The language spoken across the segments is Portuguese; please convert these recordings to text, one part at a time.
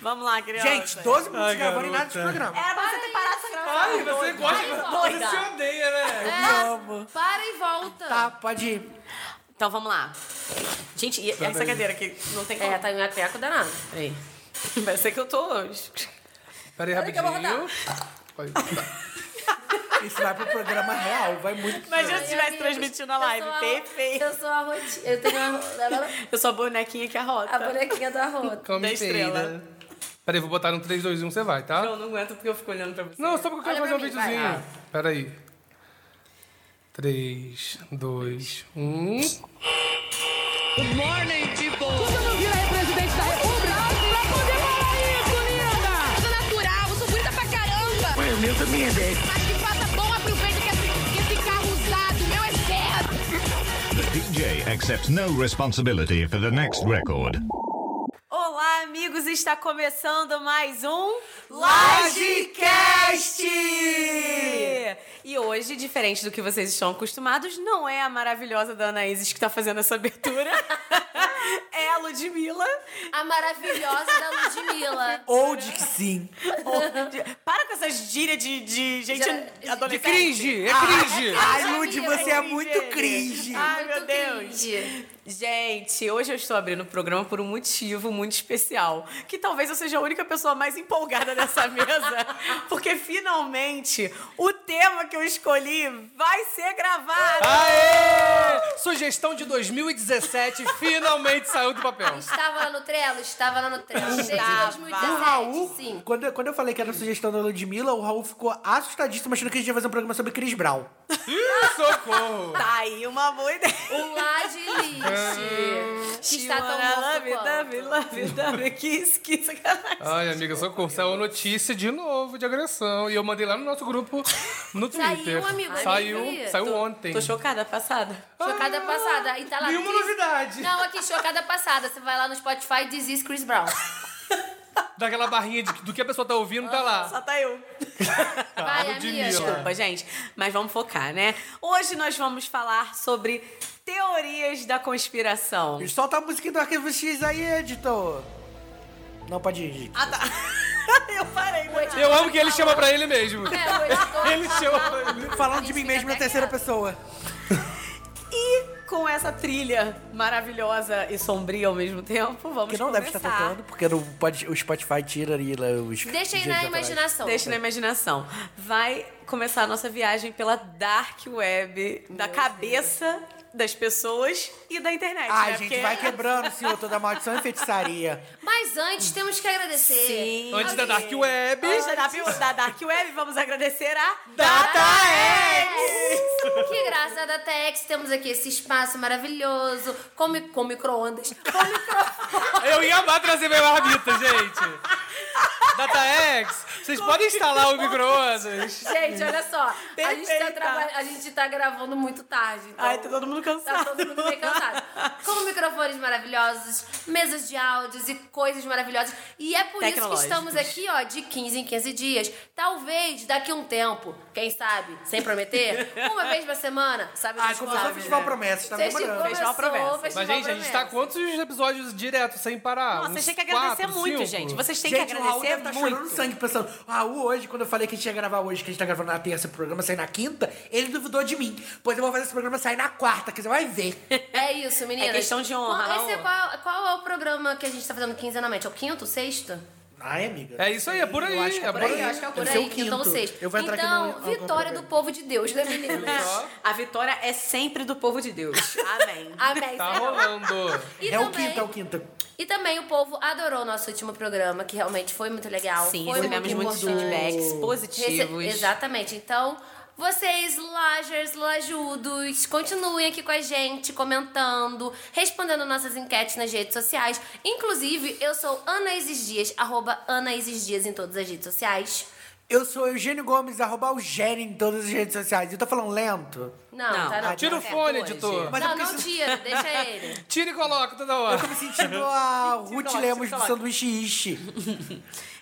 Vamos lá, criança. Gente, 12 minutos Ai, gravando e nada de garota. programa. É. Era pra você ter parado essa gravação. Ai, você gosta, Doida. você se odeia, né? Eu amo. Para e volta. Tá, pode ir. Então vamos lá. Gente, e essa cadeira aqui não tem como. É, tá em um ateco danado. Peraí. Vai ser que eu tô hoje. Peraí, Olha que eu vou rodar. rapidinho. Pode botar. Isso vai pro programa real, vai muito. Imagina se Ai, estivesse amigos, transmitindo a eu live. sou a- Perfeito. Eu sou a rotina. Eu tenho a, Eu sou a bonequinha que arrota. a bonequinha da rota. Come Da estrela. peida. Peraí, vou botar no 3, 2, 1, você vai, tá? Eu não aguento porque eu fico olhando pra você. Não, só porque eu quero Olha fazer um pra mim, vai. videozinho. Peraí. 3, 2, 1. sou natural, eu sou bonita pra caramba. Mas o meu também é 10. Mas que faça bom aproveita que esse, que esse carro usado, o meu é zero. The DJ accepts no responsibility for the next record. Olá, amigos. Está começando mais um Lagecast! E hoje, diferente do que vocês estão acostumados, não é a maravilhosa da Anaíses que está fazendo essa abertura. é a Ludmilla. A maravilhosa da Ludmilla. Ou de que sim. Para com essas gírias de, de gente Já- De adolescente. Ah, cringe, é cringe. Ai, Lud, você é Cringe, muito gente. cringe. Ai, meu Muito Deus. cringe. Gente, hoje eu estou abrindo o programa por um motivo muito especial. Que talvez eu seja a única pessoa mais empolgada dessa mesa. Porque finalmente o tema que eu escolhi vai ser gravado. Aê! Sugestão de 2017 finalmente saiu do papel. Estava lá no Trello? Estava lá no Trello. Desde Estava. 2017, O Raul, sim. quando, eu- quando eu falei que era sugestão da Ludmilla, o Raul ficou assustadíssimo achando que a gente ia fazer um programa sobre Cris Brown. Ih, socorro! Tá aí uma boa ideia. Um Laje List. Que está tão Chihuahua, love, morto love, quanto. love, love, kiss, kiss. Ai, amiga, socorro. Saiu notícia de novo de agressão. E eu mandei lá no nosso grupo no Saiu, Twitter. amigo, amigo, Saiu, saiu tô- ontem. Tô chocada, passada. Chocada passada. E tá lá. Nenhuma Chris- novidade. Não, aqui, chocada passada. Você vai lá no Spotify e diz isso, Chris Brown. Daquela barrinha de- do que a pessoa tá ouvindo, tá lá. Só tá eu. Vai, Ah, Ludmilla. amiga. Desculpa, gente, mas vamos focar, né? Hoje nós vamos falar sobre teorias da conspiração. Solta a musiquinha do Arquivo X aí, editor. Não, pode ir. gente. Ah, tá. eu parei, né? meu Deus. Eu amo que ele chama pra ele mesmo. É, hoje tô- Ele chama pra ele. Ah, Falando de mim mesmo na terceira pessoa. E com essa trilha maravilhosa e sombria ao mesmo tempo, vamos Que não deve estar começar. tocando, porque no, pode, o Spotify tira ali tá lá os. Deixa aí dias na atrás. imaginação. Deixa na imaginação. Vai começar a nossa viagem pela dark web da cabeça das pessoas e da internet. Ai, né? gente, é. Porque- vai é quebrando, senhor, toda maldição e feitiçaria. Mas antes, temos que agradecer. Sim. Antes da Dark Web. Antes da Dark- da Dark Web, vamos agradecer a Tá, é. Que graças à DataX temos aqui esse espaço maravilhoso com, mi com micro-ondas. Eu ia amar trazer meu marmita, gente. DataX, vocês podem instalar o micro-ondas? Gente, olha só. A gente, tá Perfeita. traba- a gente tá gravando muito tarde. Então Ai, tá todo mundo tá cansado. todo mundo meio cansado. Com microfones maravilhosos, mesas de áudios e coisas maravilhosas. E é por isso que Tecnológicos. estamos aqui, ó, de 15 em 15 dias. Talvez daqui a um tempo, quem sabe, sem prometer, uma vez na semana, sabe? né? a Ai, gente começou o come. Festival Promessas, tá me Festival lembrando. Festival Promessa. Promessa. Mas, gente, a gente tá quantos episódios direto sem parar? Nossa, Uns vocês têm que agradecer quatro, muito, cinco? gente. Vocês têm que Gente, o Raul agradecer deve estar chorando muito. sangue, pensando, "Ah, o Raul hoje, quando eu falei que a gente ia gravar hoje, que a gente tá gravando na terça, o programa sair na quinta, ele duvidou de mim. Pois eu vou fazer esse programa sair na quarta, que você vai ver. É isso, meninas. É questão de honra, Qual, esse é Raul. qual, qual é o programa que a gente tá fazendo quinzenalmente? É o quinto, sexto? Ai, amiga. É isso aí, é por aí. Eu acho que é é por Por aí, aí. eu acho que é o por Deve ser aí, o quinto ou quinto. sexto. Eu vou entrar aqui então, no- algum vitória do programa. povo de Deus, né, meninas? Uhum. A vitória é sempre do povo de Deus. Amém. Amém. Tá Senhor. rolando. E É o também- quinto, é o quinto. E também o povo adorou o nosso último programa, que realmente foi muito legal. Sim, foi recebemos muito muitos importante. feedbacks Rece- positivos. Exatamente. Então, vocês, lajers, lajudos, continuem aqui com a gente, comentando, respondendo nossas enquetes nas redes sociais. Inclusive, eu sou Anaíses Dias, arroba Anaíses Dias em todas as redes sociais. Eu sou Eugênio Gomes, arroba Eugênio em todas as redes sociais. Eu tô falando lento. Não, Não. tá não. Ah, tira Tá o certo fone, hoje. editor. Mas é não, porque não se- tira, deixa ele. Tira e coloca toda Eu hora. tô me sentindo a Ruth Coloca, Lemos do coloca. sanduíche ishi.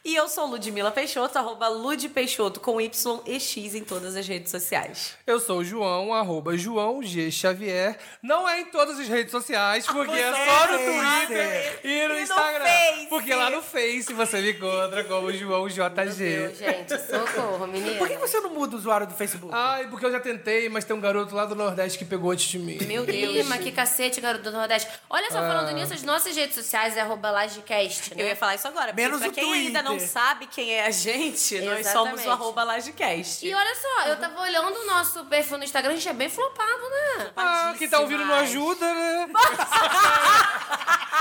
E eu sou Ludmila Peixoto, arroba Lud Peixoto com Y e X em todas as redes sociais. Eu sou o João, arroba João G. Xavier. Não é em todas as redes sociais, porque é só no é, Twitter e no no Instagram. Face. Porque lá no Face você me encontra como João Meu, JG. gente, socorro, Por que menino. você não muda o usuário do Facebook? Ai, porque eu já tentei, mas tem um garoto lá do Nordeste que pegou antes de mim. Meu Ih, Deus. mas que cacete, garoto do Nordeste. Olha só, falando nisso, as nossas redes sociais é arroba Lagecast, né? Eu ia falar isso agora, porque Menos pra o quem ainda não Twitter. sabe quem é a gente, nós somos Exatamente. o arroba Lagecast. E olha só, eu tava olhando o nosso perfil no Instagram, a gente é bem flopado, né? Ah, quem tá ouvindo não ajuda, né? Além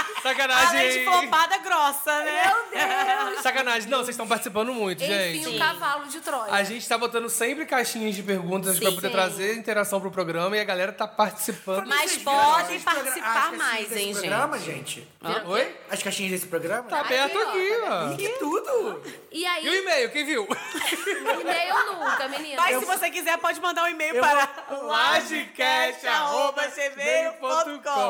de Sacanagem. hein? flopada grossa, né? Sacanagem. Não, vocês estão participando muito, Enfim, gente. o cavalo de Troia. A gente tá botando sempre caixinhas de perguntas Sim. pra poder Sim. trazer interação pro programa e a galera tá participando. Mas Vocês viram podem as progra- participar as caixinhas mais, desse hein, programa, gente? Ah, Oi? As caixinhas desse programa? Tá aberto ó, aqui, né? ó. Que tudo! E E o aí, e-mail, quem viu? nem eu nunca, menina. Mas se você quiser, pode mandar um e-mail Eu para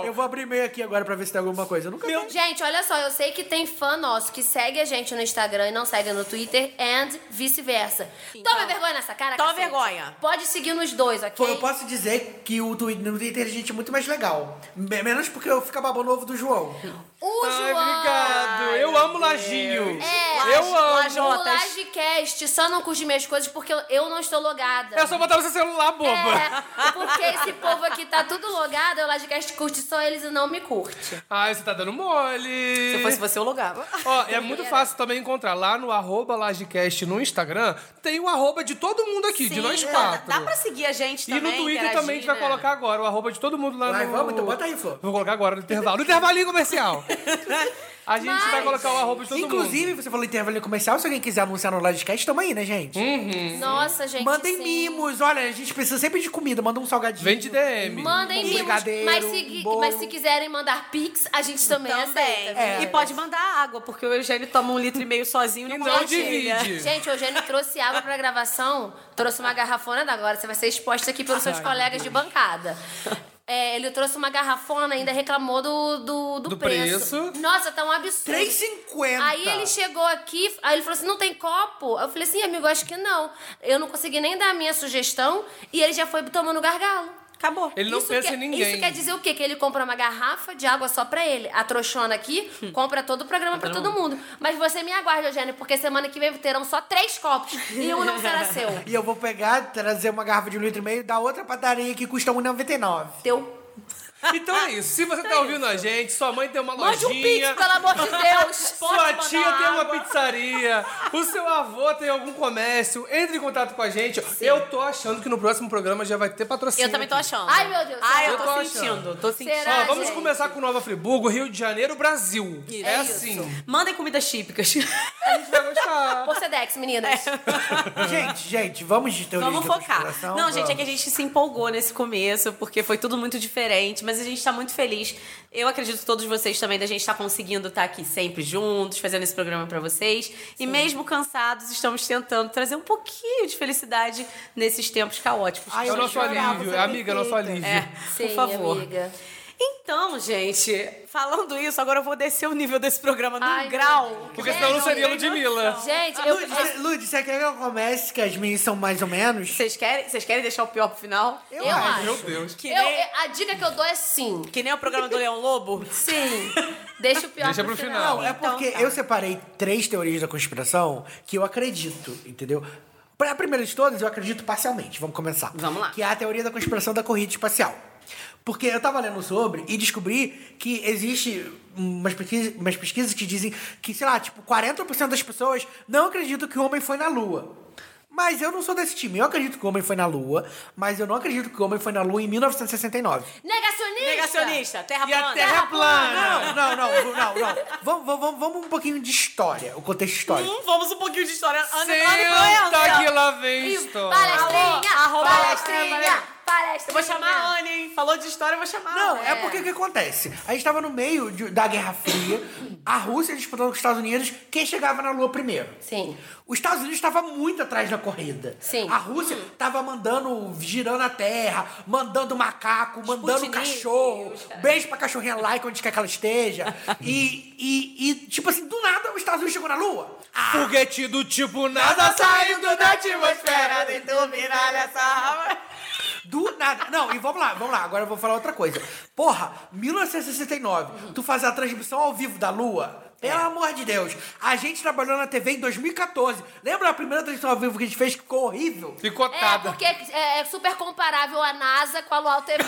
Eu vou abrir e-mail aqui agora pra ver se tem alguma coisa. Eu nunca vi. Gente, olha só, eu sei que tem fã nosso que segue a gente no Instagram e não segue no Twitter, and vice-versa. Então. Toma vergonha nessa cara, Toma cacete. vergonha. Pode seguir nos dois, ok? Pô, É. eu posso dizer que o Twitter, no Twitter a gente é muito mais legal. Me- Menos porque eu fico babando o ovo do João. O Ai, João... obrigado. eu amo Lajinho. É, eu amo. Laje- O Lajotas. Lagecast só não curte minhas coisas porque eu- eu não estou logada. É só botar no seu celular, boba. É, porque esse povo aqui tá tudo logado, o Lagecast curte só eles e não me curte. Ai, você tá dando mole. Se eu fosse você, eu logava. Ó, é muito fácil também encontrar lá no arroba Lajecast no Instagram. Tem o arroba de todo mundo aqui, de nós quatro. é, Dá pra seguir a gente E no também. Twitter interagir, também a gente vai né? colocar agora o arroba de todo mundo lá Vai, no... vamos? Então bota aí, Flor. Vou colocar agora no intervalo. No intervalinho comercial. A gente vai colocar o arroba de todo mundo. Inclusive, você falou intervalo comercial, se alguém quiser anunciar no Livecast, tamo aí, né, gente? Hum. Nossa, gente. Mandem sim. mimos, olha, a gente precisa sempre de comida, manda um salgadinho. Vende DM. Mandem Um mimos, brigadeiro, mas um se, gui- bolo. É, mas se quiserem mandar pix, a gente também, Também. aceita. E pode mandar água, porque o Eugênio toma um litro e meio sozinho e não, E então não compartilha. divide. Gente, o Eugênio trouxe água pra gravação, trouxe uma garrafona da agora, você vai ser exposta aqui Ah, pelos seus colegas de bancada. É, ele trouxe uma garrafona ainda reclamou do, do, do Do preço. preço. Nossa, tá um absurdo. 3,50. Aí ele chegou aqui, aí ele falou assim: não tem copo? Eu falei assim, amigo, acho que não. Eu não consegui nem dar a minha sugestão e ele já foi tomando gargalo. Acabou. Ele não Isso pensa quer- em ninguém. Isso quer dizer o quê? Que é ele compra uma garrafa de água só pra ele. A trouxona aqui Hum. compra todo o programa pra todo um. mundo. Mas você me aguarde, Eugênio, porque semana que vem terão só três copos e um não será seu. E eu vou pegar, trazer uma garrafa de um litro e meio da outra padaria que custa R$1,99. Teu. Então é isso. Se você tá ouvindo a gente, sua mãe tem uma Mande um pix, lojinha. pelo amor de Deus. Sua Pode tia mandar tem uma água. pizzaria, o seu avô tem algum comércio, entre em contato com a gente. Eu tô achando que no próximo programa já vai ter patrocínio. Eu também tô aqui. achando. Ai, meu Deus, Ai, será? eu tô, Eu tô sentindo. achando. Tô sentindo. Será? Ó, vamos gente? começar com Nova Friburgo, Rio de Janeiro, Brasil. É, assim. Mandem comidas típicas. A gente vai gostar. Porcedex, meninas. É, gente, gente, vamos de teoria Vamos da focar. conspiração? Não, gente, é que a gente se empolgou nesse começo, porque foi tudo muito diferente, mas a gente tá muito feliz. Eu acredito que todos vocês também, da gente tá conseguindo estar aqui sempre juntos, fazendo esse programa pra vocês. E mesmo cansados, estamos tentando trazer um pouquinho de felicidade nesses tempos caóticos. Ai, É o eu nosso vou chorar, alívio, você é amiga, é nosso perfeita. alívio. É, por Sim, favor. amiga. Então, gente, falando isso, agora eu vou descer o nível desse programa num Ai, meu grau. Deus. Porque senão não Gente, seria não tem Ludmilla. Gente, eu. Lud, você- Lud, você quer que eu comece, que as minhas são mais ou menos? Vocês querem, vocês querem deixar o pior pro final? Eu, acho. Meu Deus. Que, Eu- nem, a dica que eu dou é sim. que nem o programa do Leão Lobo? Sim. Deixa o pior Deixa pro pro final. final. Não, é porque tá. eu separei três teorias da conspiração que eu acredito, entendeu? A primeira de todas, eu acredito parcialmente. Vamos começar. Vamos lá. Que é a teoria da conspiração da corrida espacial. Porque eu tava lendo sobre e descobri que existe umas pesquisas, umas pesquisas que dizem que, sei lá, tipo, 40% das pessoas não acreditam que o homem foi na Lua. Mas eu não sou desse time. Eu acredito que o homem foi na Lua, mas eu não acredito que o homem foi na Lua em 1969. Negacionista! Negacionista, terra E a É plana. terra plana. Ah, Não, não, não, não, não. Vamos, vamos, vamos um pouquinho de história, o contexto histórico. Hum, vamos um pouquinho de história. Ana Clara Senta Proença. que tá lá vem E história. Palestrinha! Alô, arroba palestrinha! Palestrinha! palestra. Eu vou chamar minha. a Anne, hein? Falou de história, eu vou chamar a Não, Anne. é, porque o que acontece? A gente tava no meio de- da Guerra Fria, a Rússia disputando com os Estados Unidos, quem chegava na Lua primeiro. Sim. Os Estados Unidos estava muito atrás da corrida. Sim. A Rússia estava mandando, girando a terra, mandando macaco, mandando Sputnik, cachorro. os caras. Beijo pra cachorrinha lá e onde quer que ela esteja. e, e, e, tipo assim, do nada os Estados Unidos chegou na Lua. Foguete do tipo nada saindo da atmosfera. determinar essa rama. Do nada. Não, e vamos lá, vamos lá. Agora eu vou falar outra coisa. Porra, 1969, tu fazer a transmissão ao vivo da Lua? É. Pelo amor de Deus. A gente trabalhou na TV em 2014. Lembra a primeira transmissão ao vivo que a gente fez que ficou horrível? É, Picotada. porque é, é super comparável a NASA com a Luau TV.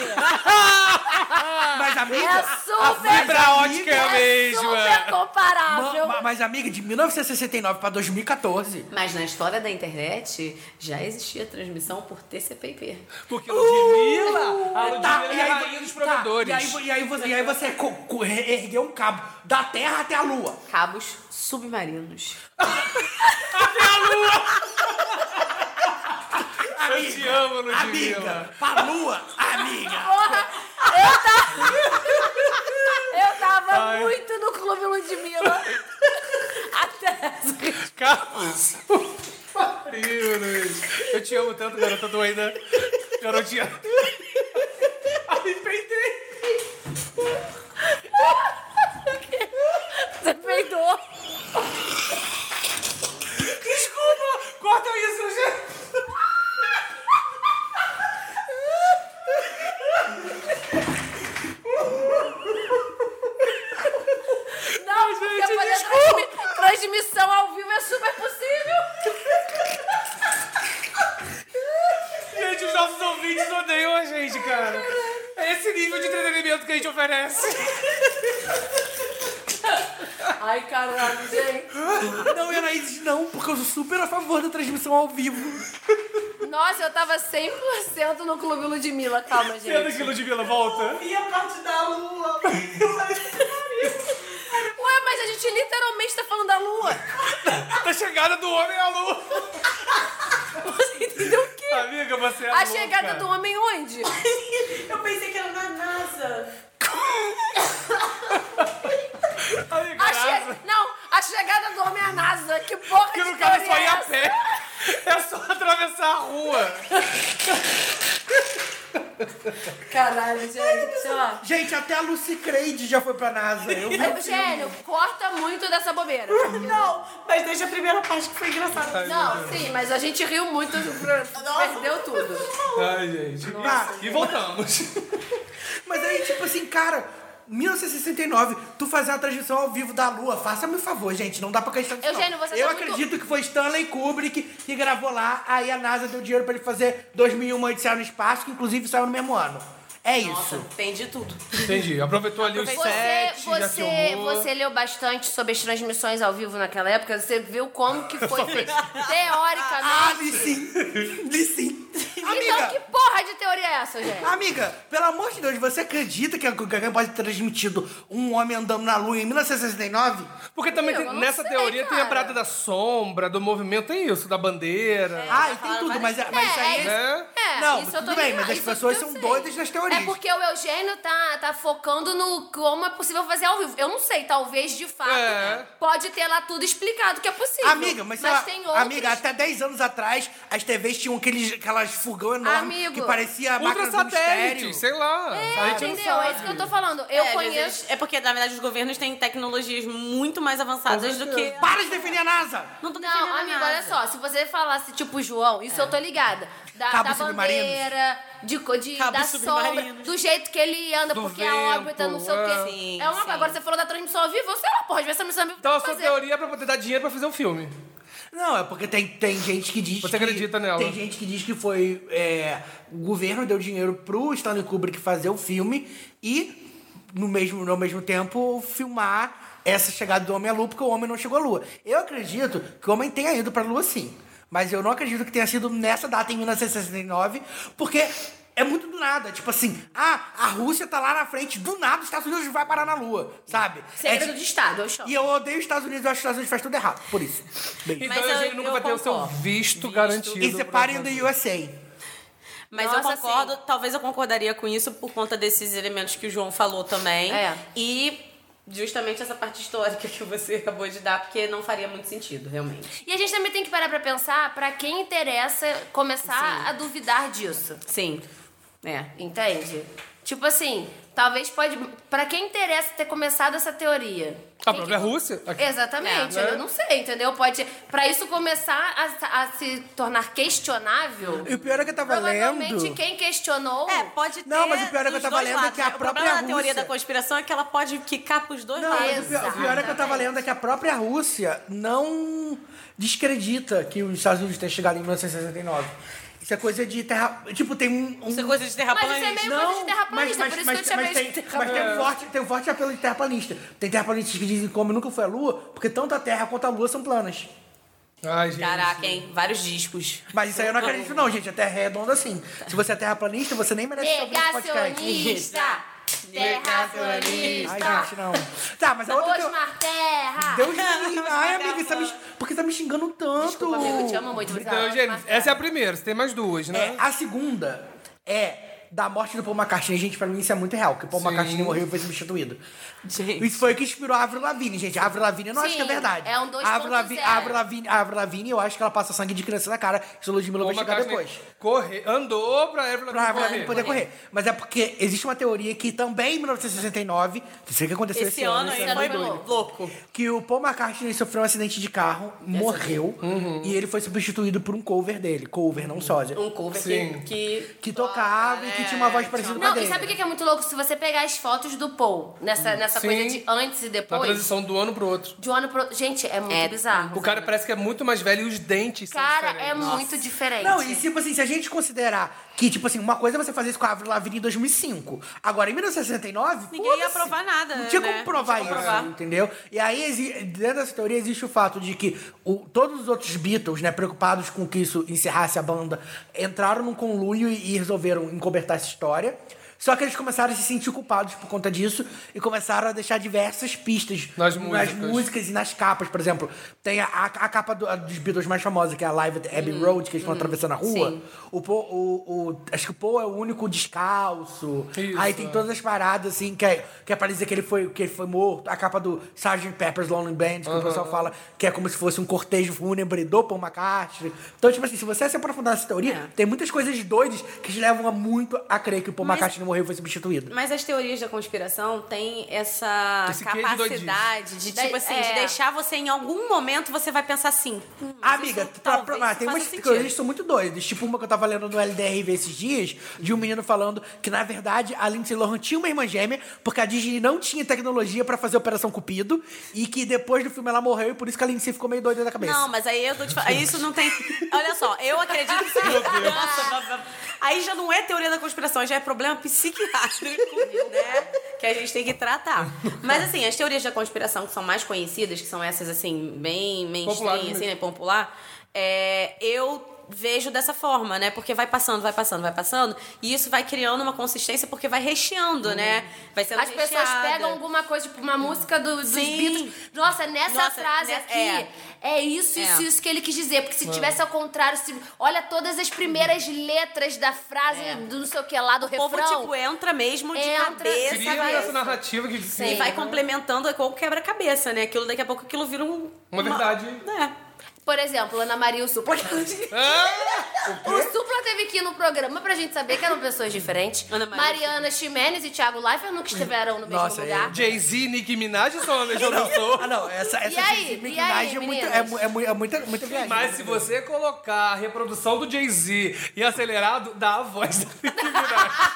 Mas amiga, É a super- Fibra ótica é a é mesma. super comparável. Ma- ma- mas, amiga, de 1969 pra 2014. Mas na história da internet já existia transmissão por TCP/IP. Porque Ludmilla, a Ludmilla Tá, é a rainha dos tá, provedores. e aí vo- e aí você, e aí você é co- co- re- ergueu um cabo da Terra até a Lua. Cabos submarinos. Amiga, te amo, Ludmilla. Amiga, pra Lua, amiga. Porra, eu tava. Eu tava muito no Clube Ludmilla. Até. Carlos. Pariu, Luiz. Eu te amo tanto, garota doida. Garotinha. Você peidou. Desculpa! Corta isso, gente! Não, porque poder transmi- transmissão ao vivo é super possível. Gente, os nossos ouvintes odeiam a gente, cara. É esse nível de entretenimento que a gente oferece. Ai, caralho, gente. Não, Anaís, não, porque eu sou super a favor da transmissão ao vivo. Nossa, eu tava 100% no Clube Ludmilla. Calma, gente. Senta que Ludmilla volta. E a parte da lua? Ué, mas a gente literalmente tá falando da lua. Da chegada do homem à lua. Você entendeu o quê? Amiga, você é A chegada do homem onde? Eu pensei que era na NASA. homem. A che... Não, a chegada do homem à NASA. Que porra Que de no caso é só teoria ir é a essa? pé. É só atravessar a rua. Caralho, gente. Sei lá. Gente, até a Lucy Creide já foi pra NASA. Eu vi. Eugênio, corta muito dessa bobeira. Não, mas deixa a primeira parte que foi engraçada. Não, sim, mas a gente riu muito, perdeu tudo. Ai, gente. Tá. E voltamos. Mas aí, tipo assim, cara, 1969, tu fazer uma transmissão ao vivo da Lua, faça-me um favor, gente, não dá pra acreditar nisso, Eugênio, não. você Eu tá muito- acredito que foi Stanley Kubrick que gravou lá, aí a NASA deu dinheiro pra ele fazer 2001 Odisseia no Espaço, que inclusive saiu no mesmo ano. É Nossa, isso. tem de tudo. Entendi. Aproveitou ali os Você, sete, já você, filmou. você leu bastante sobre as transmissões ao vivo naquela época, você viu como que foi feito Ah, teoricamente. li sim. li sim. Então que Amiga, porra de teoria é essa, gente? amiga, pelo amor de Deus, você acredita que alguém pode ter transmitido um homem andando na Lua em 1969? Porque também Eu tem- não nessa sei, teoria tem a cara. parada da sombra, do movimento, tem isso, da bandeira. Ah, e tem tudo, mas, mas isso aí... Né? É, Não, isso eu tô tudo bem, ligada, mas as isso eu pessoas são sei. doidas nas teorias. É porque o Eugênio tá, tá focando no como é possível fazer ao vivo. Eu não sei, talvez de fato É. pode ter lá tudo explicado que é possível. Amiga, mas, sei lá, tem outros. Amiga, até 10 anos atrás, as TVs tinham aqueles, aquelas fogão enorme Amigo. que parecia a máquina Ultra do satélite, mistério. sei lá. a gente não Entendeu? sabe. É isso que eu tô falando. Eu É, às conheço. vezes- É porque, na verdade, os governos têm tecnologias muito mais avançadas do que... Para de defender a NASA! Não tô defendendo Não, amigo, nada. É. olha só. Se você falasse, tipo, João, isso eu tô ligada. Da, Cabo da submarino. bandeira, de, co- de, Cabo da submarino. sombra, do jeito que ele anda, Do porque vento, a órbita, não sei o é. quê. Sim, é uma sim. coisa. Agora você falou da transmissão ao vivo, eu sei lá, porra, devia ser transmissão ao vivo. Então a pra sua fazer. teoria é pra poder dar dinheiro pra fazer um filme. Não, é porque tem, tem gente que diz Você que- acredita nela? Tem gente que diz que foi... é, o governo deu dinheiro pro Stanley Kubrick fazer o filme e, no mesmo, no mesmo tempo, filmar essa chegada do homem à lua, porque o homem não chegou à lua. Eu acredito que o homem tenha ido pra lua, sim. Mas eu não acredito que tenha sido nessa data, em 1969, porque... É muito do nada, tipo assim, ah, a Rússia tá lá na frente, do nada os Estados Unidos vai parar na Lua, sabe? É Segredo tipo- de Estado, eu chamo. e eu odeio os Estados Unidos, eu acho que os Estados Unidos faz tudo errado, por isso. Beijo. Então eu- a gente nunca eu vai ter o seu concordo. visto, garantido. E pra separem do fazer. USA. Mas Nossa, eu concordo, talvez eu concordaria com isso por conta desses elementos que o João falou também. É. E justamente essa parte histórica que você acabou de dar, porque não faria muito sentido, realmente. E a gente também tem que parar pra pensar pra quem interessa começar a duvidar disso. Sim. É. Entende? Tipo assim, talvez pode. Pra quem interessa ter começado essa teoria. A tem própria Rússia. Aqui. Exatamente, É, né? eu não sei, entendeu? Pode. Pra isso começar a, a se tornar questionável. E o pior é que eu tava Provavelmente lendo. quem questionou. É, pode ter. Não, mas o pior é que eu dos tava dois lendo lados, que a né? própria O problema da teoria Rússia- da conspiração é que ela pode quicar pros dois Não, lados. mas o pior, o pior é que eu tava lendo é que a própria Rússia não descredita que os Estados Unidos tenham chegado em 1969. Isso é coisa de terra. Tipo, tem um. um- Isso é coisa de Mas terraplanista. isso é meio coisa Não, de terraplanista, por isso que eu te mas chamei tem, de mas terraplanista. tem um forte, tem um forte apelo de terraplanista. Tem terraplanistas que dizem que o homem nunca foi à lua, porque tanto a terra quanto a lua são planas. Ai, gente. Caraca, hein? Vários discos. Mas isso aí eu não acredito, não, gente. A terra é redonda assim. Se você é terraplanista, você nem merece estar ouvindo esse podcast. Negacionista! Ai, Terracionista! gente, não. Tá, mas a outra. teo- Osmar Terra! Deus me livre. Ai, amiga, tá me... por que tá me xingando tanto? Desculpa, amigo, eu te amo muito. mas Então, amo Eugênio, Osmar essa é a primeira, você tem mais duas, É, né? a segunda é da morte do Paul McCartney. Gente, pra mim isso é muito real, que o Paul Sim. McCartney morreu e foi substituído. Gente. Isso foi o que inspirou a Avril Lavigne, gente. A Avril Lavigne eu não acho Sim, que é verdade. é um 2.0. A Avril Lavigne, a Avril Lavigne, a Avril Lavigne, eu acho que ela passa sangue de criança na cara. Isso o Ludmilla vai chegar depois. Corre, andou pra Evelyn Pra Avril Lavigne correr. poder correr. Mas é porque existe uma teoria que também em 1969, não sei o que aconteceu esse, Esse ano esse aí ano foi foi louco. louco. que o Paul McCartney sofreu um acidente Uhum. de carro, morreu, e ele foi substituído por um cover dele. Cover, não sósia. Um cover que, Sim. que Que tocava e que tinha uma voz parecida com a Não, dele. e sabe o que que é muito louco? Se você pegar as fotos do Paul nessa, nessa Sim. coisa de antes e Na depois, transição do ano pro outro. de um ano pro outro. Gente, é muito bizarro. O cara parece que é muito mais velho e os dentes são Cara, é diferentes. muito diferente. Não, e tipo assim, se a gente considerar que, tipo assim, uma coisa é você fazer isso com a Avril Lavigne em 2005. Agora, em 1969, ninguém ia foda-se. provar nada. Não tinha né? como provar Não isso, tinha como provar. entendeu? E aí, exi- dentro dessa teoria, existe o fato de que o- todos os outros Beatles, né, preocupados com que isso encerrasse a banda, entraram num conluio e, e resolveram encobertar essa história. Só que eles começaram a se sentir culpados por conta disso e começaram a deixar diversas pistas Nas músicas. músicas e nas capas. Por exemplo, tem a, a- a capa do- a dos Beatles mais famosa, que é a Live at Abbey Road, que eles estão atravessando a rua. O Paul, o- o- acho que o Paul é o único descalço. Isso, aí tem é. todas as paradas, assim, que é, que é pra dizer que ele, foi, que ele foi morto. A capa do Sgt. Pepper's Lonely Band, que o pessoal fala que é como se fosse um cortejo fúnebre do Paul McCartney. Então, tipo assim, se você se aprofundar nessa teoria, tem muitas coisas doidas que te levam a muito a crer que o Paul McCartney morreu e foi substituído. Mas as teorias da conspiração têm essa Esse quê de capacidade de, tipo Da- assim, é. de deixar você em algum momento você vai pensar assim. "Hum, mas Amiga, isso pra talvez provar, ah, tem faça umas sentido." teorias que são muito doidas. Tipo uma que eu tava lendo no LDRV esses dias, de um menino falando que, na verdade, a Lindsay Lohan tinha uma irmã gêmea, porque a Disney não tinha tecnologia pra fazer a Operação Cupido, e que depois do filme ela morreu, e por isso que a Lindsay ficou meio doida da cabeça. Não, mas aí eu tô te falando. Isso não tem. Olha só, eu acredito que. Meu Deus. Aí já não é teoria da conspiração, já é problema psiquiátrico, né? Que a gente tem que tratar. Mas assim, as teorias da conspiração que são mais conhecidas, que são essas assim, bem mainstream, Populares assim, mesmo. né? Popular, é, eu vejo dessa forma, né? Porque vai passando, vai passando, vai passando, e isso vai criando uma consistência porque vai recheando, né? Vai sendo Uhum. As pessoas recheada. pegam alguma coisa, tipo uma música do, dos Sim. Beatles. Nossa, é nessa Nossa, frase nessa- aqui, é, isso, É. isso, isso que ele quis dizer. Porque se tivesse ao contrário, se, olha todas as primeiras letras da frase, do não sei o que lá, do É. O povo, refrão. tipo, entra mesmo de Entra, cabeça. Cria vai- essa narrativa que assim, E Sim. né? vai complementando com o quebra-cabeça, né? Aquilo daqui a pouco aquilo vira um. Uma verdade. É. Por exemplo, Ana Maria e o Supla. Ah, O Supla teve que ir no programa pra gente saber que eram pessoas diferentes. Ana Maria. Mariana Ximenes e Thiago Leifert nunca estiveram no mesmo Nossa, lugar. Jay-Z e Nicki Minaj são a mesma pessoa. Ah, não, essa, essa E aí? Nicki E aí, Minaj é muito, meninas? é, mu- é, mu- é muita, muita viagem. Mas se você colocar a reprodução do Jay-Z e acelerado, dá a voz da Nicki Minaj.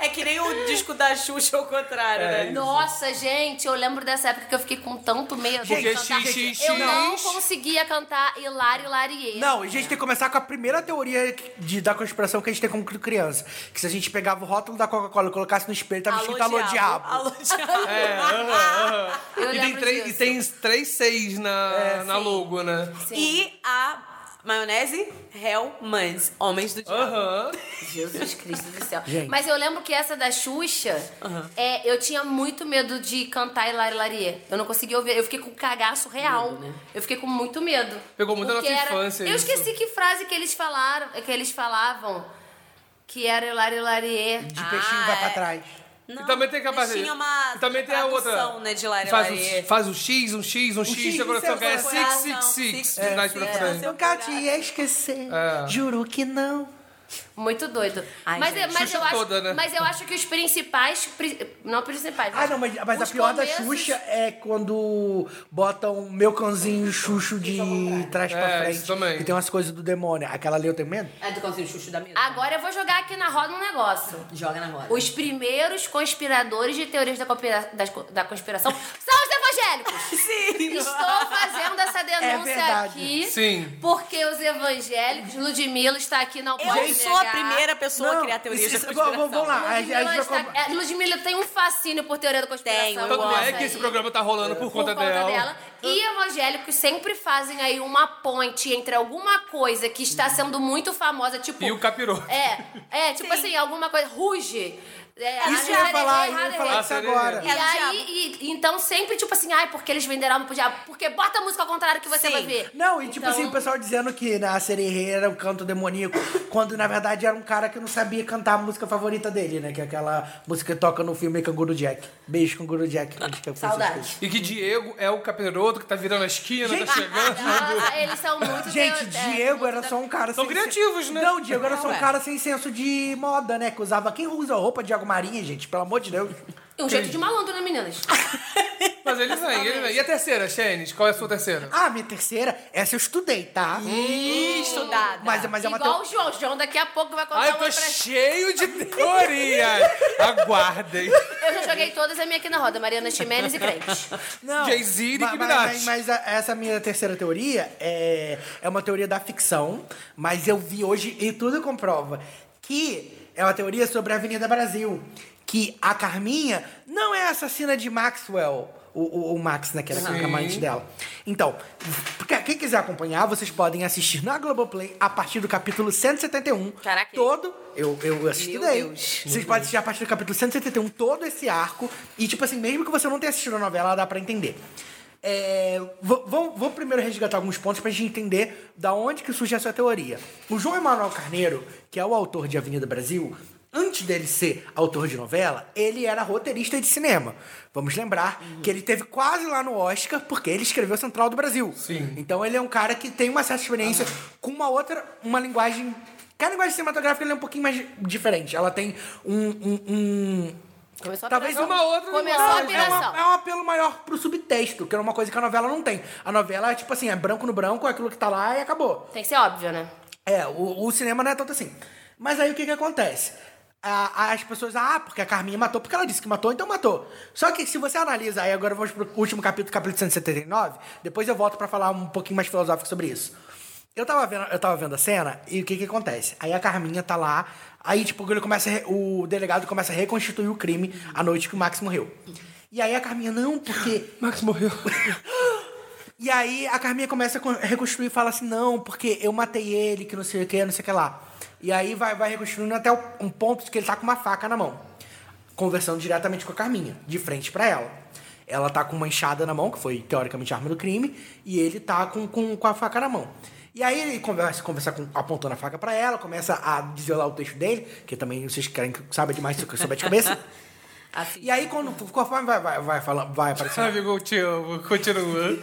É que nem o disco da Xuxa ao contrário, É. né? Nossa, gente, eu lembro dessa época que eu fiquei com tanto medo de Porque cantar. xixi, xixi, eu não xixi. conseguia cantar Hilário Larier. Não, a gente tem que começar com a primeira teoria de, da conspiração que a gente tem como criança. Que se a gente pegava o rótulo da Coca-Cola e colocasse no espelho, tava escrito Alô Diabo. Alô, diabo. É, Eu E tem lembro três, e disso. tem três seis na, na logo, né? E a maionese Hellmans, Homens do Ah, Diabo. Aham. Jesus Cristo do céu. Mas eu lembro que essa da Xuxa, é, eu tinha muito medo de cantar Hilário Larier. Eu não conseguia ouvir, eu fiquei com cagaço real. Eu fiquei com muito medo. Pegou muito na Porque nossa era- infância Eu isso. esqueci que frase que eles falaram, que eles falavam. Que era Hilari Larier. De Ah, peixinho vai pra é. trás. Não, E também tem capaz mas tinha uma e também tem a outra. tradução, né, de Lari faz, Lari. o, faz o X, um X, um X, X, você isso é coloca que é uma 666 É, de trás pra é. frente. Nunca te ia esquecer, É. juro que não. Muito doido. Ai, mas, é- gente. mas, eu Xuxa acho, toda, né? mas eu acho que os principais. pri- Não principais. Ah, não, mas, mas a os pior da começos- Xuxa é quando botam meu cãozinho Xuxo de trás pra É, frente. isso também. E tem umas coisas do demônio. Aquela ali eu tenho medo? É do cãozinho chuchu da mina. Agora eu vou jogar aqui na roda um negócio. Joga na roda. Os primeiros conspiradores de teorias da, conspira- das co- da conspiração são os evangélicos. Sim. Estou fazendo essa denúncia verdade. aqui. Sim. Porque os evangélicos, Ludmilla está aqui na Eu sou a primeira pessoa a criar teorias isso- da isso- vamos- conspiração. Vamos lá. A, a gente Ludmilla, vai está... comprar- é, Ludmilla tem um fascínio por teoria da conspiração. Tem, eu eu Tanto gosto é amo que esse aí. programa tá rolando por conta, dela. E evangélicos sempre fazem aí uma ponte entre alguma coisa que está sendo muito famosa, tipo. E o capiroto. É, é, tipo assim, alguma coisa. Ruge. É, né? Isso eu Harry- ia falar, eu Harry- ia falar Ah, isso agora. E É do aí, e- então sempre, tipo assim, ai, porque eles venderam alma pro diabo. Porque bota a música ao contrário que você Sim. vai ver. Não, e tipo Então- assim, o pessoal dizendo que na sererê era um canto demoníaco, quando na verdade era um cara que não sabia cantar a música favorita dele, né? Que é aquela música que toca no filme Canguru Jack. Beijo, Canguru Jack. Acho que é por isso que eu Saudades. fiz. E que Diego é o capiroto que tá virando a esquina, Gente, tá chegando. Ah, eles são muito Gente, teo- é, Diego muito era da- só um cara São sem- criativos, né? Não, Diego era só um Ué. cara sem senso de moda, né? Que usava. Quem usa roupa de Diego Marinha, gente? Pelo amor de Deus. Um jeito de malandro, né, meninas? Mas eles vêm, eles vêm. E a terceira, Xênis? Qual é a sua terceira? Ah, minha terceira, essa eu estudei, tá? Ih, Estudada. Mas, mas é uma Igual teo- o João. João daqui a pouco Ah, vai contar Ai, eu uma tô pra... cheio de teorias. Aguardem. Eu já joguei todas a minha aqui na roda. Mariana Ximenes e Crentes. Não. Jay-Z e Ma- Nicki ma- Minaj. Mas, mas a- essa minha terceira teoria é, é uma teoria da ficção, mas eu vi hoje e tudo comprova que é uma teoria sobre a Avenida Brasil. Que a Carminha não é assassina de Maxwell. O, o- o Max, né? Que era Sim. o amante dela. Então, porque quem quiser acompanhar, vocês podem assistir na Globoplay a partir do capítulo 171. Caraca. Todo. Eu, eu assisti Meu daí. Deus. Vocês podem assistir a partir do capítulo 171, todo esse arco. E, tipo assim, mesmo que você não tenha assistido a novela, dá pra entender. É, vou, vou- vou primeiro resgatar alguns pontos pra gente entender da onde que surge essa teoria. O João Emanuel Carneiro, que é o autor de Avenida Brasil, antes dele ser autor de novela, ele era roteirista de cinema. Vamos lembrar que ele teve quase lá no Oscar porque ele escreveu Central do Brasil. Sim. Então ele é um cara que tem uma certa experiência com uma outra, uma linguagem. Que a linguagem cinematográfica ele é um pouquinho mais diferente. Ela tem um. um- um- Começou a Talvez operação. uma outra Começou Só a é, uma- operação. é um apelo maior pro subtexto, que é uma coisa que a novela não tem. A novela é tipo assim, é branco no branco, é aquilo que tá lá e acabou. Tem que ser óbvio, né? É, o, o cinema não é tanto assim. Mas aí o que que acontece? A- as pessoas, ah, porque a Carminha matou, porque ela disse que matou, então matou. Só que se você analisa, aí agora vamos pro último capítulo, capítulo 179, depois eu volto pra falar um pouquinho mais filosófico sobre isso. Eu tava vendo, eu tava vendo a cena e o que que acontece? Aí a Carminha tá lá, aí tipo, ele começa a re- o delegado começa a reconstituir o crime a noite que o Max morreu. E aí a Carminha, não, porque Max morreu. e aí a Carminha começa a con- reconstruir e fala assim, não, porque eu matei ele, que não sei o que, não sei o que lá. E aí vai, vai reconstruindo até o- um ponto que ele tá com uma faca na mão. Conversando diretamente com a Carminha, de frente pra ela. Ela tá com uma enxada na mão, que foi teoricamente a arma do crime, e ele tá com, com, com a faca na mão. E aí ele conversa, conversa com, apontando a faca pra ela, começa a dizer lá o texto dele, que também vocês querem que saiba demais do que eu souber de cabeça. e aí, quando, conforme vai, vai, vai, falando- vai aparecendo Sabe, eu te amo. Continua.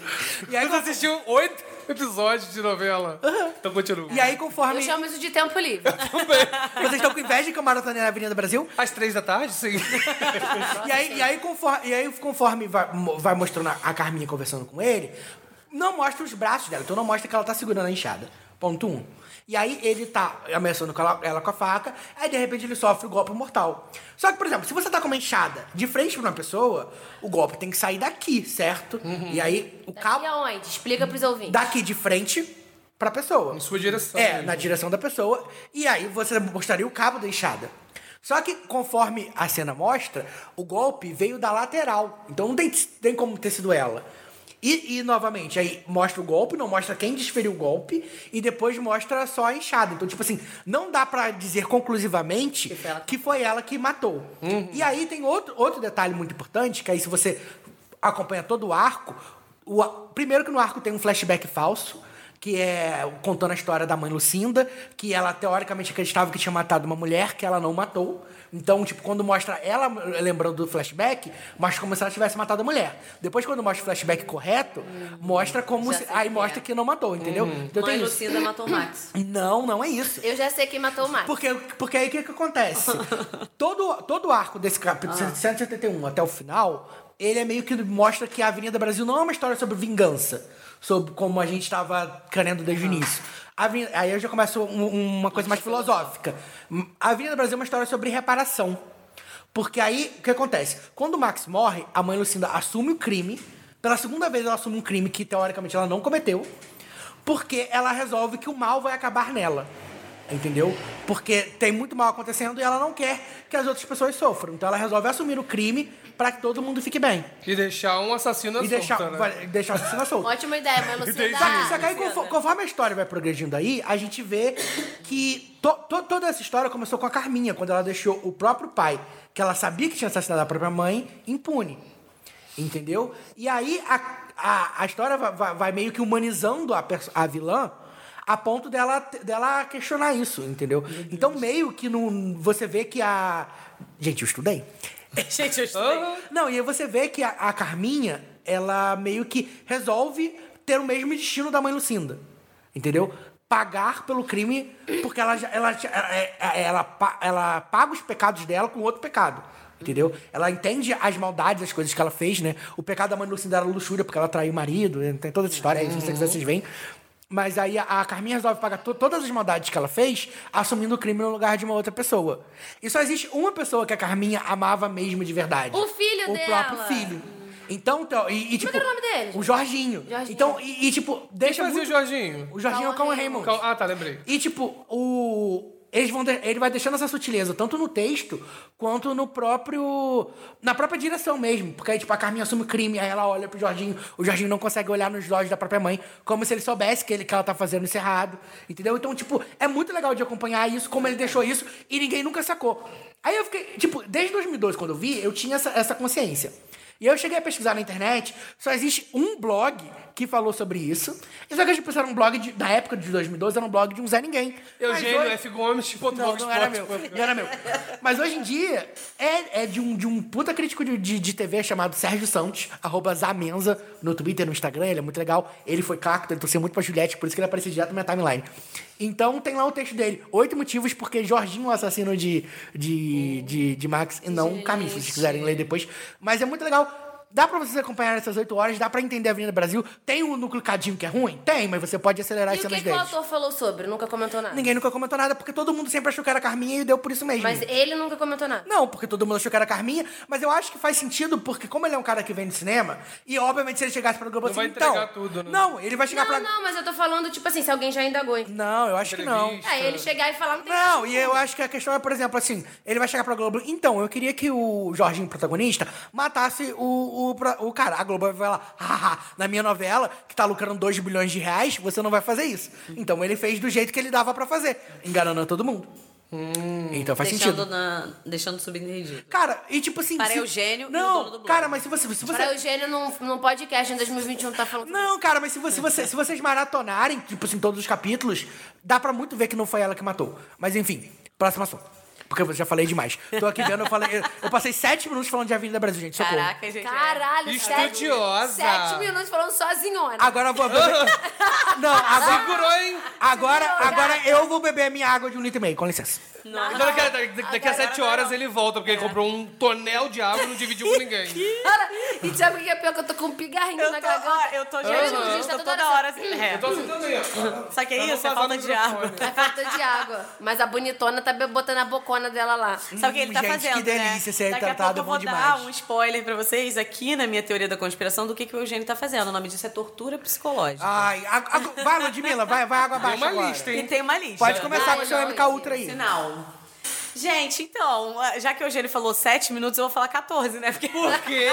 E aí Você assistiu oito episódios de novela. Então continua. E aí, conforme. Eu chamo isso de tempo livre. Vocês estão com inveja de que eu maratonei na Avenida Brasil? Às três da tarde, sim. E aí, e aí, conforme, e aí, conforme vai, mo- vai mostrando a- a Carminha conversando com ele, não mostra os braços dela. Então não mostra que ela tá segurando a enxada. Ponto um. E aí ele tá ameaçando com ela, ela com a faca, aí de repente ele sofre o golpe mortal. Só que, por exemplo, se você tá com uma enxada de frente pra uma pessoa, o golpe tem que sair daqui, certo? E aí o E cabo aonde? Explica pros ouvintes. daqui de frente pra pessoa. Em sua direção. É, né? na direção da pessoa. E aí você mostraria o cabo da enxada. Só que, conforme a cena mostra, o golpe veio da lateral. Então não tem, tem como ter sido ela. E, e, novamente, aí mostra o golpe, não mostra quem desferiu o golpe, e depois mostra só a enxada. Então, tipo assim, não dá pra dizer conclusivamente foi que foi ela ela que que, matou. E aí tem outro, outro detalhe muito importante, que aí se você acompanha todo o arco, o, a- primeiro que no arco tem um flashback falso, que é contando a história da mãe Lucinda, que ela teoricamente acreditava que tinha matado uma mulher que ela não matou. Então, tipo, quando mostra ela lembrando do flashback, mostra como se ela tivesse matado a mulher. Depois, quando mostra o flashback correto, mostra como. Hum, já se- sei aí quem mostra é. que não matou, entendeu? Então Mãe tem isso. Lucinda matou o Max. Não, não é isso. Eu já sei quem matou o Max. Porque, porque aí o que, que acontece? todo, todo o arco desse capítulo 171 até o final, ele é meio que mostra que a Avenida Brasil não é uma história sobre vingança. Sobre como a gente estava querendo desde o início. A Avenida- aí eu já começo um- uma coisa mais filosófica. A Avenida Brasil é uma história sobre reparação. Porque aí, o que acontece? Quando o Max morre, a mãe Lucinda assume o crime. Pela segunda vez ela assume um crime que, teoricamente, ela não cometeu. Porque ela resolve que o mal vai acabar nela. Entendeu? Porque tem muito mal acontecendo e ela não quer que as outras pessoas sofram. Então ela resolve assumir o crime pra que todo mundo fique bem. E deixar um assassino solto, e deixar, né? vai- deixar a assassina solta. Ótima ideia, mas Lucinda. Só que, só que aí, confo- conforme a história vai progredindo aí, a gente vê que to- to- toda essa história começou com a Carminha, quando ela deixou o próprio pai, que ela sabia que tinha assassinado a própria mãe, impune. Entendeu? E aí a, a, a história va- va- vai, meio que humanizando a, perso- a vilã a ponto dela, dela questionar isso, entendeu? Então, meio que não, você vê que a. Gente, eu estudei. Gente, eu estranho. Não, e aí você vê que a, a Carminha, ela meio que resolve ter o mesmo destino da mãe Lucinda. Entendeu? Pagar pelo crime, porque ela, já- ela, já- é- é- ela, pa- ela paga os pecados dela com outro pecado. Entendeu? Ela entende as maldades, as coisas que ela fez, né? O pecado da mãe Lucinda era luxúria, porque ela traiu o marido, né? tem toda essa história aí, se você quiser, vocês veem. Mas aí a, a Carminha resolve pagar to- todas as maldades que ela fez, assumindo o crime no lugar de uma outra pessoa. E só existe uma pessoa que a Carminha amava mesmo de verdade. O filho o dela. é próprio filho. Então, então e, e, tipo. que era o nome dele? O Jorginho. Jorginho. Então, e, e, tipo, Deixa deixa eu fazer o muito... Jorginho. O Jorginho é o Cauã Cauã Raymond. Cal- Ah, tá, lembrei. E, tipo, o... Eles vão de- Ele vai deixando essa sutileza, tanto no texto, quanto no próprio... Na própria direção mesmo. Porque aí, tipo, a Carminha assume o crime, aí ela olha pro Jorginho. O Jorginho não consegue olhar nos olhos da própria mãe, como se ele soubesse que, ele... que ela tá fazendo isso errado. Entendeu? Então, tipo, é muito legal de acompanhar isso, como ele deixou isso, e ninguém nunca sacou. Aí eu fiquei... Tipo, desde 2012, quando eu vi, eu tinha essa, essa consciência. E eu cheguei a pesquisar na internet, só existe um blog que falou sobre isso. E só que a gente pensou, era um blog de- da época de 2012, era um blog de um Zé Ninguém. Eugênio, Mas hoje- F. Gomes, tipo, Não, não era meu. Não era meu. Mas hoje em dia, é, é de, um, de um puta crítico de, de, de TV chamado Sérgio Santos, arroba Zamenza, no Twitter, no Instagram, ele é muito legal. Ele foi cacto, ele torceu muito pra Juliette, por isso que ele apareceu direto na minha timeline. Então tem lá o texto dele. Oito motivos porque Jorginho é o assassino de, de, de, de Max e não Camille, se vocês quiserem ler depois. Mas é muito legal. Dá pra vocês acompanhar essas oito horas, dá pra entender a Avenida Brasil. Tem o núcleo cadinho que é ruim? Tem, mas você pode acelerar E as o cenas que, que o deles. autor falou sobre? Nunca comentou nada. Ninguém nunca comentou nada, porque todo mundo sempre achou que era Carminha e deu por isso mesmo. Mas ele nunca comentou nada. Não, porque todo mundo achou que era Carminha, mas eu acho que faz sentido, porque como ele é um cara que vem do cinema, e obviamente se ele chegasse pra Globo Não assim, vai então... entregar tudo, né? Não, ele vai chegar Não, pra... não, mas eu tô falando, tipo assim, se alguém já indagou. hein? Não, eu acho que não. Entrevista. Aí ele chegar e falar, não tem Não, e eu acho que a questão é, por exemplo, assim, ele vai chegar pra Globo, então, eu queria que o Jorginho, protagonista, matasse o, o, pro- o cara. A Globo vai lá, haha, na minha novela, que tá lucrando 2 bilhões de reais, você não vai fazer isso. Então ele fez do jeito que ele dava pra fazer, enganando todo mundo. então faz sentido. Deixando, na, deixando subentendido. Cara, e tipo assim. Para Eugênio e o Não, dono do blog. cara, mas se você. Se você Para Eugênio num, num podcast em 2021 tá falando. Não, cara, mas se, você, se você- se vocês maratonarem, tipo assim, todos os capítulos, dá pra muito ver que não foi ela que matou. Mas enfim, próximo assunto. Porque eu já falei demais. Tô aqui vendo, eu falei. Eu, eu passei sete minutos falando de Avenida Brasil, gente. Socorro. Caraca, gente. é. Caralho, sete, Estudiosa. sete minutos falando sozinhona. Agora eu vou beber. Não, agora. Segurou, hein? Agora, agora eu vou beber a minha água de um litro e meio, com licença. Ah, Então, daqui, a- daqui a- daqui a sete horas ele volta, porque ele comprou um tonel de água e não dividiu com ninguém. Cara, e sabe o que é pior? Que eu tô com um pigarrinho Eu na tô, garganta. ó, eu tô, gente, Aham. eu tô toda hora assim. É. Eu tô sentando aí, Então, ó. Sabe o que Pra é não isso? É vazar falta no de microfone. água. É falta de água. Mas a bonitona tá be- botando a bocona dela lá. Sabe o que ele tá Gente, que fazendo, delícia né? ser Daqui a tratado pouco eu vou bom dar demais. um spoiler pra vocês aqui na minha teoria da conspiração do que, que o Eugênio tá fazendo. O nome disso é tortura psicológica. Ai, a, a- vai, Ludmilla, vai, vai água Tem abaixo. uma agora. lista, E hein? tem uma lista. Pode começar Ai, com o seu não, MK Ultra aí. Sinal. Gente, então, já que o Eugênio falou 7 minutos, eu vou falar 14, né? Porque... Por quê?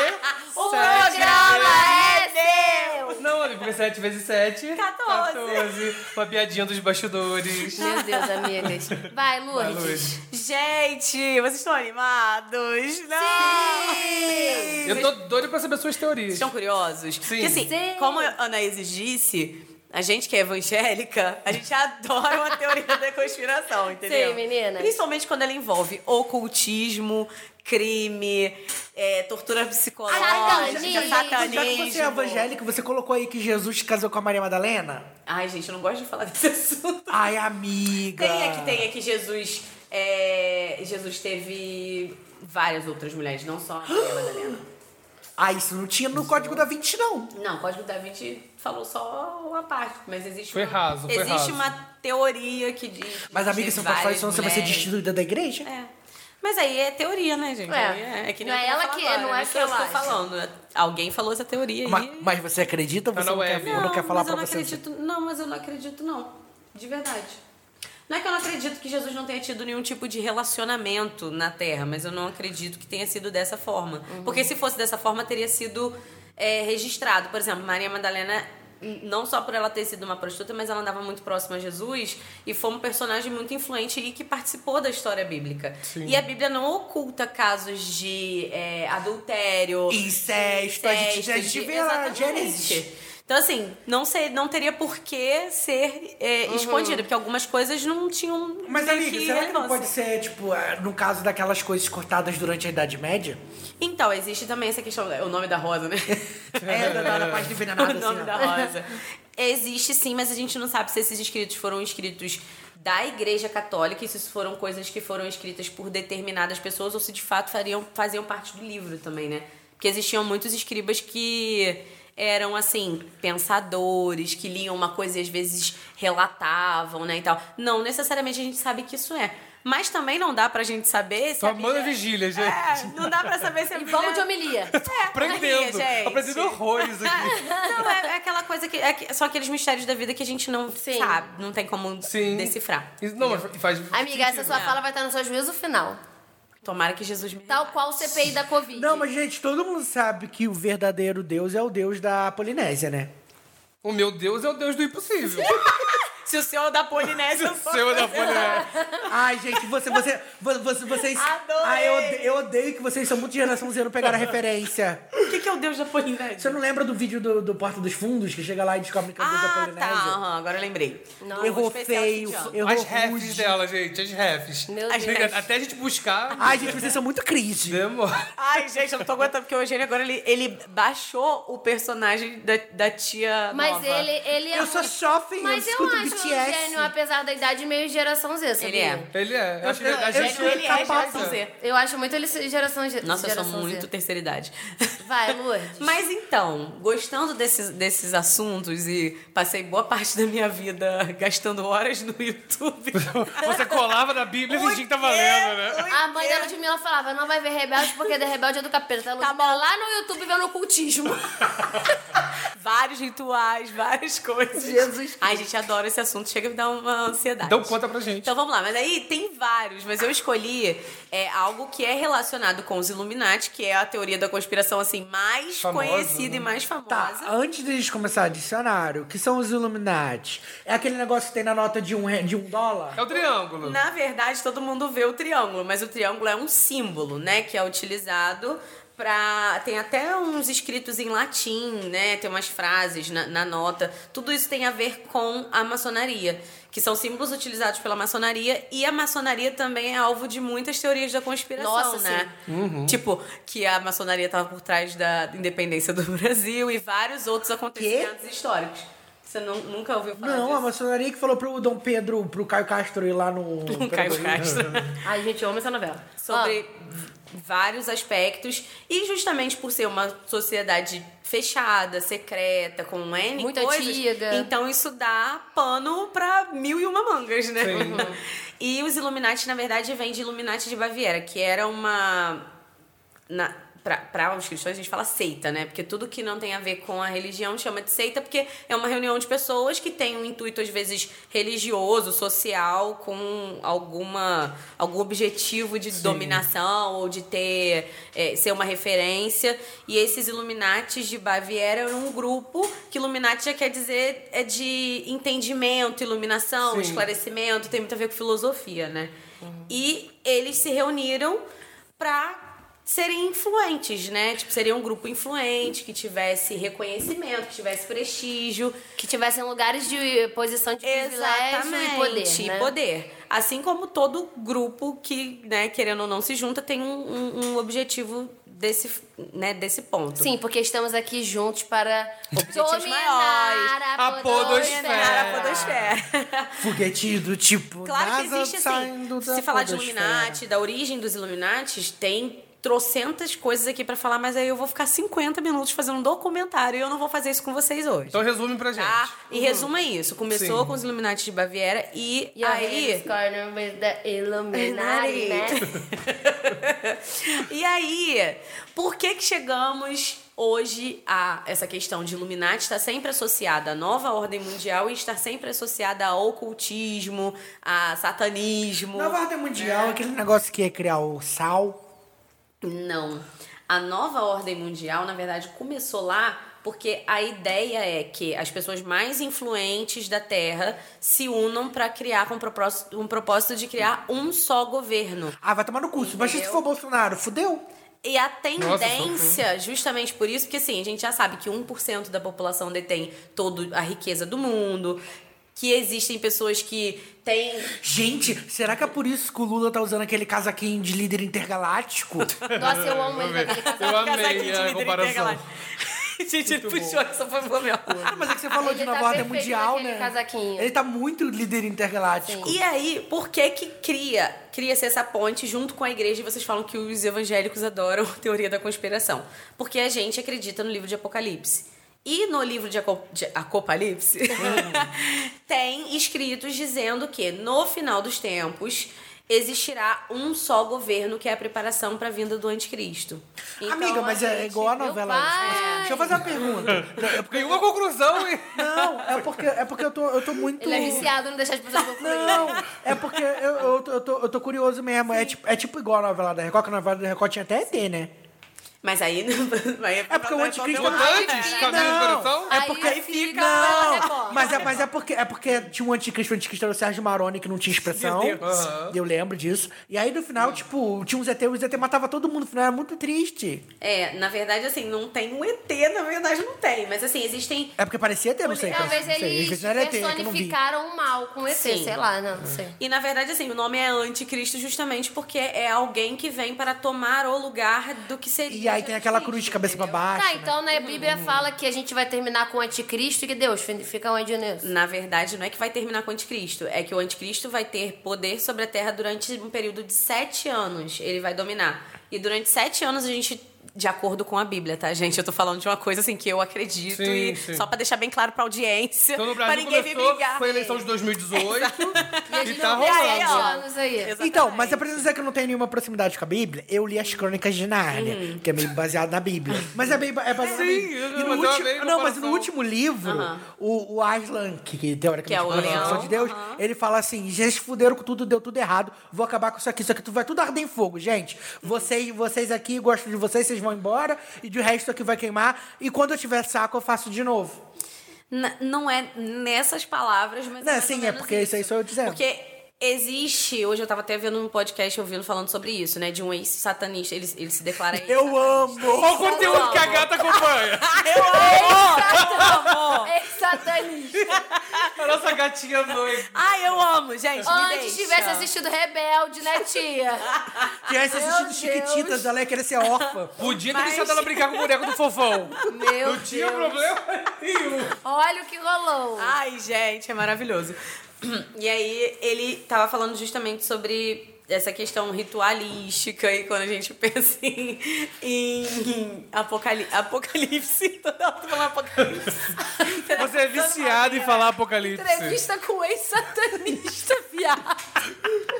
O Sete programa é seu! vezes- Não, porque 7 vezes 7... 14. 14. Uma piadinha dos bastidores. Tá Meu Deus, amigas. Vai, Lourdes. Lourdes. Gente, vocês estão animados? Não! Eu tô doido pra saber suas teorias. Estão curiosos? Porque assim, Sim. como a Anaíses disse, A gente que é evangélica, a gente adora uma teoria da conspiração, entendeu? Sim, meninas. Principalmente quando ela envolve ocultismo, crime, é, tortura psicológica, Satanismo. Já que você é satanismo. evangélico, você colocou aí que Jesus casou com a Maria Madalena? Ai, gente, eu não gosto de falar desse assunto. Ai, amiga. Tem aqui, é tem aqui Jesus. é, Jesus teve várias outras mulheres, não só a Maria Madalena. Ah, isso não tinha no Código da Vinci, não. Não, o Código da Vinci falou só uma parte, mas existe Foi uma, raso, foi existe raso. uma teoria que diz. que Mas, amiga, teve você não pode falar isso, senão várias você vai ser mulheres. destituída da igreja. É. Mas aí é teoria, né, gente? É. Aí É, que nem Não é eu tô ela falando que- agora, não é né, que que eu ela tô acha. falando. Alguém falou essa teoria aí. Ma- Mas, você acredita ou Tá você na não, é. quer, web. ou não quer falar mas eu pra É. não você? acredito. Não, mas eu não acredito, não. De verdade. Não é que eu não acredito que Jesus não tenha tido nenhum tipo de relacionamento na Terra, mas eu não acredito que tenha sido dessa forma. Uhum. Porque se fosse dessa forma, teria sido é, registrado. Por exemplo, Maria Madalena, n- não só por ela ter sido uma prostituta, mas ela andava muito próxima a Jesus e foi um personagem muito influente e que participou da história bíblica. E a Bíblia não oculta casos de é, adultério, Incesto, Então, a gente, a gente de- vê lá, exatamente. Gênesis. Então, assim, não, sei, não teria por que ser é, escondido, porque algumas coisas não tinham. Uhum. Mas, meio amiga, será que não relevância. pode ser, tipo, ah, no caso daquelas coisas cortadas durante a Idade Média? Então, existe também essa questão. O nome da rosa, né? É, da, da, da parte envenenada, o assim, nome ó. da rosa. Existe sim, mas a gente não sabe se esses escritos foram escritos da Igreja Católica e se isso foram coisas que foram escritas por determinadas pessoas ou se de fato fariam, faziam parte do livro também, né? Porque existiam muitos escribas que eram assim pensadores que liam uma coisa e às vezes relatavam, né, e tal. Não necessariamente a gente sabe que isso é, mas também não dá pra gente saber se a Tomando Bíblia- vigília, gente. É, não dá pra saber se a E vamos de Bíblia- homilia. É, Aprendendo. homilia, gente. Aprendendo horrores aqui. Não, é, é aquela coisa que, é que. São aqueles mistérios da vida que a gente não Sim. sabe, não tem como Sim. decifrar. Isso- Não, mas faz. Amiga, essa né? sua fala vai estar no seu juízo final. Tomara que Jesus me. Tal qual o CPI da Covid. Não, mas, gente, todo mundo sabe que o verdadeiro Deus é o Deus da Polinésia, né? O meu Deus é o Deus do impossível. Se o senhor é da Polinésia, eu sou. Seu é da folha. Ai, gente, você, você, vo- você, vocês... Adorei. Ai, eu odeio, eu odeio que vocês são muito geração Z, não pegaram a referência. O que, que é o Deus da Polinésia? Você não lembra do vídeo do, do Porta dos Fundos, que chega lá e descobre que é o Deus da Ah, Polinésia? tá. aham, agora eu lembrei. Não, é Errou um especial de feio, fim de ano. errou As refs rude. dela, gente, as refs. Meu As- Deus. Até a gente buscar. né, Ai, gente, vocês são muito cringe. Demora. Ai, gente, eu não tô aguentando, porque o Eugênio agora ele, ele baixou o personagem da, da tia. Mas nova. ele, ele é. Eu sou shopping, Mas eu eu escuto acho que o BTS. um Eugênio, apesar da idade, meio geração Z, sabia? Ele é. Ele é. Acho que eu- a eu gente sou- Ele é Capaz. geração Z. Eu acho muito ele geração Z. Nossa, eu sou geração muito Z. terceira idade. Vai, Lourdes. Mas então, gostando desses, desses assuntos e passei boa parte da minha vida gastando horas no YouTube. Você colava na Bíblia e fingia que tava quê? lendo, né? O A mãe quê? da Ludmilla falava, não vai ver Rebelde porque The Rebelde é do capeta. A Tá Ludmilla lá no YouTube vendo ocultismo. Vários rituais, várias coisas. Jesus Ai, gente, adoro esse assunto. Chega a me dar uma ansiedade. Então conta pra gente. Então vamos lá, mas aí tem vários, mas eu escolhi é, algo que é relacionado com os Illuminati, que é a teoria da conspiração assim mais Famosa, conhecida né? e mais famosa. Tá, antes de a gente começar o dicionário, que são os Illuminati? É aquele negócio que tem na nota de um, re- de um dólar? É o triângulo. Na verdade, todo mundo vê o triângulo, mas o triângulo é um símbolo, né? Que é utilizado pra. Tem até uns escritos em latim, né? Tem umas frases na, na nota. Tudo isso tem a ver com a maçonaria, que são símbolos utilizados pela maçonaria e a maçonaria também é alvo de muitas teorias da conspiração, Nossa, né? Tipo, que a maçonaria tava por trás da independência do Brasil e vários outros acontecimentos históricos. Você nu- nunca ouviu falar Não, a disso? maçonaria que falou pro Dom Pedro, pro Caio Castro ir lá no... Com Caio Castro. Ai, gente, eu amo essa novela. sobre v- vários aspectos e justamente por ser uma sociedade fechada, secreta, com N Muito coisas, antiga. então isso dá pano pra mil e uma mangas, né? e os Illuminati, na verdade, vêm de Illuminati de Baviera, que era uma na, pra, pra os cristãos a gente fala seita, né? Porque tudo que não tem a ver com a religião chama de seita, porque é uma reunião de pessoas que tem um intuito, às vezes, religioso, social, com alguma, algum objetivo de dominação ou de ter é, ser uma referência. E esses Illuminates de Baviera eram um grupo que Illuminati já quer dizer é de entendimento, iluminação, Sim. esclarecimento, Uhum. tem muito a ver com filosofia, né? E eles se reuniram pra serem influentes, né? Tipo, seria um grupo influente, que tivesse reconhecimento, que tivesse prestígio. Que tivessem lugares de posição de privilégio e poder. E né? poder. Assim como todo grupo que, né, querendo ou não, se junta, tem um, um- um objetivo desse, né, desse ponto. Sim, porque estamos aqui juntos para Objetivos maiores. dominar A podosfera. Dominar é. a podosfera. Foguete do tipo. Claro que NASA existe assim. saindo da Se falar de podosfera. Illuminati, da origem dos Illuminati, tem trocentas coisas aqui pra falar, mas aí eu vou ficar 50 minutos fazendo um documentário e eu não vou fazer isso com vocês hoje. Então resume pra gente. Tá? Uhum. E resuma isso. Começou Sim. com os Illuminati de Baviera e E aí. aí, corner with the Illuminati, né? e aí, por que que chegamos hoje a essa questão de Illuminati estar sempre associada à nova ordem mundial e estar sempre associada ao ocultismo, a satanismo? Nova ordem É. mundial, aquele negócio que ia criar o sal. Não. A nova ordem mundial, na verdade, começou lá porque a ideia é que as pessoas mais influentes da Terra se unam para criar com propós- um propósito de criar um só governo. Ah, vai tomar no curso. Mas se for Bolsonaro, fudeu. E a Nossa, tendência, justamente por isso, porque assim, a gente já sabe que 1% da população detém toda a riqueza do mundo, que existem pessoas que têm. Gente, será que é por isso que o Lula tá usando aquele casaquinho de líder intergaláctico? né? Nossa, eu amo ele tá daquele Eu casal. amei a comparação. gente, ele puxou essa foi boa mesmo. Ah, mas é que você falou Ele de tá nova ordem perfeito mundial, naquele né? casaquinho. Ele tá muito líder intergaláctico. E aí, por que que cria? Cria-se essa ponte junto com a igreja e vocês falam que os evangélicos adoram a teoria da conspiração. Porque a gente acredita no livro de Apocalipse. E no livro de, Aco- de Apocalipse tem escritos dizendo que no final dos tempos existirá um só governo que é a preparação para a vinda do anticristo. Então, Amiga, mas é gente- igual a meu novela. pai. Deixa eu fazer uma pergunta. É porque- Tem uma conclusão e... Não, é porque, é porque eu, tô, eu tô muito. Ele é viciado, não deixa as pessoas concluírem. Não, é porque eu, eu, tô, eu, tô, eu tô curioso mesmo. É tipo, é tipo igual a novela da Record, que a novela da Record tinha até ET, né? Mas aí... aí É porque o anticristo Botantes, Não, caminho do coração. É porque Aí assim fica na Não, Record. mas é, mas é porque é porque tinha um anticristo, o anticristo era o Sérgio Maroni que não tinha expressão. Meu Deus. Aham. Eu lembro disso. E aí no final, tipo, tinha um ZT, o ZT matava todo mundo, no final era muito triste. É, na verdade, assim, não tem um ET, na verdade não tem. Mas assim, existem É porque parecia ET, não sei. Talvez parece- não sei, às eles vezes era ET, que eu não vi. personificaram o mal com ET, Sim. sei lá, não, não sei. E na verdade, assim, o nome é anticristo justamente porque é alguém que vem para tomar o lugar do que seria. E aí tem aquela cruz de cabeça pra baixo. Tá, né? então né, a Bíblia fala que a gente vai terminar com o anticristo e que Deus fica onde né? nisso. Na verdade, não é que vai terminar com o anticristo, é que o anticristo vai ter poder sobre a terra durante um período de sete anos. Ele vai dominar. E durante sete anos a gente. De acordo com a Bíblia, tá, gente? Eu tô falando de uma coisa assim que eu acredito Sim, e sim. só pra deixar bem claro pra audiência, Então no pra Brasil ninguém vir começou, brigar. foi a eleição de 2018 E a e gente tá não tem aí, sete ó. rolando. anos aí. Então, mas é pra dizer que eu não tenho nenhuma proximidade com a Bíblia, eu li as Crônicas de Nárnia, Uhum. que é meio baseado na Bíblia. Mas é bem é baseado na Sim, Bíblia. eu E no não- mas eu último, amei a não, mas no comparação. último livro, o, o Aslan, que, que teoricamente Que é o fala da leão, maldição de Deus, ele fala assim, vocês fuderam com tudo, deu tudo errado, vou acabar com isso aqui, isso aqui tudo vai tudo arder em fogo, gente. Vocês, vocês aqui, gosto de vocês, vocês vão embora, e de resto aqui vai queimar, e quando eu tiver saco eu faço de novo. N- não é nessas palavras, mas. Não, mais sim, ou é menos porque isso aí sou eu dizendo. Porque existe. Hoje eu tava até vendo um podcast ouvindo falando sobre isso, né? De um ex-satanista. Ele, ele se declara ex Eu amo! Olha o conteúdo que a gata acompanha. Ei, satanista. A nossa gatinha doida. Ai, eu amo, gente. me Antes deixa. tivesse assistido Rebelde, né, tia? Tivesse assistindo Chiquititas, ela ia querer ser órfã. Podia ter deixado ela brincar com o boneco do fofão. Meu Não tinha Deus. problema nenhum. Olha o que rolou. Ai, gente, é maravilhoso. E aí, ele tava falando justamente sobre essa questão ritualística e quando a gente pensa em, em apocali- apocalipse. Toda hora eu tô falando apocalipse. Você é viciado em falar apocalipse. Entrevista com o ex-satanista, viado.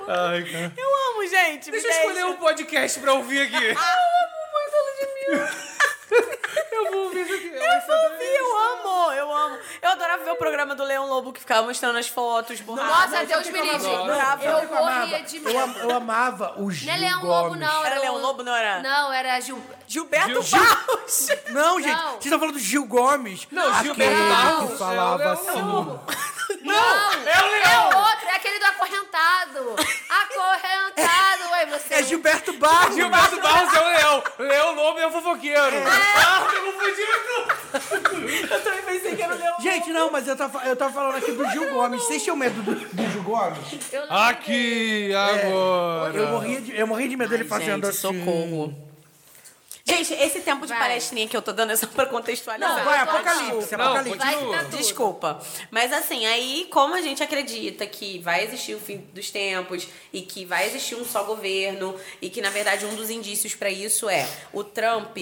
Ai, cara. Eu amo, gente. é Deixa eu escolher um podcast pra ouvir aqui. Eu vou ouvir isso aqui. Eu vou ouvir, eu amo, eu amo. Eu adorava ver o programa do Leão Lobo que ficava mostrando as fotos borradas. Nossa, Deus me livre. Sabe o que Eu eu amava? morria de Eu, am- medo. eu amava o Gil Não é Leão Gomes. Lobo, não. Era o- Leão Lobo, não era? Não, era Gil... Gilberto Gil- Barros! Não, gente, Não. vocês estão falando do Gil Gomes. Não, Aquele Gilberto Barros, que falava é o assim. Leão Não! é o leão. É outro, é aquele do acorrentado! Acorrentado! Ué, você. É Gilberto Barros. Gilberto Roberto Barros é o Leão. Leão Lobo é o fofoqueiro. Ah, eu confundi tudo. Eu também pensei que era o Leão. Gente, não, mas eu tava, eu tava falando aqui do Gil Gomes. Vocês tinham medo do, do Gil Gomes? Eu lembro Aqui, agora. Eu morria de, eu morria de medo dele fazendo Gente, assim. socorro. Gente, esse tempo de Vai. palestrinha que eu tô dando é só pra contextualizar. Não, Vai, Agora, apocalipse, Não, apocalipse. Vai continua. ficar tudo. Desculpa. Mas assim, aí como a gente acredita que vai existir o fim dos tempos e que vai existir um só governo e que na verdade um dos indícios pra isso é o Trump,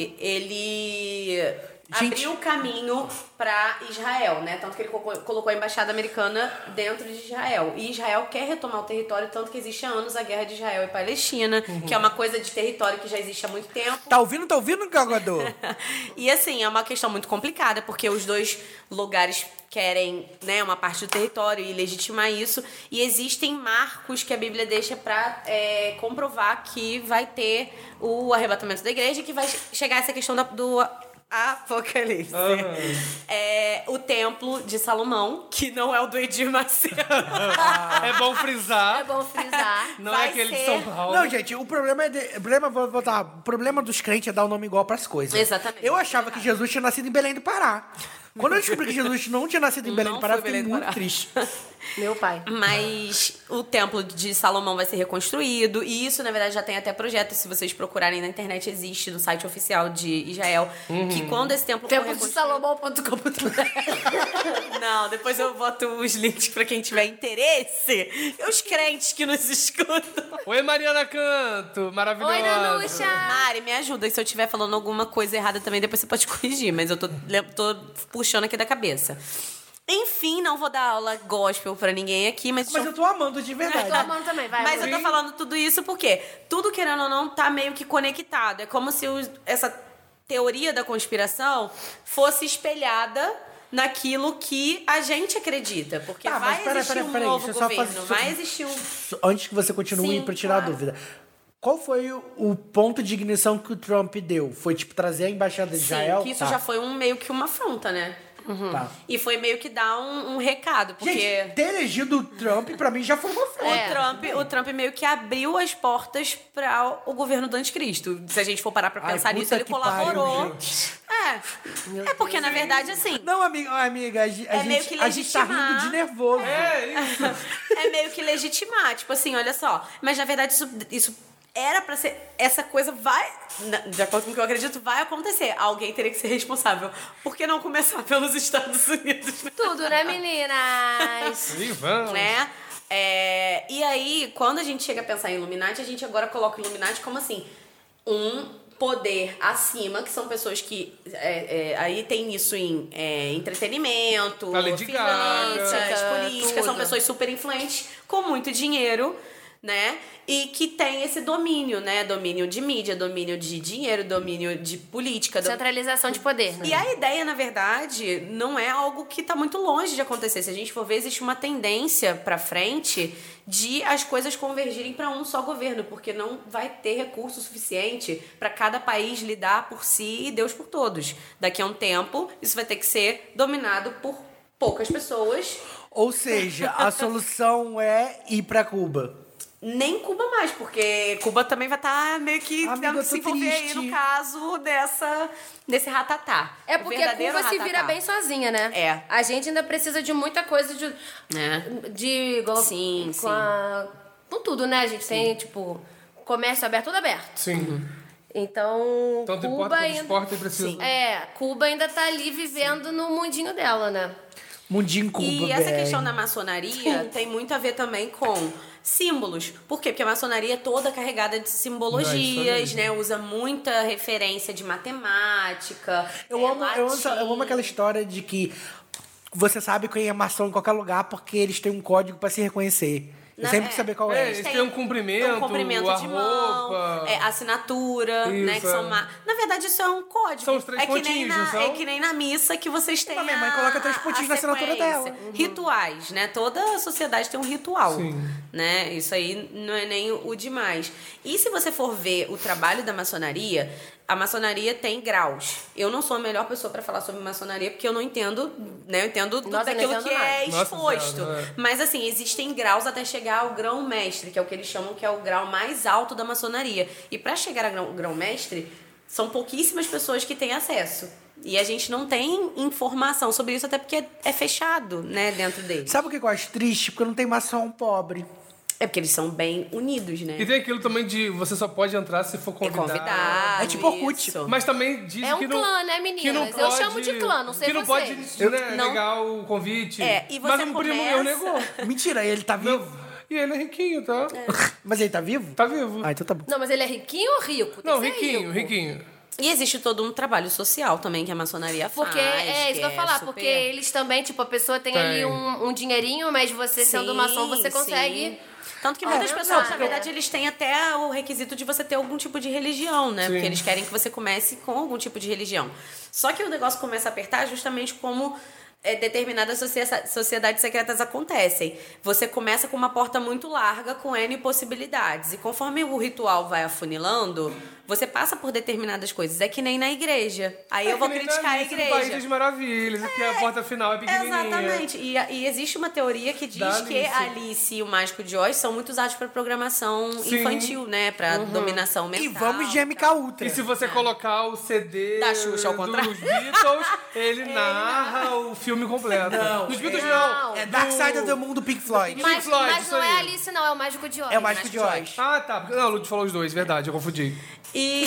ele Gente. abriu o caminho pra Israel, né? Tanto que ele colocou colocou a embaixada americana dentro de Israel. E Israel quer retomar o território, tanto que existe há anos a guerra de Israel e Palestina, que é uma coisa de território que já existe há muito tempo. Tá ouvindo, tá ouvindo, Galgador? E assim, é uma questão muito complicada, porque os dois lugares querem, né, uma parte do território e legitimar isso. E existem marcos que a Bíblia deixa pra é, comprovar que vai ter o arrebatamento da igreja e que vai chegar essa questão da- do Apocalipse. É, o templo de Salomão, que não é o do Edir Macedo. É bom É frisar. bom frisar. Não Vai é aquele de ser. São Paulo. Não, gente, o problema é. de- o problema, vou voltar. O problema dos crentes é dar o nome igual pras coisas. Exatamente. Eu achava que Jesus tinha nascido em Belém do Pará. Quando eu descobri que Jesus não tinha nascido em Belém Não do Pará, eu foi fiquei Belém do muito Pará. triste. Meu pai. Mas o templo de Salomão vai ser reconstruído, e isso, na verdade, já tem até projeto. Se vocês procurarem na internet, existe no site oficial de Israel. Que quando esse templo for Tempo de reconstruído- salomão.com.br Não, depois eu boto os links pra quem tiver interesse. E os crentes que nos escutam. Oi, Mariana Canto. Maravilhosa. Oi, Nanuxa. Mari, me ajuda. E se eu estiver falando alguma coisa errada também, depois você pode corrigir, mas eu tô, le- tô puxando aqui da cabeça. Enfim, não vou dar aula gospel pra ninguém aqui, mas. Mas eu tô amando de verdade. Tô amando também, vai. Mas amor. eu tô falando tudo isso porque tudo, querendo ou não, tá meio que conectado. É como se os- essa teoria da conspiração fosse espelhada naquilo que a gente acredita. Porque Tá, mas vai peraí, existir peraí, um peraí, novo deixa eu só governo, fazer- vai existir um... Só- Antes que você continue Sim, pra tirar claro. a dúvida. Qual foi o- o ponto de ignição que o Trump deu? Foi, tipo, trazer a embaixada de Israel? Sim, que isso Tá, já foi um, meio que uma afronta, né? tá. E foi meio que dar um, um recado, porque... É, Gente, é. ter elegido o Trump, pra mim, já foi uma O, afronta. Trump, o Trump meio que abriu as portas para o governo do anticristo. Se a gente for parar pra Ai, pensar nisso, puta ele que pariu, colaborou. gente. é. É porque, na verdade, assim, Não, amiga, amiga a, gente- a É meio gente, que a gente tá legitimar. rindo de nervoso. é meio que legitimar. Tipo assim, olha só. Mas na verdade, isso, isso era pra ser. Essa coisa vai. na- De acordo com o que eu acredito, vai acontecer. Alguém teria que ser responsável. Por que não começar pelos Estados Unidos? Tudo, né, meninas? Ih, vamos. né? É, e aí, quando a gente chega a pensar em Illuminati, a gente agora coloca Illuminati como assim: um poder acima, que são pessoas que. é, é, aí tem isso em é, entretenimento, A Lady finanças, é, Gaga, política, são tudo. pessoas super influentes, com muito dinheiro. Né? E que tem esse domínio, né? Domínio de mídia, domínio de dinheiro, domínio de política, domínio Centralização de poder. Né? e a ideia, na verdade, não é algo que tá muito longe de acontecer. Se a gente for ver, existe uma tendência pra frente de as coisas convergirem pra um só governo, porque não vai ter recurso suficiente pra cada país lidar por si e Deus por todos. Daqui a um tempo, isso vai ter que ser dominado por poucas pessoas, Ou seja, a solução é ir pra Cuba. nem Cuba mais, porque Cuba também vai estar meio que Amiga, tendo eu que tô se envolver aí triste. no caso dessa desse ratatá. É O porque a verdadeiro Cuba se ratatá. vira bem sozinha, né? É. A gente ainda precisa de muita coisa de. É. De. Igual, Sim, com sim. a- com tudo, né? A gente tem, tipo, comércio aberto, tudo aberto. Sim. Então. Tanto Cuba importa quanto ainda. esporte né? precisa. É, Cuba ainda tá ali vivendo no mundinho dela, né? Mundinho Cuba, E essa velho. questão da maçonaria tem muito a ver também com símbolos. Por quê? Porque a maçonaria é toda carregada de Não, simbologias, isso né? Usa muita referência de matemática. Eu, é, amo, eu, amo, latim. eu amo aquela história de que você sabe quem é maçom em qualquer lugar porque eles têm um código pra se reconhecer. Eu Na- sempre quis é. saber qual É, é. eles têm um cumprimento, um cumprimento a de roupa. mão, é, assinatura, Isso, né? Que são é. ma- Na verdade, isso é um código. São os três é que nem pontinhos, na, não são? É que nem na missa que vocês têm. Mas minha mãe a- coloca três a- pontinhos a na assinatura sequência. Uhum. dela. Uhum. Rituais, né? Toda sociedade tem um ritual. Sim. Né? Isso aí não é nem o demais. E se você for ver o trabalho da maçonaria, a maçonaria tem graus. Eu não sou a melhor pessoa pra falar sobre maçonaria porque eu não entendo, né? Eu entendo tudo Nossa, eu não daquilo entendo que é nada. Nossa Senhora, exposto. é. Mas assim, existem graus até chegar ao grão mestre, que é o que eles chamam que é o grau mais alto da maçonaria. E pra chegar ao grão, grão mestre, são pouquíssimas pessoas que têm acesso. E a gente não tem informação sobre isso até porque é, é fechado, né, dentro deles. Sabe o que eu acho triste? Porque não tem maçom pobre. É porque eles são bem unidos, né? E tem aquilo também de você só pode entrar se for É convidado. convidado. É tipo Orkut. isso. Mas também diz É um que não. clã, né, meninas? que não Eu pode- chamo de clã, não sei Que não vocês. pode né, não. negar o convite. É, e você Mas um primo meu começa- negou. Mentira, ele tá vivo. Não. E ele é riquinho, tá? Mas ele tá vivo? Tá vivo. Ah, então tá bom. Não, mas é ele é riquinho ou rico? Tem Não, que ser riquinho, rico. riquinho. E existe todo um trabalho social também que a maçonaria Porque faz. é isso que eu ia é falar, super- porque eles também, tipo, a pessoa tem, ali Tem. um, um dinheirinho, mas você sendo Sim, maçom, você consegue. sim. Tanto que É muitas verdade. pessoas, na verdade, eles têm até o requisito de você ter algum tipo de religião, né? Sim. Porque eles querem que você comece com algum tipo de religião. Só que o negócio começa a apertar justamente como é, determinadas socie- sociedades secretas acontecem. Você começa com uma porta muito larga, com N possibilidades. E conforme o ritual vai afunilando, você passa por determinadas coisas. É que nem na igreja. É Aí É, eu vou criticar a No tá País igreja. das Maravilhas, que a porta final é pequenininha. Exatamente. E, e existe uma teoria que diz Da Alice. que a Alice e o Mágico de Oz são muito usados para programação Sim. infantil, né? Para dominação mental. Uhum. E vamos de MK Ultra. E se você colocar o CD Da Xuxa ao contrário. dos Beatles, ele narra o filme completo. Não, dos Beatles não. É Dark Side of the Moon do Pink Floyd. Mas, Floyd, mas isso não é aí. Alice, não, é o Mágico de Oz. É o Mágico de Oz. Ah, tá. Porque- Não, o Lúcio falou os dois, verdade, eu confundi. E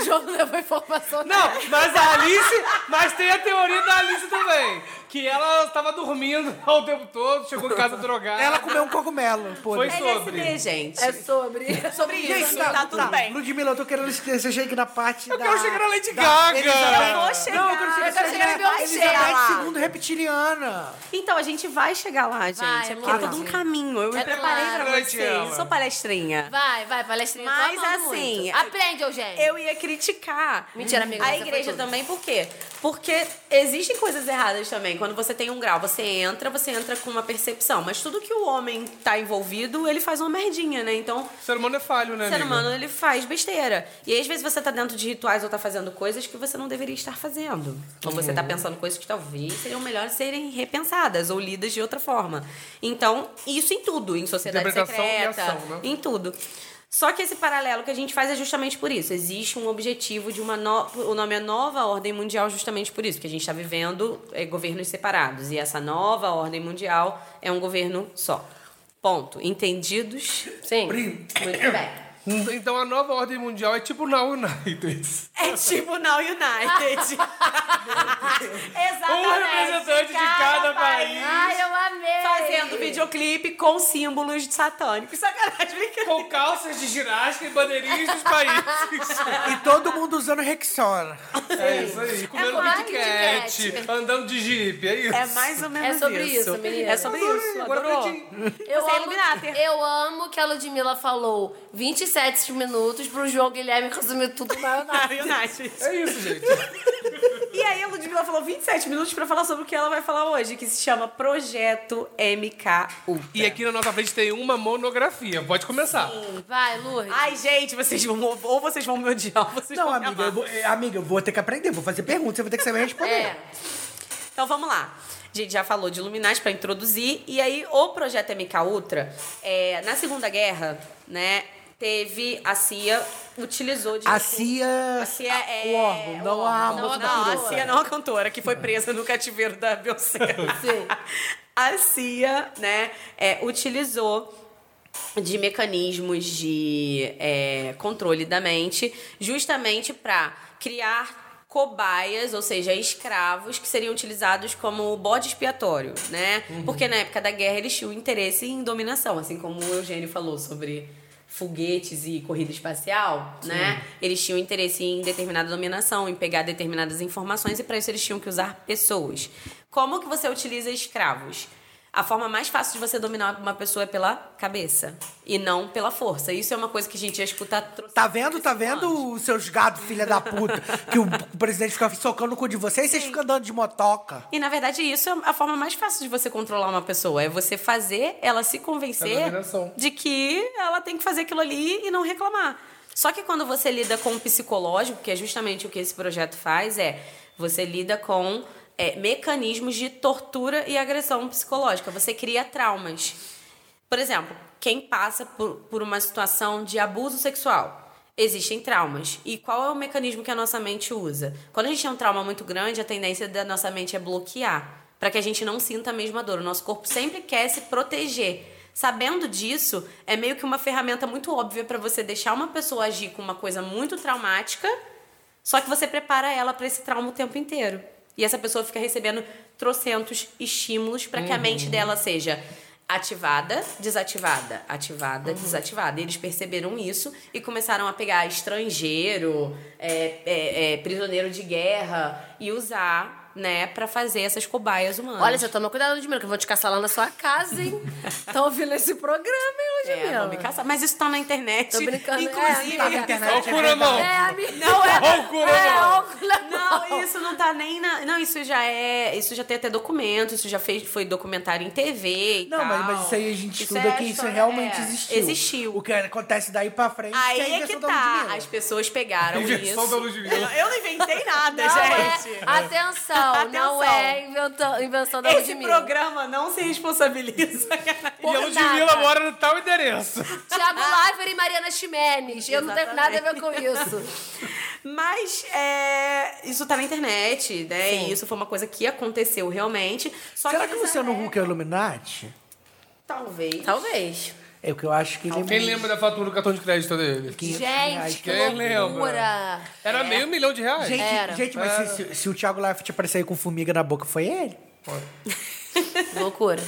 O jogo levou informação. Não, mas a Alice. Mas tem a teoria da Alice também. Que ela estava dormindo o tempo todo, chegou em casa drogada. Ela comeu um cogumelo, pô. Foi LSD, sobre. gente. É sobre. É sobre isso. então Gente, tá, tudo bem. Ludmilla, eu tô querendo esquecer, você chega na parte Eu da... quero chegar na Lady da- Gaga. Elizabeth- Eu vou chegar. Não, eu quero chegar, Eu quero chegar na na Beyoncé Elizabeth lá. segundo reptiliana. Então, a gente vai chegar lá, gente. Vai, é porque é Luana. todo um caminho. Eu me É preparei Ah, claro. para Grande vocês. ela. Sou palestrinha. Vai, vai, palestrinha. Mas, eu tô amando assim, muito. Aprende, Eugênio. Eu ia criticar. Mentira, amiga, A você foi igreja tudo. também, por quê? Porque existem coisas erradas também. Quando você tem um grau, você entra, você entra com uma percepção. Mas tudo que o homem tá envolvido, ele faz uma merdinha, né? Então, O ser humano é falho, né? o ser amiga? humano, ele faz besteira. E aí, às vezes você tá dentro de rituais ou tá fazendo coisas que você não deveria estar fazendo. Ou você Uhum. tá pensando coisas que talvez seriam melhores serem repensadas ou lidas de outra forma. Então, isso em tudo, em sociedade Interpretação e secreta, ação, né? em tudo. Só que esse paralelo que a gente faz é justamente por isso. Existe um objetivo de uma no... o nome é nova ordem mundial justamente por isso, que a gente está vivendo eh, governos separados e essa nova ordem mundial é um governo só. Ponto. Entendidos? Sim. Brin- Muito bem. Então a nova ordem mundial é tipo na United. É tipo Now United. Exatamente. Um representante de cada país. Ai, eu amei. Fazendo videoclipe com símbolos satânicos. Sacanagem, brincadeira. Com calças de ginástica e bandeirinhas dos países. E todo mundo usando Rexona. É isso aí. Comendo mais Kit Kat, Kit Kat. andando de jipe, é isso. É mais ou menos É sobre isso, menina. É sobre isso. Agora Adorou. pra gente- Eu Você é amo, Illuminati. eu amo que a Ludmilla falou 27 minutos pro João Guilherme resumir tudo na Now United. É isso, gente. E aí a Ludmilla falou 27 minutos pra falar sobre o que ela vai falar hoje, que se chama Projeto MKU. E aqui na nossa frente tem uma monografia. Pode começar. Vai, Lourdes. Ai, gente, vocês vão ou vocês vão me odiar, ou vocês Não, vão me amiga eu, amar. vou, eh, amiga, eu vou ter que aprender, vou fazer perguntas, você vai ter que saber responder. É. Então vamos lá. A gente já falou de Illuminati para introduzir. E aí, o projeto MK Ultra, é, na Segunda Guerra, né, teve a CIA, utilizou de. A CIA, A CIA é. o órgão, não a Não, moça da não, a peruca. CIA não a cantora, que foi presa no cativeiro da Beyoncé. Sim. A CIA, né, é, utilizou de mecanismos de é, controle da mente, justamente para criar cobaias, ou seja, escravos que seriam utilizados como bode expiatório, né? Porque na época da guerra eles tinham interesse em dominação, assim como o Eugênio falou sobre foguetes e corrida espacial, né? Eles tinham interesse em determinada dominação, em pegar determinadas informações e para isso eles tinham que usar pessoas. Como que você utiliza escravos? A forma mais fácil de você dominar uma pessoa é pela cabeça e não pela força. Isso é uma coisa que a gente ia escutar. tro- Tá vendo, tá vendo os seus gados, filha da puta? Que o presidente fica socando o cu de vocês e vocês ficam andando de motoca. E na verdade, isso é a forma mais fácil de você controlar uma pessoa. É você fazer ela se É convencer dominação. de que ela tem que fazer aquilo ali e não reclamar. Só que quando você lida com o psicológico, que é justamente o que esse projeto faz, é você lida com é, mecanismos de tortura e agressão psicológica. Você cria traumas. Por exemplo, quem passa por, por uma situação de abuso sexual. Existem traumas. E qual é o mecanismo que a nossa mente usa? Quando a gente tem um trauma muito grande, a tendência da nossa mente é bloquear, para que a gente não sinta a mesma dor. O nosso corpo sempre quer se proteger. Sabendo disso, é meio que uma ferramenta muito óbvia para você deixar uma pessoa agir com uma coisa muito traumática só que você prepara ela pra esse trauma o tempo inteiro. E essa pessoa fica recebendo trocentos estímulos pra que a Uhum. mente dela seja ativada, desativada, ativada, Uhum. desativada. E eles perceberam isso e começaram a pegar estrangeiro, é, é, é, prisioneiro de guerra e usar, né, pra fazer essas cobaias humanas. Olha, você toma cuidado, Ludmilla, que eu vou te caçar lá na sua casa, hein? tá ouvindo esse programa, hein, é, Ludmilla? vou me caçar. Mas isso tá na internet. Tô brincando. Inclusive, é, a amiga. internet Olha o cu é na verdade. mão. É, amiga. Não, é- Olha o cu na mão. É, óculos na Não, isso não tá nem na. Não, isso já é. Isso já tem até documento, isso já fez, foi documentário em TV e Não, tal. mas, mas isso aí a gente estuda é a que isso história- realmente é, existiu. Existiu. O que acontece daí pra frente Aí que é a é que invenção da tá. Ludmilla. As pessoas pegaram Invenção isso. da Ludmilla. Eu não inventei nada, Não gente. é, atenção, não Atenção. é inventão- invenção da Esse Ludmilla. programa não se responsabiliza. É E a Ludmilla nada. mora no tal endereço. Tiago Leifert e Mariana Ximenes. Eu não tenho nada a ver com isso. Mas é, isso tá na internet, né? E isso foi uma coisa que aconteceu realmente. Só Será que que o eles- Luciano Huck é Illuminati? Talvez. Talvez. É o que eu acho que ele é Quem muito- lembra da fatura do cartão de crédito dele? 500 reais. Gente, que Quem loucura. É. Era meio milhão de reais. é Gente, Era. gente, mas se, se- se o Thiago Leifert aparecer aí com formiga na boca, foi ele? Loucura.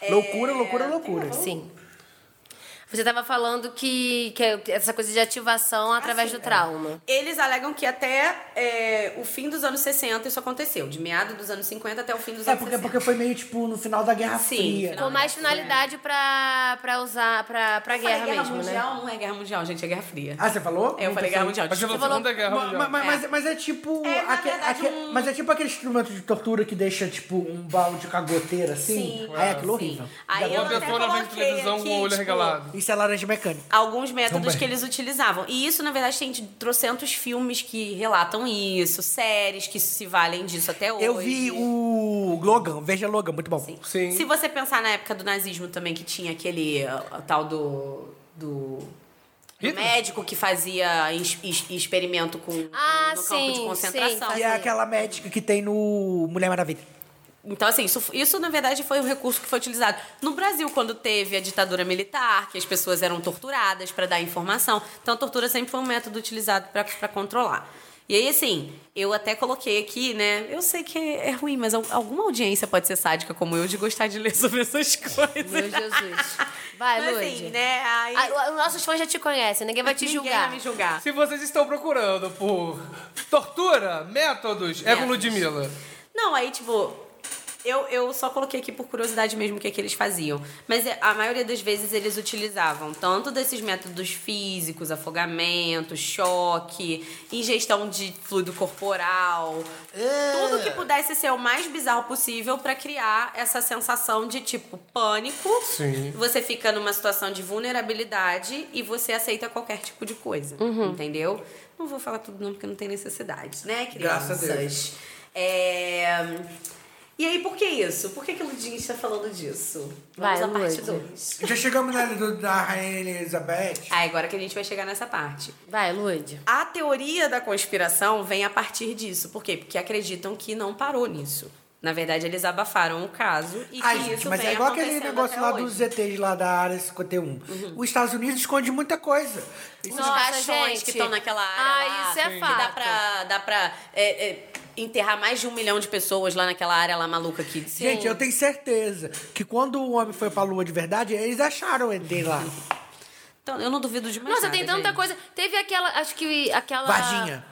É, Loucura, loucura, loucura. Sim. Você tava falando que, que é essa coisa de Ah, ativação através é. do trauma. Eles alegam que até é, o fim dos anos 60 isso aconteceu, de meado dos anos 50 até o fim dos É anos porque, 60. porque foi meio tipo no final da Guerra Sim, Fria. final Com mais finalidade pra, pra usar, pra, pra Eu falei guerra, mesmo, né? mundial não é guerra mundial, gente, é guerra fria. Ah, você falou? É, eu falei Não pensei. guerra mundial. Mas você desculpa. falou Segunda Guerra Ma- Mundial. ma- ma- Mas, mas é tipo. É, na aque- verdade, aque- um- Mas é tipo aquele instrumento de tortura que deixa, tipo, um balde com a goteira assim. Sim. Aí é aquilo Sim. horrível. Aí eu Uma até pessoa na frente de coloquei televisão aqui, com o olho tipo, regalado. Isso é laranja mecânica. Alguns métodos Também. que eles utilizavam. E isso, na verdade, tem trocentos filmes que relatam isso, séries que se valem disso até hoje. Eu vi o Logan, veja Logan, muito bom. Sim. Se você pensar na época do nazismo também, que tinha aquele ah, tal do. do. do Hitler? médico que fazia es- es- experimento com Ah, no campo de sim, concentração. E é aquela médica que tem no Mulher Maravilha. Então, assim, isso, isso na verdade foi o recurso que foi utilizado. No Brasil, quando teve a ditadura militar, que as pessoas eram torturadas para dar informação. Então, a tortura sempre foi um método utilizado para controlar. E aí, assim, eu até coloquei aqui, né? Eu sei que é ruim, mas al- alguma audiência pode ser sádica como eu de gostar de ler sobre essas coisas. Meu Jesus. Vai, Mas, Lud. assim, né? Aí, Ah, os nossos fãs já te conhecem, ninguém vai te ninguém julgar. vai me julgar. Se vocês estão procurando por tortura, métodos, é com Ludmilla. Não, aí, tipo, eu, eu só coloquei aqui por curiosidade mesmo o que, é que eles faziam. Mas é, a maioria das vezes eles utilizavam tanto desses métodos físicos, afogamento, choque, ingestão de fluido corporal. Tudo que pudesse ser o mais bizarro possível pra criar essa sensação de, tipo, pânico. Sim. Você fica numa situação de vulnerabilidade e você aceita qualquer tipo de coisa. Entendeu? Não vou falar tudo não, porque não tem necessidade, né, Graças a crianças? Deus. É, E aí, por que isso? Por que, que o Ludinho está falando disso? Vamos Vai, à parte Lud. 2. Já chegamos na do- da Rainha Elizabeth. Ah, agora que a gente vai chegar nessa parte. Vai, Lud. A teoria da conspiração vem a partir disso. Por quê? Porque acreditam que não parou nisso. Na verdade, eles abafaram o caso e Ai, que gente, isso mas vem é igual aquele acontecendo negócio até lá hoje. Uhum. dos ETs lá da área 51. Os Estados Unidos esconde muita coisa. Isso- Os caixões que estão naquela área. Ah, lá, isso é que fato. Dá pra, dá pra é, é, enterrar mais de um milhão de pessoas lá naquela área lá maluca aqui. Gente, eu tenho certeza que quando o homem foi pra lua de verdade, eles acharam o ET lá. Então, eu não duvido de mais Nossa, nada, tem tanta gente. coisa. Teve aquela, acho que aquela... Varginha.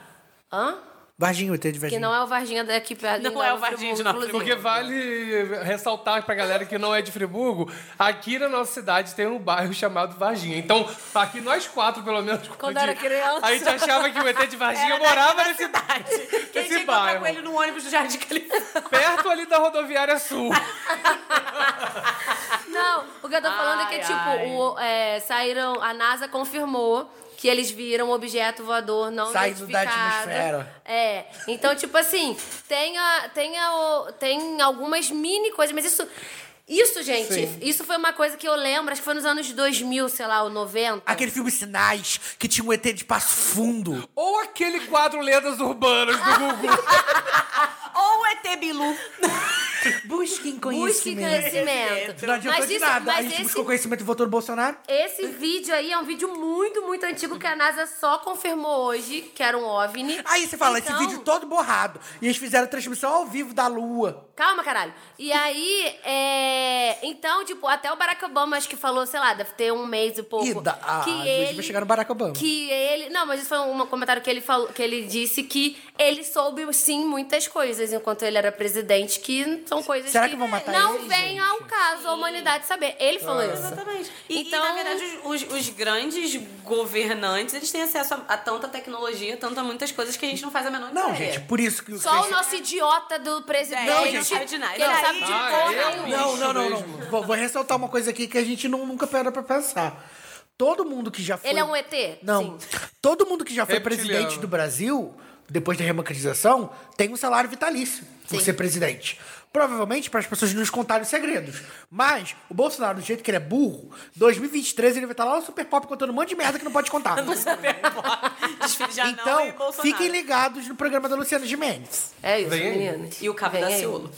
Hã? Varginha, o ET de Que Varginha. não é o Varginha daqui perto. Não em Nova é o Varginha de Nova inclusive. Porque vale ressaltar pra galera que não é de Friburgo, aqui na nossa cidade tem um bairro chamado Varginha. Então, aqui nós quatro, pelo menos, Quando era criança. a gente achava que o ET de Varginha Era morava daqui nesse, da cidade. Quem nesse tinha encontrado bairro. com ele no ônibus do Jardim Califórnia. Perto ali da rodoviária sul. Não, o O que eu tô falando é que é Ai, tipo, ai. o, é, saíram. A NASA confirmou que eles viram um objeto voador não Saindo da identificado. atmosfera. É. Então, tipo assim, tem, a, tem, a, o- tem algumas mini coisas, mas isso. Isso, gente, isso foi uma coisa que eu lembro, acho que foi nos anos 2000, sei lá, o 90. Aquele filme Sinais, que tinha um ET de passo fundo. Ou aquele quadro Lendas Urbanas do Gugu. Ou ET Bilu. Busquem Busque conhecimento. Não adiantou mas de isso, nada. tipo, A mas gente esse buscou conhecimento e votou no Bolsonaro. Esse vídeo aí é um vídeo muito, muito antigo que a NASA só confirmou hoje que era um OVNI. Aí você fala, Então- esse vídeo todo borrado. E eles fizeram transmissão ao vivo da Lua. Calma, caralho. E aí, é... Então, tipo, até o Barack Obama acho que falou, sei lá, deve ter um mês e pouco. E da, ah, que às vezes vai ele... chegar no Barack Obama. Que ele... Não, mas isso foi um comentário que ele falou, que ele disse que ele soube, sim, muitas coisas enquanto ele era presidente, que são coisas Será que vão matar não ele, Ah. vem ao caso a humanidade saber. Ele falou isso. Exatamente. E, Então- e, na verdade, os, os- os grandes governantes, eles têm acesso a, a tanta tecnologia, tanto a muitas coisas que a gente não faz a menor ideia. Não, gente, por isso que... é. Só o nosso idiota do presidente. Não, que gente, sabe de nada. não Não, sabe de ah, porra eu nenhuma. Não, não, não, Isso não. Vou, vou ressaltar uma coisa aqui que a gente não- nunca parou pra pensar. Todo mundo que já foi... Ele é um ET? Não. Sim. Todo mundo que já foi Reptiliano. presidente do Brasil, depois da remocratização, tem um salário vitalício por Sim. ser presidente. Provavelmente para as pessoas nos contarem os segredos. Mas o Bolsonaro, do jeito que ele é burro, 2023 ele vai estar lá no Super Pop contando um monte de merda que não pode contar. Desfile de anão e então, Bolsonaro. fiquem ligados no programa da Luciana Gimenez. É isso, Vem aí. meninas. E o cabo Vem da aí. Ciolo.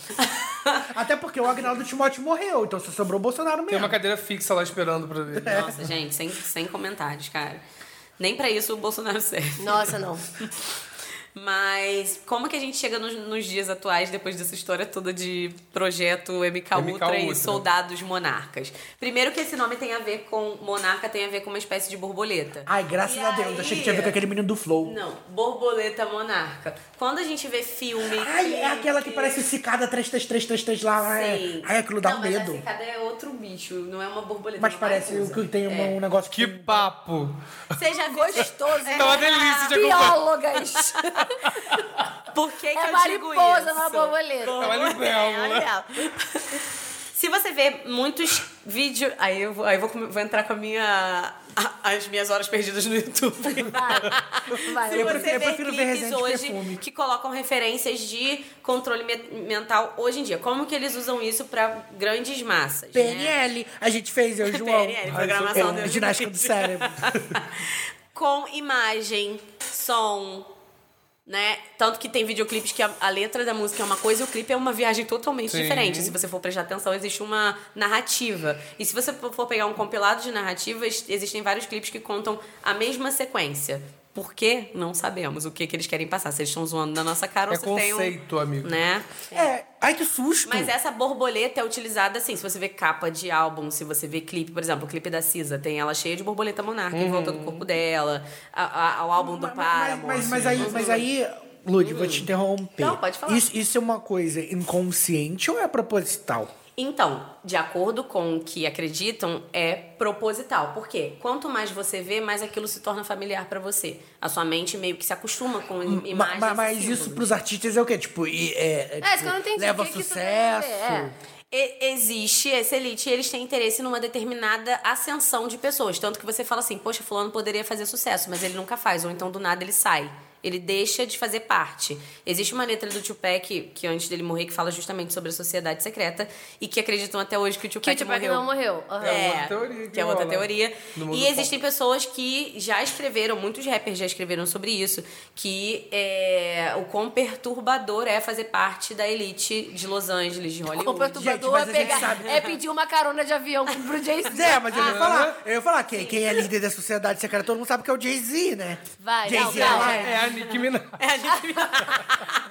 Até porque o Agnaldo Timóteo morreu, então só sobrou o Bolsonaro Tem mesmo. uma cadeira fixa lá esperando pra ver. É. Nossa, gente, sem, sem comentários, cara. Nem pra isso o Bolsonaro serve. Nossa, não. Mas como que a gente chega nos, nos dias atuais, depois dessa história toda de projeto MK, MK Ultra Ultra. e soldados monarcas? Primeiro que esse nome tem a ver com... Monarca tem a ver com uma espécie de borboleta. Ai, graças E a Deus, achei que tinha a ver com aí- aquele menino do Flow. Não, borboleta monarca. Quando a gente vê filme... Ai, é aquela que parece cicada 3333 lá. É... Sim. Ai, aquilo dá não, um mas medo. a cicada é outro bicho, não é uma borboleta. Mas uma parece mariposa. que tem uma- É. um negócio Que papo! Você já gostoso. Tá uma delícia de acompanhar. Biólogas. Por que, que É eu digo isso? mariposa, não é borboleta. É uma libélula. Se você vê muitos vídeos. Aí eu vou, aí eu vou, come- vou entrar com a minha. a- as minhas horas perdidas no YouTube. Vai. Se Eu prefiro- você vê eu prefiro ver clipes Resident Perfume. hoje que colocam referências de controle me- mental hoje em dia. Como que eles usam isso pra grandes massas? Né? PNL, a gente fez, eu e o João. PNL, programação é, neurolinguística. ginástica do cérebro. com imagem, som, né? Tanto que tem videoclipes que a, a letra da música é uma coisa e o clipe é uma viagem totalmente Sim. diferente. Se você for prestar atenção, existe uma narrativa. E se você for pegar um compilado de narrativas, existem vários clipes que contam a mesma sequência. Por quê? Não sabemos o que, que eles querem passar. Se eles estão zoando na nossa cara É ou se tem um... conceito, amigo. Né? É, ai que susto. Mas essa borboleta é utilizada assim, se você vê capa de álbum, se você vê clipe, por exemplo, o clipe da Cisa, tem ela cheia de borboleta monarca em volta do corpo dela, a- a- ao álbum do Uhum. Mas- Paramore. Mas, mas aí, mas aí Lud, vou te interromper. Não, pode falar. Isso, isso é uma coisa inconsciente ou é proposital? Então, de acordo com o que acreditam, é proposital. Por quê? Quanto mais você vê, mais aquilo se torna familiar pra você. A sua mente meio que se acostuma com im- Ma- imagens. ma- e mas isso símbolos. pros artistas é o quê? Tipo, e- é, É, isso tipo, que eu não entendi. leva O que que isso tem a ver? É. sucesso. E- existe essa elite e eles têm interesse numa determinada ascensão de pessoas. Tanto que você fala assim, poxa, fulano poderia fazer sucesso, mas ele nunca faz, ou então do nada ele sai. Ele deixa de fazer parte. Existe uma letra do Tupac, que antes dele morrer, que fala justamente sobre a sociedade secreta, e que acreditam até hoje que o tipo, Que o Tupac, Tupac morreu. não morreu. Aham. É É, outra teoria que que é outra rola teoria. no mundo E pop. existem pessoas que já escreveram, muitos rappers já escreveram sobre isso, que é, o quão perturbador é fazer parte da elite de Los Angeles, de O Hollywood. perturbador Gente, mas a é, gente pegar, sabe. né? é pedir uma carona de avião pro Jay-Z. É, mas eu ia falar, eu ia falar quem, quem é líder da sociedade secreta, todo mundo sabe que é o Jay-Z, né? Vai, Jay-Z não, é não, lá. É a Nicki Minaj.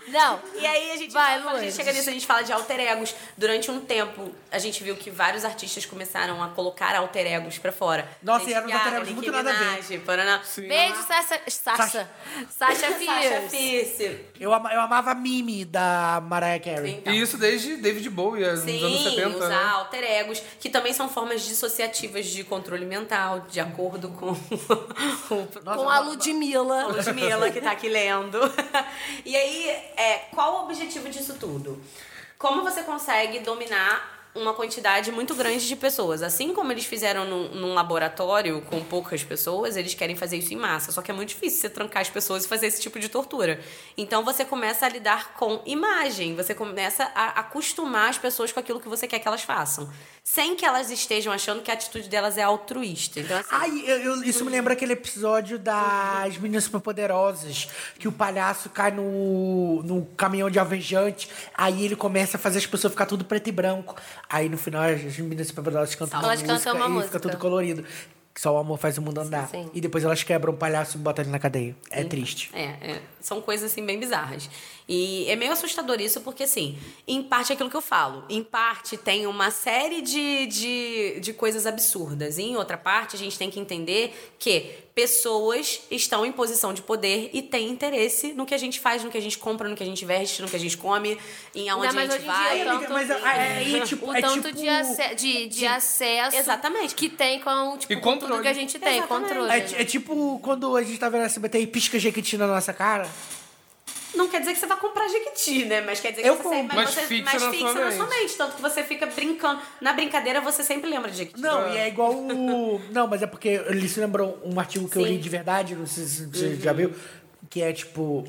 Não. E aí a gente, Vai, fala, a gente Lourdes. chega nisso, a gente fala de alter egos. Durante um tempo, a gente viu que vários artistas começaram a colocar alter egos pra fora. Nossa, Lady e eram uns Gaga, alter egos Nicki muito nada a ver. Minaj, Paraná. Beijo, Sasha. Sasha. Sasha Sasha Fierce. Fierce. Eu, ama- eu amava a Mimi da Mariah Carey. Sim. E isso desde David Bowie, é, nos Sim, anos 70. usar né? alter egos, que também são formas dissociativas de controle mental, de acordo com o Com a Ludmilla. a Ludmilla, que tá aqui lendo. E aí, é, qual o objetivo disso tudo? Como você consegue dominar uma quantidade muito grande de pessoas. Assim como eles fizeram num, num laboratório com poucas pessoas, eles querem fazer isso em massa. Só que é muito difícil você trancar as pessoas e fazer esse tipo de tortura. Então você começa a lidar com imagem, você começa a acostumar as pessoas com aquilo que você quer que elas façam. Sem que elas estejam achando que a atitude delas é altruísta. Então, assim, Ai, eu- eu- isso me lembra aquele episódio das meninas superpoderosas, que o palhaço cai no, no caminhão de alvejante, aí ele começa a fazer as pessoas ficar tudo preto e branco. Aí no final as meninas superpoderosas cantam Elas uma cantam música uma e música. fica tudo colorido. Que só o amor faz o mundo andar. Sim. E depois elas quebram o palhaço e botam ele na cadeia. É triste. É, é, são coisas assim bem bizarras. E é meio assustador isso, porque assim, em parte é aquilo que eu falo. Em parte tem uma série de, de, de coisas absurdas. E em outra parte, a gente tem que entender que pessoas estão em posição de poder e têm interesse no que a gente faz, no que a gente compra, no que a gente veste, no que a gente come, em aonde a mais gente hoje em dia, vai. o tanto, mas é- é- é tipo- o é tanto tipo- de, ace- de, de acesso Exatamente. que tem com, tipo, E com tudo controle. que a gente tem, Exatamente. controle. É, ti- é tipo quando a gente tá vendo a SBT e pisca Jequiti na nossa cara. Não quer dizer que você vai comprar Jequiti, né? Mas quer dizer Eu que compro. você, mas Mas você fixa mas na fixa sua na sua mente. mente. Tanto que você fica brincando. Na brincadeira, você sempre lembra de Jequiti. Não, e é igual o. Não, mas é porque ele se lembrou um artigo que eu li de verdade, não sei se você Uhum. já viu, que é tipo.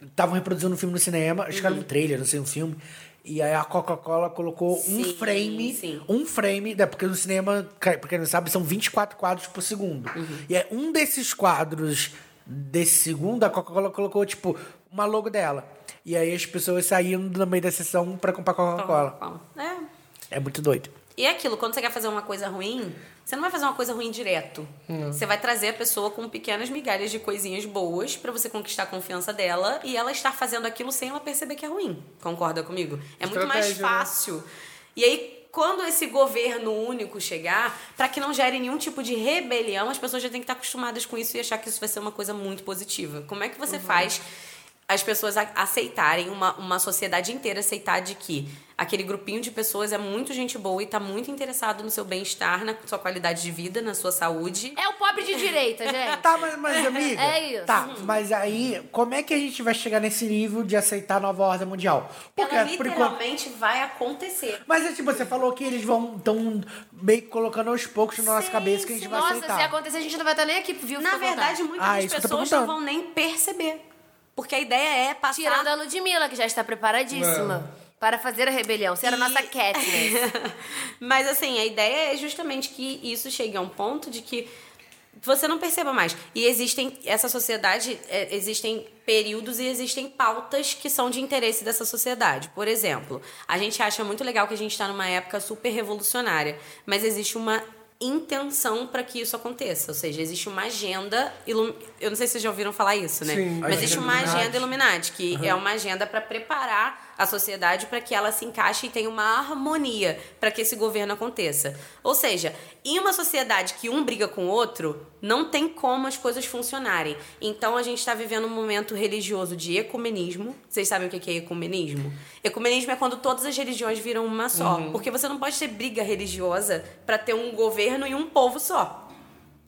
Estavam reproduzindo um filme no cinema, acho que Uhum. era um trailer, não sei, um filme. E aí a Coca-Cola colocou um Sim, frame, sim. um frame, né? Porque no cinema, ca- pra quem não sabe, são 24 quadros por segundo. Uhum. E é um desses quadros desse segundo, a Coca-Cola colocou, tipo, uma logo dela. E aí as pessoas saindo no meio da sessão pra comprar Coca-Cola. É, É muito doido. E é aquilo, quando você quer fazer uma coisa ruim, você não vai fazer uma coisa ruim direto. Você vai trazer a pessoa com pequenas migalhas de coisinhas boas pra você conquistar a confiança dela e ela estar fazendo aquilo sem ela perceber que é ruim. Concorda comigo? É muito mais Estratégia, né? fácil. E aí, quando esse governo único chegar, pra que não gere nenhum tipo de rebelião, as pessoas já têm que estar acostumadas com isso e achar que isso vai ser uma coisa muito positiva. Como é que você faz as pessoas a- aceitarem, uma, uma sociedade inteira aceitar de que aquele grupinho de pessoas é muito gente boa e tá muito interessado no seu bem-estar, na sua qualidade de vida, na sua saúde. É o pobre de direita, gente. Tá, mas, mas, amiga. É isso. Tá, mas aí, como é que a gente vai chegar nesse nível de aceitar a nova ordem mundial? Porque, É, é, Ela por enquanto. literalmente vai acontecer. Mas é tipo, você falou que eles vão tão meio que colocando aos poucos na nossa cabeça que a gente vai Nossa, se aceitar. acontecer, a gente não vai estar nem aqui, viu? Fica Na à vontade. verdade, muitas Ah, das isso que eu tô pessoas não vão perguntando. nem perceber. Porque a ideia é passar Tirando a Ludmilla, que já está preparadíssima para fazer a rebelião. Será a nossa Katniss. É. Mas assim, a ideia é justamente que isso chegue a um ponto de que você não perceba mais. E existem, essa sociedade, é, existem períodos e existem pautas que são de interesse dessa sociedade. Por exemplo, a gente acha muito legal que a gente está numa época super revolucionária, mas existe uma intenção para que isso aconteça, ou seja, existe uma agenda, ilu- eu não sei se vocês já ouviram falar isso, né? Sim, Mas existe uma agenda agenda Illuminati, que é uma agenda para preparar a sociedade para que ela se encaixe e tenha uma harmonia para que esse governo aconteça. Ou seja, em uma sociedade que um briga com o outro, não tem como as coisas funcionarem. Então a gente está vivendo um momento religioso de ecumenismo. Vocês sabem o que que é ecumenismo? Ecumenismo é quando todas as religiões viram uma só, porque você não pode ter briga religiosa para ter um governo e um povo só.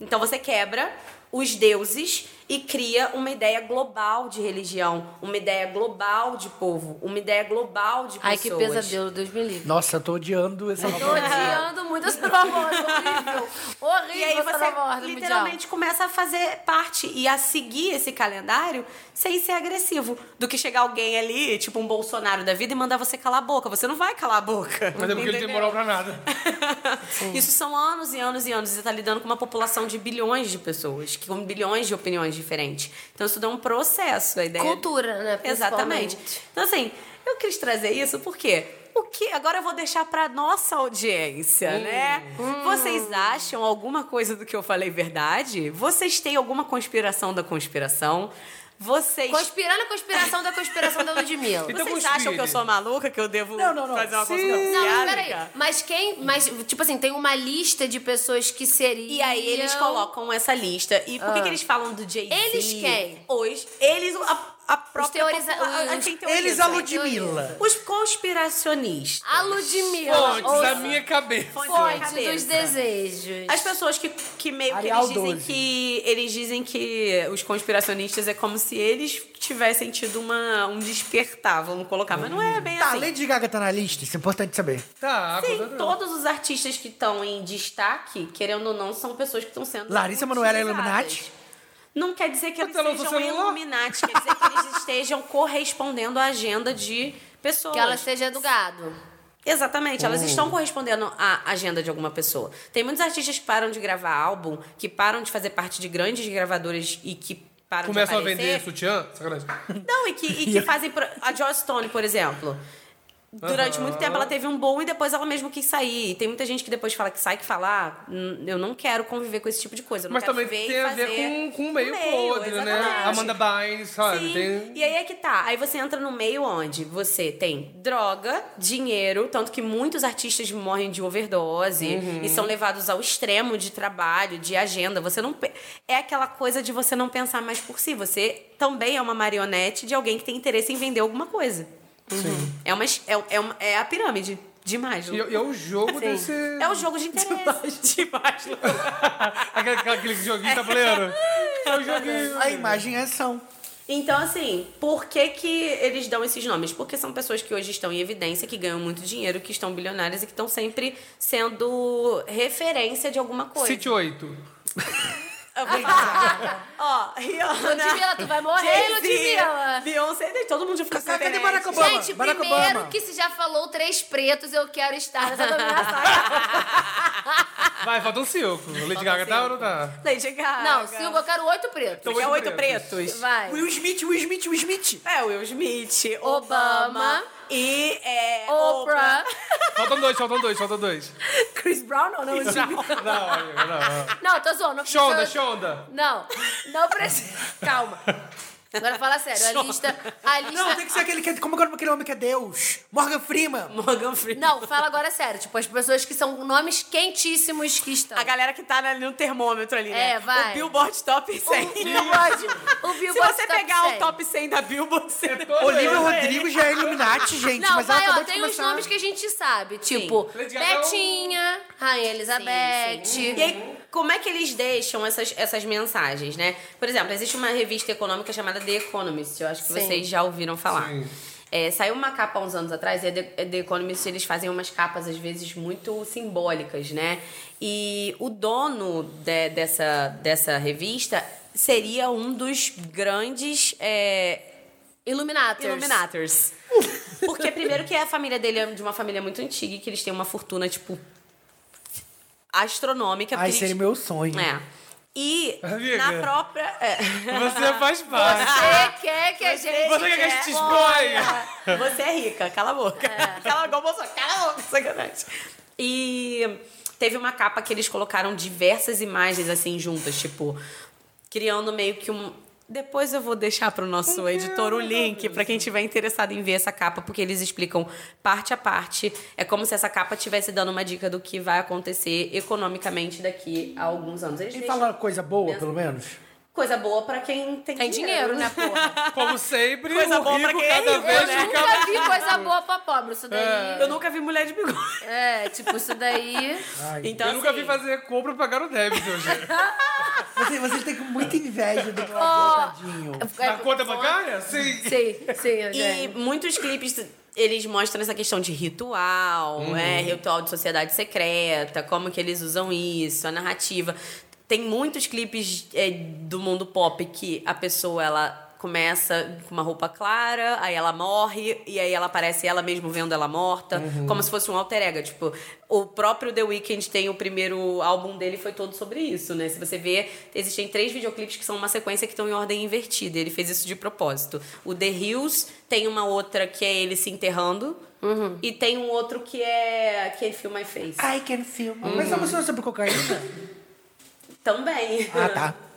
Então você quebra os deuses e cria uma ideia global de religião, uma ideia global de povo, uma ideia global de pessoas. Ai, que pesadelo, Deus me livre. Nossa, eu tô odiando essa Tô odiando muito esse amor, horrível. Horrível E aí essa nova você ordem mundial. literalmente começa a fazer parte e a seguir esse calendário sem ser agressivo. Do que chegar alguém ali, tipo um Bolsonaro da vida, e mandar você calar a boca. Você não vai calar a boca. Mas é porque ele entendeu? tem moral pra nada. Isso são anos e anos e anos. Você está lidando com uma população de bilhões de pessoas, que- com bilhões de opiniões diferentes. Então isso dá um processo, a ideia. Cultura, né, Exatamente. principalmente. Então, assim, eu quis trazer isso porque. O que agora eu vou deixar para nossa audiência, Hum. né? Vocês acham alguma coisa do que eu falei verdade? Vocês têm alguma conspiração da conspiração? Vocês, Conspirando a conspiração da conspiração da Ludmilla. Então vocês conspire. acham que eu sou maluca que eu devo Não, não, não. fazer uma Sim. conspiração? Não, mas psiquiátrica? peraí. Mas quem. Mas, tipo assim, tem uma lista de pessoas que seriam. E aí eles colocam essa lista. E por que, que eles falam do Jay-Z? Ah. Eles quem? Hoje. Eles, a, a própria... teoriza- popula- os- quem teoriza? né? Eles a Ludmilla. Os conspiracionistas. A Ludmilla. Fontes ou- da minha cabeça. Fonte da Fonte cabeça. dos desejos. As pessoas que, que meio que Arial eles dizem 12. que... Eles dizem que os conspiracionistas é como se eles tivessem tido uma, um despertar, vamos colocar. Mas não é bem Tá, assim. Lady Gaga tá na lista, isso é importante saber. Tá, com Sim, certeza. todos os artistas que estão em destaque, querendo ou não, são pessoas que estão sendo. Larissa Manoela é utilizadas. Illuminati? Não quer dizer que eles Mas ela usa sejam celular? Illuminati, quer dizer que eles estejam correspondendo à agenda de pessoas. Que ela seja do gado. Exatamente, elas estão correspondendo à agenda de alguma pessoa. Tem muitos artistas que param de gravar álbum, que param de fazer parte de grandes gravadoras e que param Começam a de aparecer. vender sutiã? Sacanagem. Não, e que, e que fazem. pro- A Joss Stone, por exemplo. Durante muito tempo ela teve um bom e depois ela mesma quis sair. E tem muita gente que depois fala que sai que fala, ah, n- eu não quero conviver com esse tipo de coisa. eu não Mas quero também ver e tem a ver fazer com, com o meio, no meio, podre, né? exatamente. Amanda Bynes, sabe? Sim. Tem... E aí é que tá. Aí você entra no meio onde você tem droga, dinheiro, tanto que muitos artistas morrem de overdose Uhum. e são levados ao extremo de trabalho, de agenda. Você não pe- é aquela coisa de você não pensar mais por si. Você também é uma marionete de alguém que tem interesse em vender alguma coisa. É uma es- é, é uma- é a pirâmide de E, Maslow. e é o jogo desse... É o jogo de interesse. De Maslow. aquele, aquele joguinho de tabuleiro. É o Uhum. joguinho. A imagem é ação. Então, assim, por que, que eles dão esses nomes? Porque são pessoas que hoje estão em evidência, que ganham muito dinheiro, que estão bilionárias e que estão sempre sendo referência de alguma coisa. City 8. Eu vou falar. Ó, Rihanna, Ludmilla, tu vai morrer, Jay-Z, Ludmilla. Beyoncé, né? todo mundo já ficou Cadê referência. Barack Obama? Gente, Barack primeiro Obama. que se já falou três pretos, eu quero estar nessa é nomeação. Vai, faltam cinco. Lady Gaga tá ou não tá? Lady Gaga. Não, Silva, eu quero oito pretos. Então, É oito Oito pretos. Vai. Will Smith, Will Smith, Will Smith. É, Will Smith, Obama, Obama. e é, Oprah. Faltam dois, faltam dois, faltam dois. Chris Brown ou não? Smith? Não, não, não. Não, tô zoando. Não Shonda, precisa- Shonda. Não, não precisa. Calma. Agora fala sério. A lista. A lista. Não, tem que ser aquele que é, como é que é o nome daquele homem que é Deus? Morgan Freeman. Morgan Freeman. Não, fala agora sério. Tipo, as pessoas que são nomes quentíssimos que estão. A galera que tá ali no termômetro ali, né? Então. É, vai. O Billboard Top 100. O Billboard. O tá Billboard Se você Top pegar 100. o top 100 da Billboard, você É Olivia Rodrigo já é Illuminati, gente. Não, mas ela vai, acabou ó, de tem começar. os nomes que a gente sabe. Tipo, Lady Gaga é um- Betinha, Rainha Elizabeth. E aí, como é que eles deixam essas, essas mensagens, né? Por exemplo, existe uma revista econômica chamada The Economist, eu acho que Sim. vocês já ouviram falar. Sim. É, saiu uma capa há uns anos atrás, e a The, a The Economist, eles fazem umas capas, às vezes, muito simbólicas, né? E o dono de- dessa, dessa revista seria um dos grandes... é, Illuminators. Illuminators. Porque primeiro que a família dele é de uma família muito antiga e que eles têm uma fortuna, tipo, astronômica. Ai, porque seria eles- meu sonho. É. E Amiga. na própria... é. Você faz parte. Você é quer que a gente. Você quer que a gente te exponha? Você é rica, cala a boca. É. Cala igual o Bolsonaro, cala a boca, sacanagem. E teve uma capa que eles colocaram diversas imagens assim juntas, tipo, criando meio que um. Depois eu vou deixar pro nosso editor o link pra quem tiver interessado em ver essa capa, porque eles explicam parte a parte. É como se essa capa estivesse dando uma dica do que vai acontecer economicamente daqui a alguns anos. Eles E deixam falar coisa boa, pelo menos. coisa boa pra quem tem, Tem dinheiro, né, porra? Como sempre, Coisa o boa pra rico quem é cada rico, vez né? fica... Nunca vi coisa boa pra pobre. Isso daí. Eu nunca vi mulher de bigode. É, tipo, isso daí. Então, Eu nunca assim, vi fazer compra pra pagar o débito, gente. Você, você tem muita inveja do meu Ó. Oh. tadinho. Na conta bancária? Sim. é, Sim, sim, E Eugênio. muitos clipes eles mostram essa questão de ritual, né? Ritual de sociedade secreta, como que eles usam isso, a narrativa. Tem muitos clipes é, do mundo pop que a pessoa ela começa com uma roupa clara, aí ela morre e aí ela aparece ela mesmo vendo ela morta, Uhum. como se fosse um alter ego, tipo, o próprio The Weeknd tem o primeiro álbum dele foi todo sobre isso, né? Se você vê, existem três videoclipes que são uma sequência que estão em ordem invertida. Ele fez isso de propósito. O The Hills tem uma outra que é ele se enterrando e tem um outro que é que ele filma e fez. I can feel. my- Mas a música não é sobre cocaína? Também. ah, tá.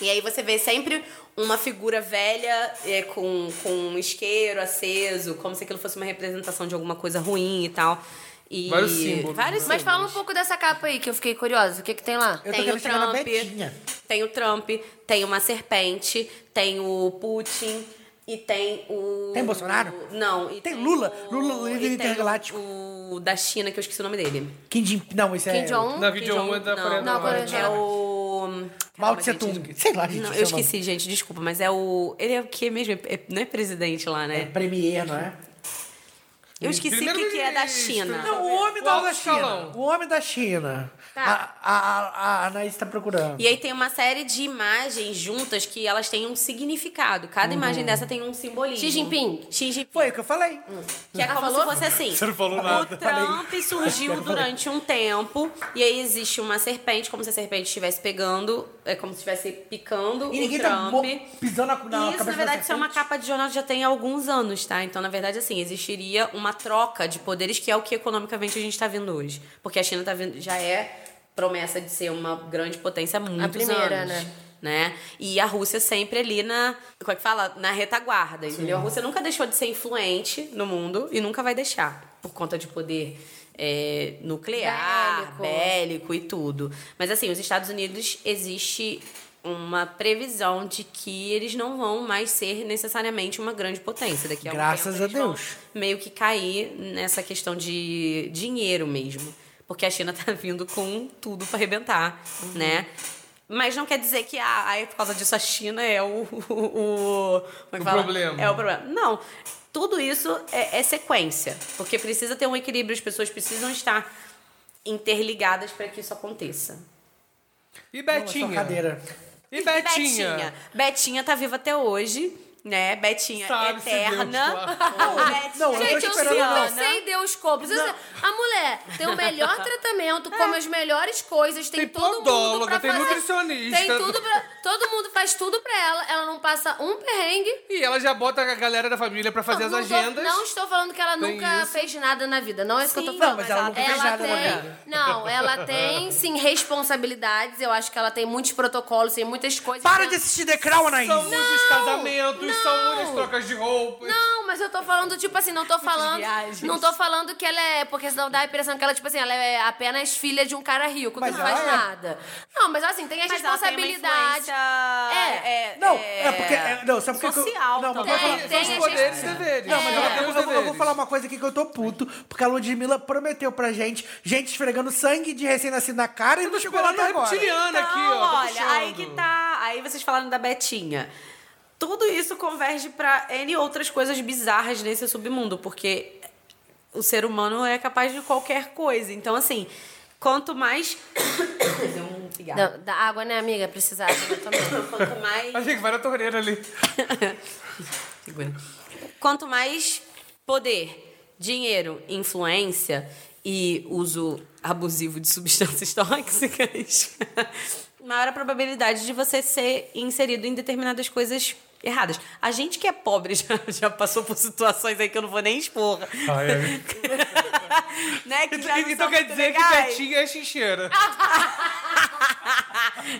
E aí você vê sempre uma figura velha é, com, com um isqueiro aceso, como se aquilo fosse uma representação de alguma coisa ruim e tal. E Vários símbolos, né? Vários Mas símbolos. fala um pouco dessa capa aí, que eu fiquei curiosa. O que que tem lá? Tem Eu tô querendo o chegar na Trump. Betinha. Tem o Trump, tem uma serpente, tem o Putin e tem o. Tem Bolsonaro? Não. E Tem Lula? o- Lula, e líder tem intergaláctico. O da China, que eu esqueci o nome dele. Kim Jong... Não, isso é... Kim Jong-un? Na vídeo 1 é da Não, Coreia do não, Norte. Coreia do É o. o. Mao Caramba, Tse gente, Tung. Sei lá, gente. é Não, o eu seu nome. esqueci, gente, desculpa, mas é o. Ele é o que mesmo? É- é- não é presidente lá, É né? premier, não é? Eu esqueci o que, que é da China. Não, o homem O da, alto da China. escalão. O homem da China. Tá. A, a, a, a Anaís tá procurando. E aí tem uma série de imagens juntas que elas têm um significado. Cada Uhum. imagem dessa tem um simbolismo. Xi Jinping. Xi Jinping. Foi o que eu falei. Que Ah, é como se fosse assim. Você não falou O nada. Trump surgiu durante um tempo e aí existe uma serpente, como se a serpente estivesse pegando, é como se estivesse picando E o ninguém tá mo- Trump. pisando na, na E isso, cabeça na verdade, da isso é uma serpente. capa de jornal que já tem há alguns anos, tá? Então, na verdade, assim, existiria uma troca de poderes, que é o que economicamente a gente tá vendo hoje. Porque a China tá vendo, já é promessa de ser uma grande potência há muitos primeira, anos. né? né? E a Rússia sempre ali na, como é que fala? Na retaguarda, entendeu? A Rússia nunca deixou de ser influente no mundo e nunca vai deixar, por conta de poder é, nuclear, Bélico. bélico e tudo. Mas assim, os Estados Unidos existe uma previsão de que eles não vão mais ser necessariamente uma grande potência daqui a um Graças tempo, a eles vão Deus. meio que cair nessa questão de dinheiro mesmo. Porque a China tá vindo com tudo para arrebentar, né? Mas não quer dizer que ah, aí por causa disso a China é o. o, o- como é que O fala? problema. É o problema. Não. Tudo isso é, é sequência. Porque precisa ter um equilíbrio, as pessoas precisam estar interligadas para que isso aconteça. E Não, é só Betinha? cadeira. E Betinha? Betinha. Betinha tá viva até hoje, né? Betinha Sabe-se Deus, tá. eterna. é claro. Não, eu Gente, tô eu sempre esperando ela. pensei em Deus como. Precisa- A mulher tem o melhor tratamento, come as melhores coisas, tem, Tem todo mundo podóloga, pra tem fazer. nutricionista. Tem tudo pra... Todo mundo faz tudo pra ela. Ela não passa um perrengue. E ela já bota a galera da família pra fazer não, as tô- agendas. não estou falando que ela Tem nunca isso. fez nada na vida. Não é isso que eu Sim, tô falando. não, mas ela nunca fez nada na vida. tem... Não, ela tem, sim, responsabilidades. Eu acho que ela tem muitos protocolos, tem muitas coisas. Para Ela- de assistir The Crown, Anaís. São muitos casamentos, são não. muitas trocas de roupas. Não, mas eu tô falando, tipo assim, não tô falando. viagens. Não tô falando que ela é. Porque senão dá a impressão que ela, tipo assim, ela é apenas filha de um cara rico, que Mas não faz ela é. nada. Não, mas assim, tem as Mas ela tem uma responsabilidades. influência, É. Não, é porque- é, não, sabe por que que eu- social não, mas também. vou Tem, falar- São os tem, poderes e gente. deveres. Não, mas Eu, ela É. Ela tem os eu vou- eu vou deveres. falar uma coisa aqui que eu tô puto, porque a Ludmilla prometeu pra gente, gente esfregando sangue de recém-nascido na cara e não chegou lá Ela até tá agora. reptiliana aqui, Então, ó. tô olha, aí puxando. que tá. Aí vocês falaram da Betinha. Tudo isso converge pra N outras coisas bizarras nesse submundo, porque o ser humano é capaz de qualquer coisa. Então, assim, quanto mais. Deu um cigarro. Da, da água, né, amiga? Precisava né, também. Quanto mais. Achei que vai na torneira ali. Segura. Quanto mais poder, dinheiro, influência e uso abusivo de substâncias tóxicas, maior a probabilidade de você ser inserido em determinadas coisas erradas. A gente que é pobre já, já passou por situações aí que eu não vou nem expor. né? que já não Então são quer muito dizer que legais. Betinha é xincheira. Ah,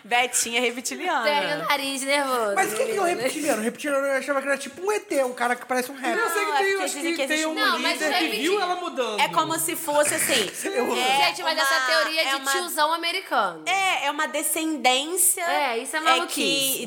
Betinha é reptiliana. Tem o nariz nervoso. Mas o que, que é o reptiliano? O reptiliano eu achava que era tipo um ET, um cara que parece um Eu réptil. sei que é tem, porque acho dizem que que tem existe- um Não, mas líder isso é que viu mentira. ela mudando. É como se fosse assim. é Gente, mas essa uma- teoria de é uma- tiozão americano. É, é uma descendência. É, isso é maluquice.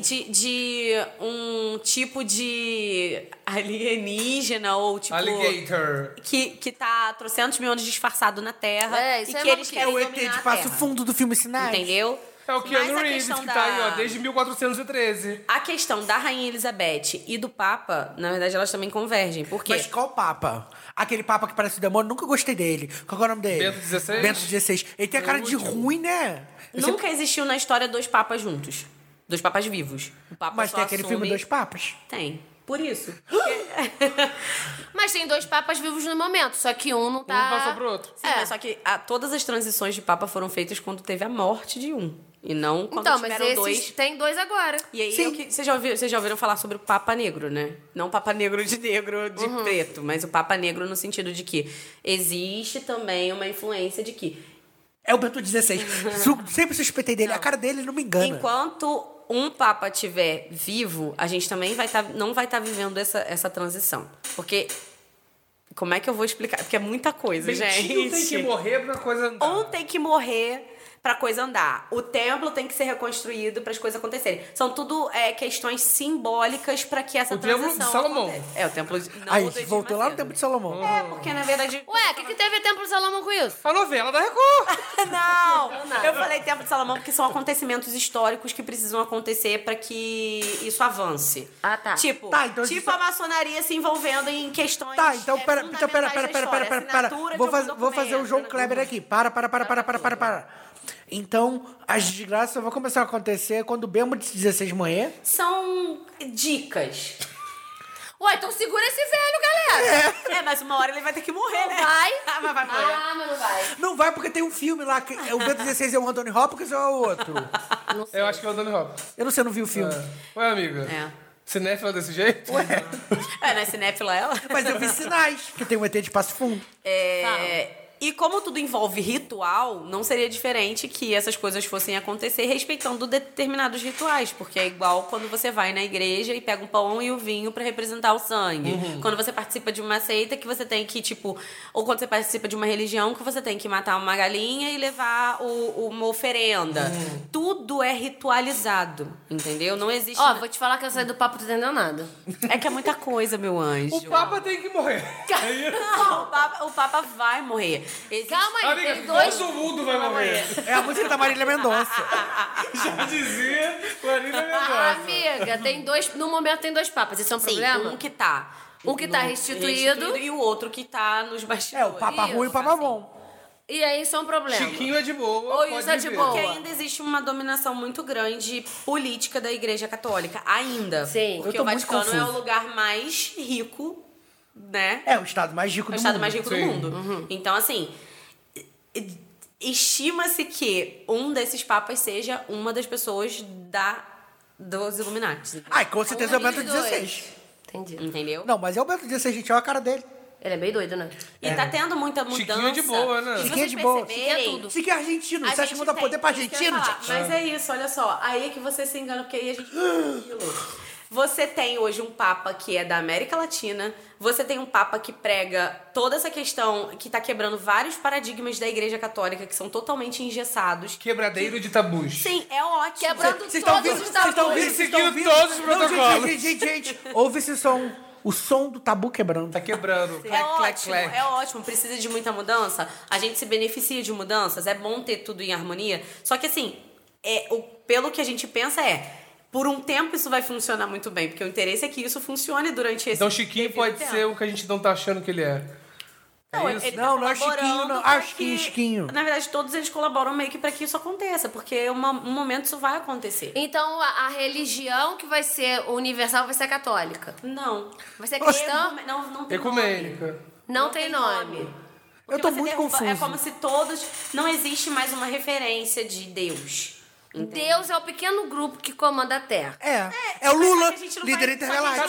que- de, de um tipo de alienígena ou tipo. Alligator. Que, que tá trocentos milhões disfarçado na Terra. É, e isso é que eles maluquice. É querem o ET dominar de a passo Terra, fundo do filme Sinais. Entendeu? É o Mas Keanu a Reeves, questão que tá aí, ó, da- desde 1413. A questão da Rainha Elizabeth e do Papa, na verdade, elas também convergem. Por quê? Mas qual papa? Aquele papa que parece o demônio, nunca gostei dele. Qual que é o nome dele? Bento XVI? Bento XVI. Ele tem a cara de ruim, né? Eu sempre- Nunca existiu na história dois papas juntos. Dois papas vivos. O Papa Mas só tem aquele assume... filme Dois Papas. Tem. Por isso. Mas tem dois papas vivos no momento, só que um não tá. Um passou pro outro. Sim, mas só que a- todas as transições de Papa foram feitas quando teve a morte de um. E não quando Então, mas tiveram esses dois. tem dois agora. E aí, é o que- vocês já, ouviram, vocês já ouviram falar sobre o Papa Negro, né? Não Papa Negro de negro, de Uhum. preto, mas o Papa Negro no sentido de que existe também uma influência de que É o Bento XVI. Su- sempre suspeitei dele. A cara dele não me engana. Enquanto um papa estiver vivo, a gente também vai tá, não vai estar vivendo essa, essa transição. Porque. Como é que eu vou explicar? Porque é muita coisa, Bentinho gente. tem que morrer pra coisa Tá. andar. Um tem que morrer pra coisa andar. O templo tem que ser reconstruído para as coisas acontecerem. São tudo é, questões simbólicas pra que essa O templo de transição Salomão. aconteça. É, o templo de não, Aí, o do Edir voltou lá no Macedo. tempo de Salomão. É, porque na verdade... Ué, o que, que teve Templo Salomão com isso? A novela da Record. Não, eu falei darei tempo de Salomão porque são acontecimentos históricos que precisam acontecer pra que isso avance. Ah, tá. Tipo, Tá, então tipo isso- a maçonaria se envolvendo em questões. Tá, então é, pera, então pera, fundamentais pera, da pera, pera, história, pera, pera. assinatura de Vou, algum faz, vou fazer o documento, João né? Kleber aqui. Para, para, para, para, para, para, para. Então, as desgraças vão começar a acontecer quando o Bembo de 16 morrer. São dicas. Ué, então segura esse velho, galera. É, mas uma hora ele vai ter que morrer, né? Vai. Ah, mas vai morrer. Ah, mas não vai. Não vai porque tem um filme lá que é o Bento 16 é o Anthony Hopkins ou é o outro? Eu acho que é o Anthony Hopkins. Eu não sei, eu não vi o filme. É. Ué, amiga? É. Cinéfila desse jeito? É, não é cinéfila ela? Mas eu vi sinais, que tem um ET de passo fundo. É, E como tudo envolve ritual, não seria diferente que essas coisas fossem acontecer respeitando determinados rituais, porque é igual quando você vai na igreja e pega o pão e o vinho pra representar o sangue. Uhum. Quando você participa de uma seita que você tem que, tipo, ou quando você participa de uma religião que você tem que matar uma galinha e levar o- uma oferenda. Uhum. Tudo é ritualizado, entendeu? Não existe. Ó, vou te falar que eu saí do papo, tô entendendo nada. É que é muita coisa, meu anjo. O Papa tem que morrer. é Não, o Papa, o Papa vai morrer. Existe- um Calma aí, Amiga, tem dois. todo mundo vai morrer. É a música da Marília Mendonça. Já dizia Clarina Ah, Mendonça. Amiga, tem dois. No momento tem dois papas. Isso é um Sim, problema? um que tá. Um que tá no- restituído. E o outro que tá nos É, bastidores. o Papa Isso, Rui e o assim. Papa Bom. E aí isso é um problema. Chiquinho é de boa. Oi, pode isso é de viver. boa. Porque ainda existe uma dominação muito grande política da Igreja Católica. Ainda. Sim. Porque Eu tô o Vaticano muito é o confuso. lugar mais rico, né? É o estado mais rico É do o estado mundo. mais rico Sim. do mundo. Uhum. Então, assim. e- Estima-se que um desses papas seja uma das pessoas da, dos Illuminati. Ai, com certeza é o Bento Dos dois. 16. Entendi. Entendeu? Não, mas é o Bento 16, gente, olha a cara dele. Ele é bem doido, né? E tá tendo muita mudança. Chiquinho é de boa, né? Se vocês Chiquinho é de boa. perceberem, Chiquinho é tudo. Isso aqui é argentino, A você acha que gente muda tem, poder pra isso que eu ia argentino, falar. gente? Mas é isso, olha só. Aí é que você se engana, porque aí a gente. Aquilo. Você tem hoje um Papa que é da América Latina, você tem um Papa que prega toda essa questão que tá quebrando vários paradigmas da Igreja Católica que são totalmente engessados. Quebradeiro de tabus. Sim, é ótimo. Quebrando Vocês estão todos ouvindo? os Vocês estão ouvindo? tabus. Vocês estão Seguiu ouvindo? todos os Não, protocolos. Gente, gente, gente, gente, ouve esse som. O som do tabu quebrando. Tá quebrando. É Clac, clac, ótimo, clac. é ótimo. Precisa de muita mudança. A gente se beneficia de mudanças. É bom ter tudo em harmonia. Só que assim, é, o- pelo que a gente pensa é. Por um tempo isso vai funcionar muito bem, porque o interesse é que isso funcione durante esse Então Chiquinho devido pode tempo. ser o que a gente não tá achando que ele é. Não, é ele- isso? ele Não, não é colaborando Chiquinho, não. pra Ah, Chiquinho, que- Chiquinho. Na verdade, todos eles colaboram meio que pra que isso aconteça, porque uma- um momento isso vai acontecer. Então a, a religião que vai ser universal vai ser a católica. Não. Vai ser cristã? Ecume- É Não, não tem nome. Ecumênica. Não, tem nome. Eu tô você muito derruba- É confuso. como se todos. Não existe mais uma referência de Deus. Deus é o pequeno grupo que comanda a terra. É. É o Lula, Mas a gente não líder vai- intergaláctico.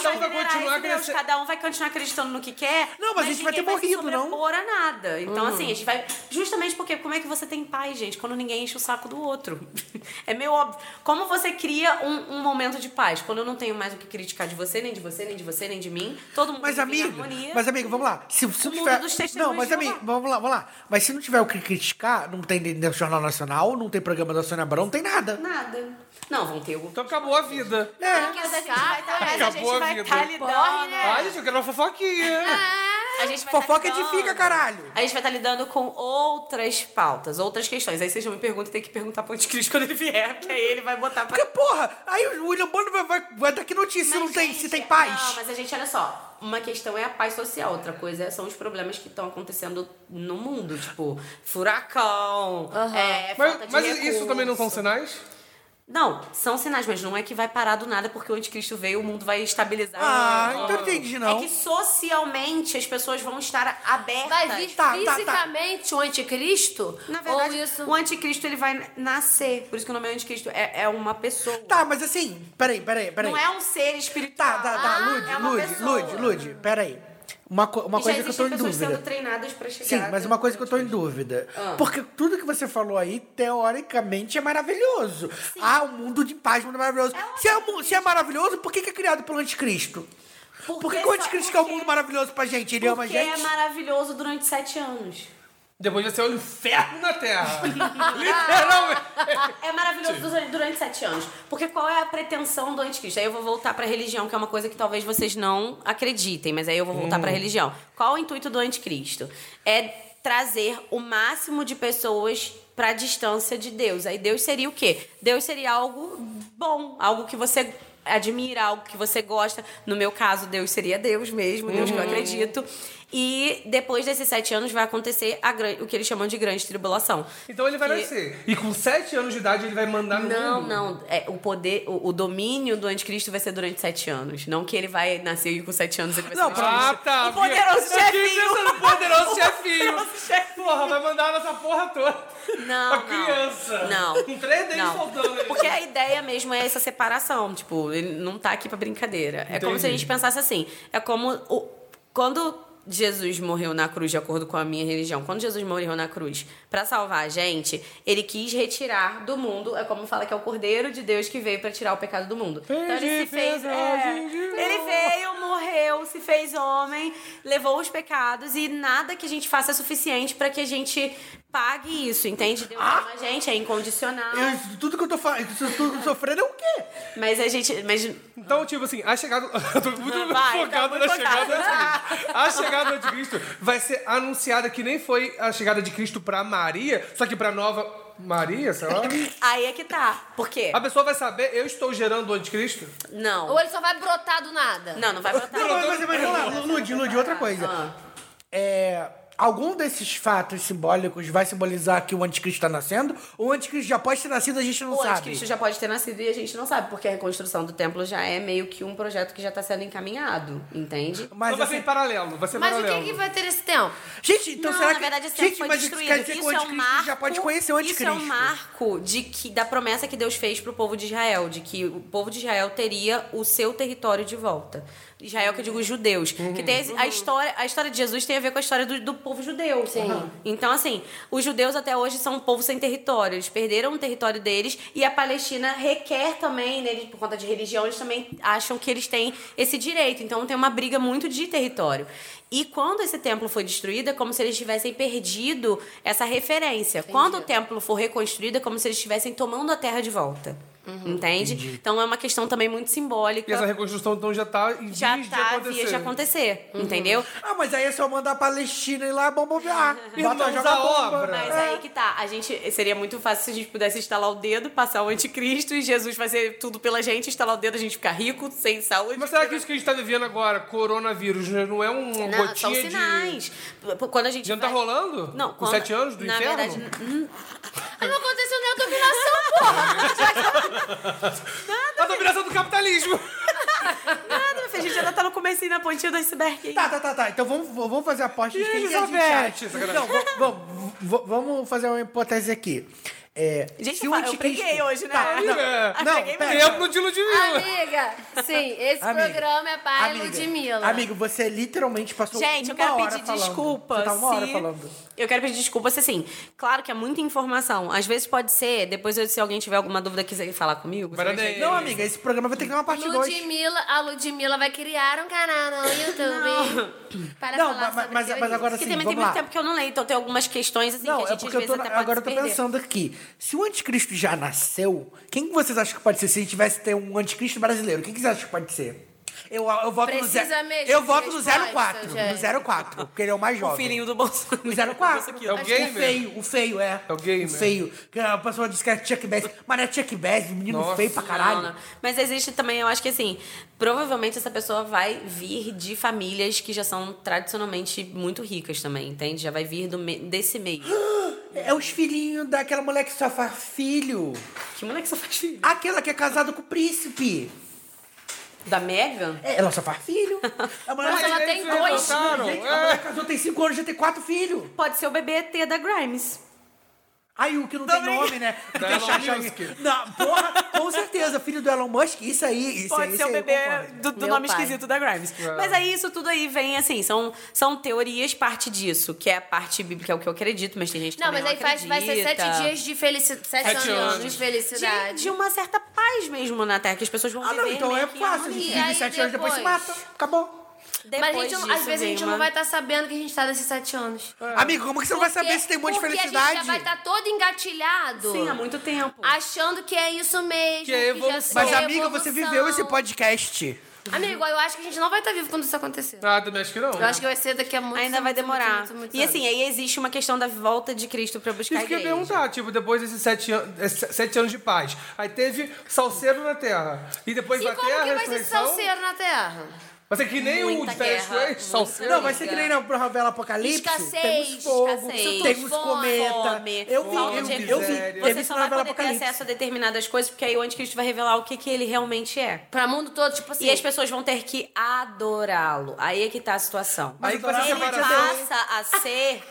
só que a gente Cada um vai liderar continuar esse Deus, crescendo. Cada um vai continuar acreditando no que quer. Não, mas a gente vai ter ninguém morrido, não? se sobrepor a nada. Então, assim, a gente vai. Justamente porque como é que você tem paz, gente, quando ninguém enche o saco do outro? É meio óbvio. Como você cria um, um momento de paz? Quando eu não tenho mais o que criticar de você, nem de você, nem de você, nem de mim. Todo mundo Mas vive em amiga, harmonia. mas amiga, vamos lá. Se, se O não mundo tiver, dos testemunhos não, mas de amiga, Jeová. vamos lá, vamos lá. Mas se não tiver o que criticar, não tem nem jornal nacional, não tem programa da Sônia Abrão, não tem nada. Nada. Não, vão ter o. Então acabou a vida. É. Mas a gente vai tá- né? mas a Acabou a gente vai vida. estar lidando. Ai, gente, eu quero uma A gente vai fofoquinha. tá Ah, Fofoca lidando. edifica, caralho. A gente vai estar lidando com outras pautas, outras questões. Aí vocês já me perguntam e tem que perguntar pro anticristo quando ele vier, porque aí ele vai botar pra. Porque, porra, aí o William Bonner vai, vai, vai dar que notícia se Mas, não tem, gente, se tem paz. Não, mas a gente, olha só. Uma questão é a paz social, outra coisa são os problemas que estão acontecendo no mundo. Tipo, furacão, é, falta Mas, de mas isso recurso. também não são sinais? Não, são sinais, mas não é que vai parar do nada porque o anticristo veio, o mundo vai estabilizar. Ah, então não entendi, não. É que socialmente as pessoas vão estar abertas. Vai vir Tá, tá, tá. fisicamente o anticristo? Na verdade, ou isso... o anticristo ele vai nascer. Por isso que o nome é anticristo. É, é uma pessoa. Tá, mas assim, peraí, peraí, peraí. Não é um ser espiritual. Tá, tá, tá, Lude, é uma Lude, pessoa. Lude, Lude, peraí. Uma, co- uma E coisa já que eu tô existem em pessoas sendo dúvida. treinadas Ah. pra chegar. Sim, mas uma coisa que eu tô em dúvida. Porque tudo que você falou aí, teoricamente, é maravilhoso. Ah, um mundo de paz, um mundo maravilhoso. se, é, mu- se é maravilhoso, por que, que é criado pelo anticristo? Por que, que o só- anticristo que é um porque- mundo maravilhoso pra gente? Ele ama a Porque é gente? maravilhoso durante sete anos. Depois vai ser o inferno na Terra. Literalmente. É maravilhoso durante- durante sete anos. Porque qual é a pretensão do anticristo? Aí eu vou voltar pra religião, que é uma coisa que talvez vocês não acreditem, mas aí eu vou voltar pra religião. Qual o intuito do anticristo? É trazer o máximo de pessoas pra distância de Deus. Aí Deus seria o quê? Deus seria algo bom, algo que você admira, algo que você gosta. No meu caso, Deus seria Deus mesmo, Deus que eu acredito. E depois desses sete anos vai acontecer a gran- o que eles chamam de grande tribulação. Então ele vai Que- nascer. E com 7 anos de idade ele vai mandar no Não, mundo. não. É, o poder, o, o domínio do anticristo vai ser durante sete anos. Não que ele vai nascer e com sete anos ele vai Não, ser. pra- Ah, tá. é O poderoso Eu fiquei chefinho. pensando no poderoso chefinho. poderoso chefinho. Porra, vai mandar nessa porra toda. Não, A não. criança. Não. Com três dentes faltando ali. Porque a ideia mesmo é essa separação. Tipo, ele não tá aqui pra brincadeira. É como se a Entendi. gente pensasse assim. É como. o- quando Jesus morreu na cruz, de acordo com a minha religião, quando Jesus morreu na cruz pra salvar a gente, ele quis retirar do mundo. É como fala que é o Cordeiro de Deus que veio pra tirar o pecado do mundo. Então ele se fez. É, ele veio, morreu, se fez homem, levou os pecados e nada que a gente faça é suficiente pra que a gente pague isso, entende? Deus Ah! ama a gente, é incondicional. Eu- isso tudo que eu tô falando, tudo que eu tô sofrendo é o quê? Mas a gente. Mas Então, tipo assim, a chegada. Eu tô muito Vai, focado tá muito na chegada do focado. anticristo. A chegada do anticristo vai ser anunciada que nem foi a chegada de Cristo pra Maria, só que pra nova Maria, sei lá. aí é que tá. Por quê? Ah! A pessoa vai saber, eu estou gerando o anticristo? Não. Ou ele só vai brotar do nada? Não, não vai botar. Não, mas, mas, mas vamos lá, Lud, Lud, outra Ah. coisa. É, algum desses fatos simbólicos vai simbolizar que o anticristo tá nascendo? Ou o anticristo já pode ter nascido, a gente não O sabe? anticristo já pode ter nascido e a gente não sabe, porque a reconstrução do templo já é meio que um projeto que já tá sendo encaminhado, entende? Mas Mas Então vai ser em assim, paralelo, vai ser Mas o paralelo. um. que, que vai ter esse tempo? gente, então não, será na que... verdade, esse templo gente, foi mas isso destruído. quer dizer que o isso é um anticristo marco, já pode conhecer o anticristo. Isso é um marco de que, da promessa que Deus fez pro povo de Israel, de que o povo de Israel teria o seu território de volta. Israel, que eu digo os judeus. Uhum. Que tem esse- a, história, a história de Jesus tem a ver com a história do, do povo judeu. Sim. Então, assim, os judeus até hoje são um povo sem território. Eles perderam o território deles e a Palestina requer também, né, eles, por conta de religião, eles também acham que eles têm esse direito. Então tem uma briga muito de território. E quando esse templo foi destruído, é como se eles tivessem perdido essa referência. Quando o templo for reconstruído, é como se eles estivessem tomando a terra de volta. Entende? Então é uma questão também muito simbólica. E essa reconstrução então já tá em já vias de tá a acontecer. Tá. vias de acontecer, entendeu? Ah, mas aí é só mandar a Palestina ir lá bombardear. Irmãos Bota joga à bomba. É. obra. Mas aí que tá, a gente seria muito fácil se a gente pudesse instalar o dedo, passar o anticristo e Jesus fazer tudo pela gente, instalar o dedo, a gente ficar rico, sem saúde. Mas será que isso que a gente tá vivendo agora, coronavírus, né, não é uma não, gotinha são de... sinais. P- Quando a gente Já não tá vai- rolando? Não, Com quando- sete anos do na inferno? Verdade, n- n- Ah, não aconteceu nem a dominação, A dominação do capitalismo! nada, meu filho, a gente ainda tá no comecinho na pontinha do iceberg. Tá, tá, tá, tá. Então vamos, vamos fazer a aposta de quem que a gente Elizabeth? é acha. Não, vamos, vamos- v- vamos fazer uma hipótese aqui. É, Gente, se eu o fa- eu anticristo- preguei hoje, né? Tá, não, É. não, preguei pera. Templo de Ludmilla! Amiga, sim, esse Amiga, programa é para amiga, Ludmilla. Amigo, você literalmente passou Gente, eu uma quero hora pedir falando. desculpa. Você tá uma hora se- falando. Eu quero pedir desculpa, se assim, claro que é muita informação. Às vezes pode ser, depois eu- se alguém tiver alguma dúvida quiser falar comigo. Para você vai- daí. Não, amiga, esse programa vai ter que ter uma um, parte 2. Ludmilla, a Ludmilla vai criar um canal no YouTube para Não, falar sobre mas, mas, mas teorias. agora Porque sim, também vamos tem lá. muito tempo que eu não leio, então tem algumas questões assim Não, que a é gente porque às eu tô, vezes até pode agora eu se tô perder. pensando aqui. Se o anticristo já nasceu, quem que vocês acham que pode ser? Se tivesse ter um anticristo brasileiro, quem que vocês acham que pode ser? Eu, eu voto Precisa no zero. mesmo eu de voto no resposta, 04. gente. No 04, porque ele é o mais jovem. O filhinho do Bolsonaro. O 04. É o O gamer? feio, o feio, é. É o gamer. O feio. Que A pessoa disse que era Chuck Bass. Mas não é Chuck Bass, menino Nossa. feio pra caralho. Não, não. Mas existe também, eu acho que assim, provavelmente essa pessoa vai vir de famílias que já são tradicionalmente muito ricas também, entende? Já vai vir do me- desse meio. É os filhinhos daquela mulher que só faz filho. Que moleque só faz filho? Aquela que é casada com o príncipe. Da Megan? É, Ela só faz filho. A mulher, Mas ela eles tem se dois. revoltaram, Gente, a é. mulher casou tem cinco anos, já tem quatro filhos. Pode ser o bebê ET da Grimes. Aí o que não tem nome, né? Da Tem Elon Xaxá- Musk. Não, porra, com certeza, filho do Elon Musk, isso aí. Isso aí, Pode ser isso o aí eu bebê concordo. do, do Meu nome pai. esquisito da Grimes. Mas aí isso tudo aí vem assim, são, são teorias, parte disso, que é a parte bíblica, é o que eu acredito, mas tem gente que Não, também mas aí faz, vai ser acredita. sete dias de felicidade. Sete, Sete anos, anos. de de, felicidade. de uma certa paz mesmo na Terra, que as pessoas vão Ah, viver não, então é meio que em fácil. A gente harmonia. vive Aí sete anos, depois se depois- mata. Acabou. Mas a Depois gente não- às disso vezes a vem gente uma- não vai estar sabendo que a gente tá nesses sete anos. Amigo, como que você não vai saber Porque- se tem um monte de porque a gente felicidade? já vai tá estar todo engatilhado. Sim, há muito tempo. Achando que é isso mesmo. Que é já- evolução. que Mas, é amiga, você evolução. viveu esse podcast. Amigo, eu acho que a gente não vai estar vivo quando isso acontecer. Ah, também acho que não. Eu acho que vai ser daqui a muito Ainda muito, vai muito, demorar. muito, muito, e muito assim, anos. aí existe uma questão da volta de Cristo pra buscar Isso que eu a ia igreja. perguntar, tipo, depois desses sete, an- eh, se- sete anos de paz. Aí teve salseiro na terra. E depois da E como terra, que vai ser ressurreição. salseiro na Terra? Mas é que nem o Muita de Férias guerra, Freitas, muita salseiro. Não, mas você que nem na novela Apocalipse, Escassez, temos fogo, escassez. temos Fome, cometa. Fome, Eu vi, falta eu de vi, eu vi. refúgio. Teve Você isso só na vai novela poder ter Apocalipse. acesso a determinadas coisas, porque aí o anticristo vai revelar o que, que ele realmente é. Pra mundo todo, tipo assim. E as pessoas vão ter que adorá-lo. Aí é que tá a situação. Aí que ele vai ser a separação. passa a ser.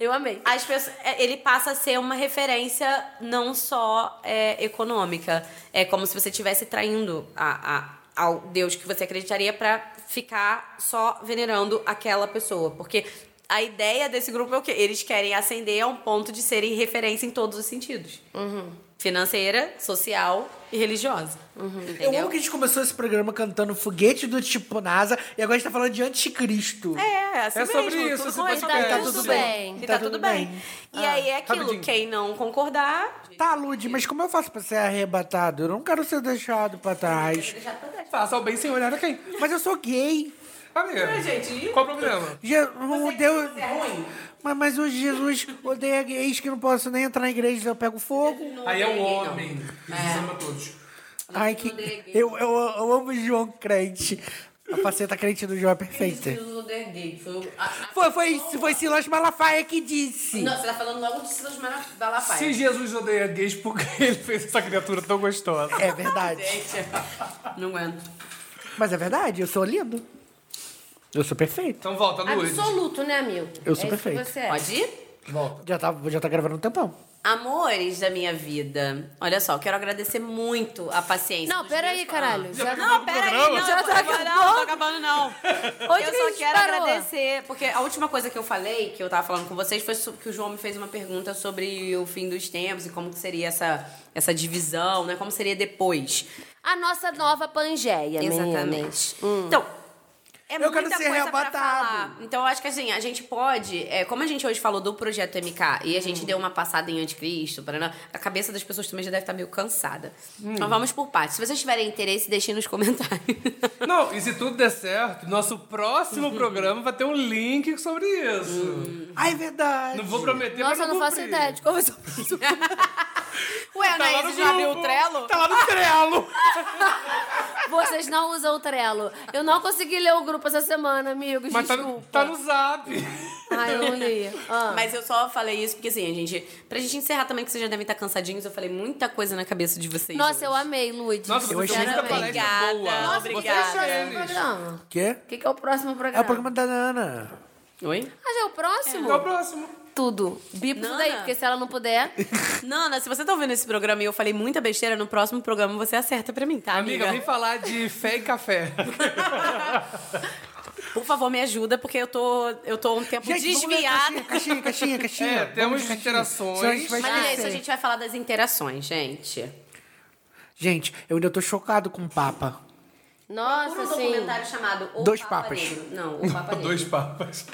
Eu amei. As pessoas, é, ele passa a ser uma referência não só é, econômica. É como se você estivesse traindo a, a- ao Deus que você acreditaria pra ficar só venerando aquela pessoa. Porque a ideia desse grupo é o quê? Eles querem ascender a um ponto de serem referência em todos os sentidos. Financeira, social e religiosa. Eu amo que a gente começou esse programa cantando foguete do tipo NASA e agora a gente tá falando de anticristo. É, assim É sobre mesmo, isso, tudo esse com respeito. podcast. E tá tudo bem. E tá tudo bem. E aí é aquilo, rapidinho. quem não concordar... Tá, Lud, mas como eu faço pra ser arrebatado? Eu não quero ser deixado pra trás. Faça o bem sem olhar a quem. Mas eu sou gay. Amiga, gente, qual o problema? Je o Deus... Mas, mas o Jesus odeia gays que eu não posso nem entrar na igreja, senão eu pego fogo. Aí é um homem. Jesus ama todos. Ai, que. Eu, eu, eu amo o João crente. A faceta crente do João é perfeita. Jesus odeia gay. Foi o- a- a- Foi, foi, foi Silas Malafaia que disse. Não, você tá falando logo de Silas Mara- Se Malafaia. Jesus odeia gays, por que ele fez essa criatura tão gostosa? É verdade. Não aguento. Mas é verdade, eu sou lindo. Eu sou perfeito. Então volta, Lourdes. Absoluto, né, amigo? Eu é isso sou que perfeito. Você é. Pode ir? Já tá, já tá gravando um tempão. Amores da minha vida. Olha só, quero agradecer muito a paciência. Não, dos peraí, meus caralho. Já... Não, peraí, não, Já agora tá acabando? não, tá acabando não. Onde eu que a só gente quero parou? agradecer, porque a última coisa que eu falei, que eu tava falando com vocês, foi so- que o João me fez uma pergunta sobre o fim dos tempos e como que seria essa, essa divisão, né? Como seria depois. A nossa nova Pangeia, meninas. Exatamente. Então, é Eu quero muita ser coisa pra arrebatado. falar. Então, eu acho que assim, a gente pode. é, como a gente hoje falou do projeto MK e a gente deu uma passada em anticristo, paraná, a cabeça das pessoas também já deve estar meio cansada. Então vamos por partes. Se vocês tiverem interesse, deixem nos comentários. Não, e se tudo der certo, nosso próximo programa vai ter um link sobre isso. Ai, é verdade. Não vou prometer, é mas Nossa, eu não faço cumprir. ideia de como eu sou. Ué, Tá lá no Anaís, já abriu o grupo. Trello? Tá lá no Trello. Vocês não usam o Trello. Eu não consegui ler o grupo essa semana, amigos. Mas tá no, desculpa. tá no Zap. Ai, eu não li. Ah. Mas eu só falei isso porque, assim, a gente. Pra gente encerrar também, que vocês já devem estar cansadinhos, eu falei muita coisa na cabeça de vocês. Nossa, eu amei, Luiz. Nossa, você fez muita palestra Obrigada, boa. Nossa, obrigada. Você deixa eles. O Quê? que, que é o próximo É programa? o programa da Nana. Oi? Ah, já é o próximo? Até o próximo. Tudo. Bipa isso Nana. daí, porque se ela não puder... Nana, se você tá ouvindo esse programa e eu falei muita besteira, no próximo programa você acerta pra mim, tá? Amiga, vem falar de fé e café. Por favor, me ajuda, porque eu tô, eu tô um tempo Gente, vamos ver a desviada. Caixinha, caixinha, caixinha. caixinha. É, Vamos temos de caixinha. interações. Senão a gente vai Mas é isso, a esquecer. gente vai falar das interações, gente. Gente, eu ainda tô chocado com o Papa. Nossa, sim. um chamado O assim, Dois Papas. Negro. Não, O Papa Dois papas.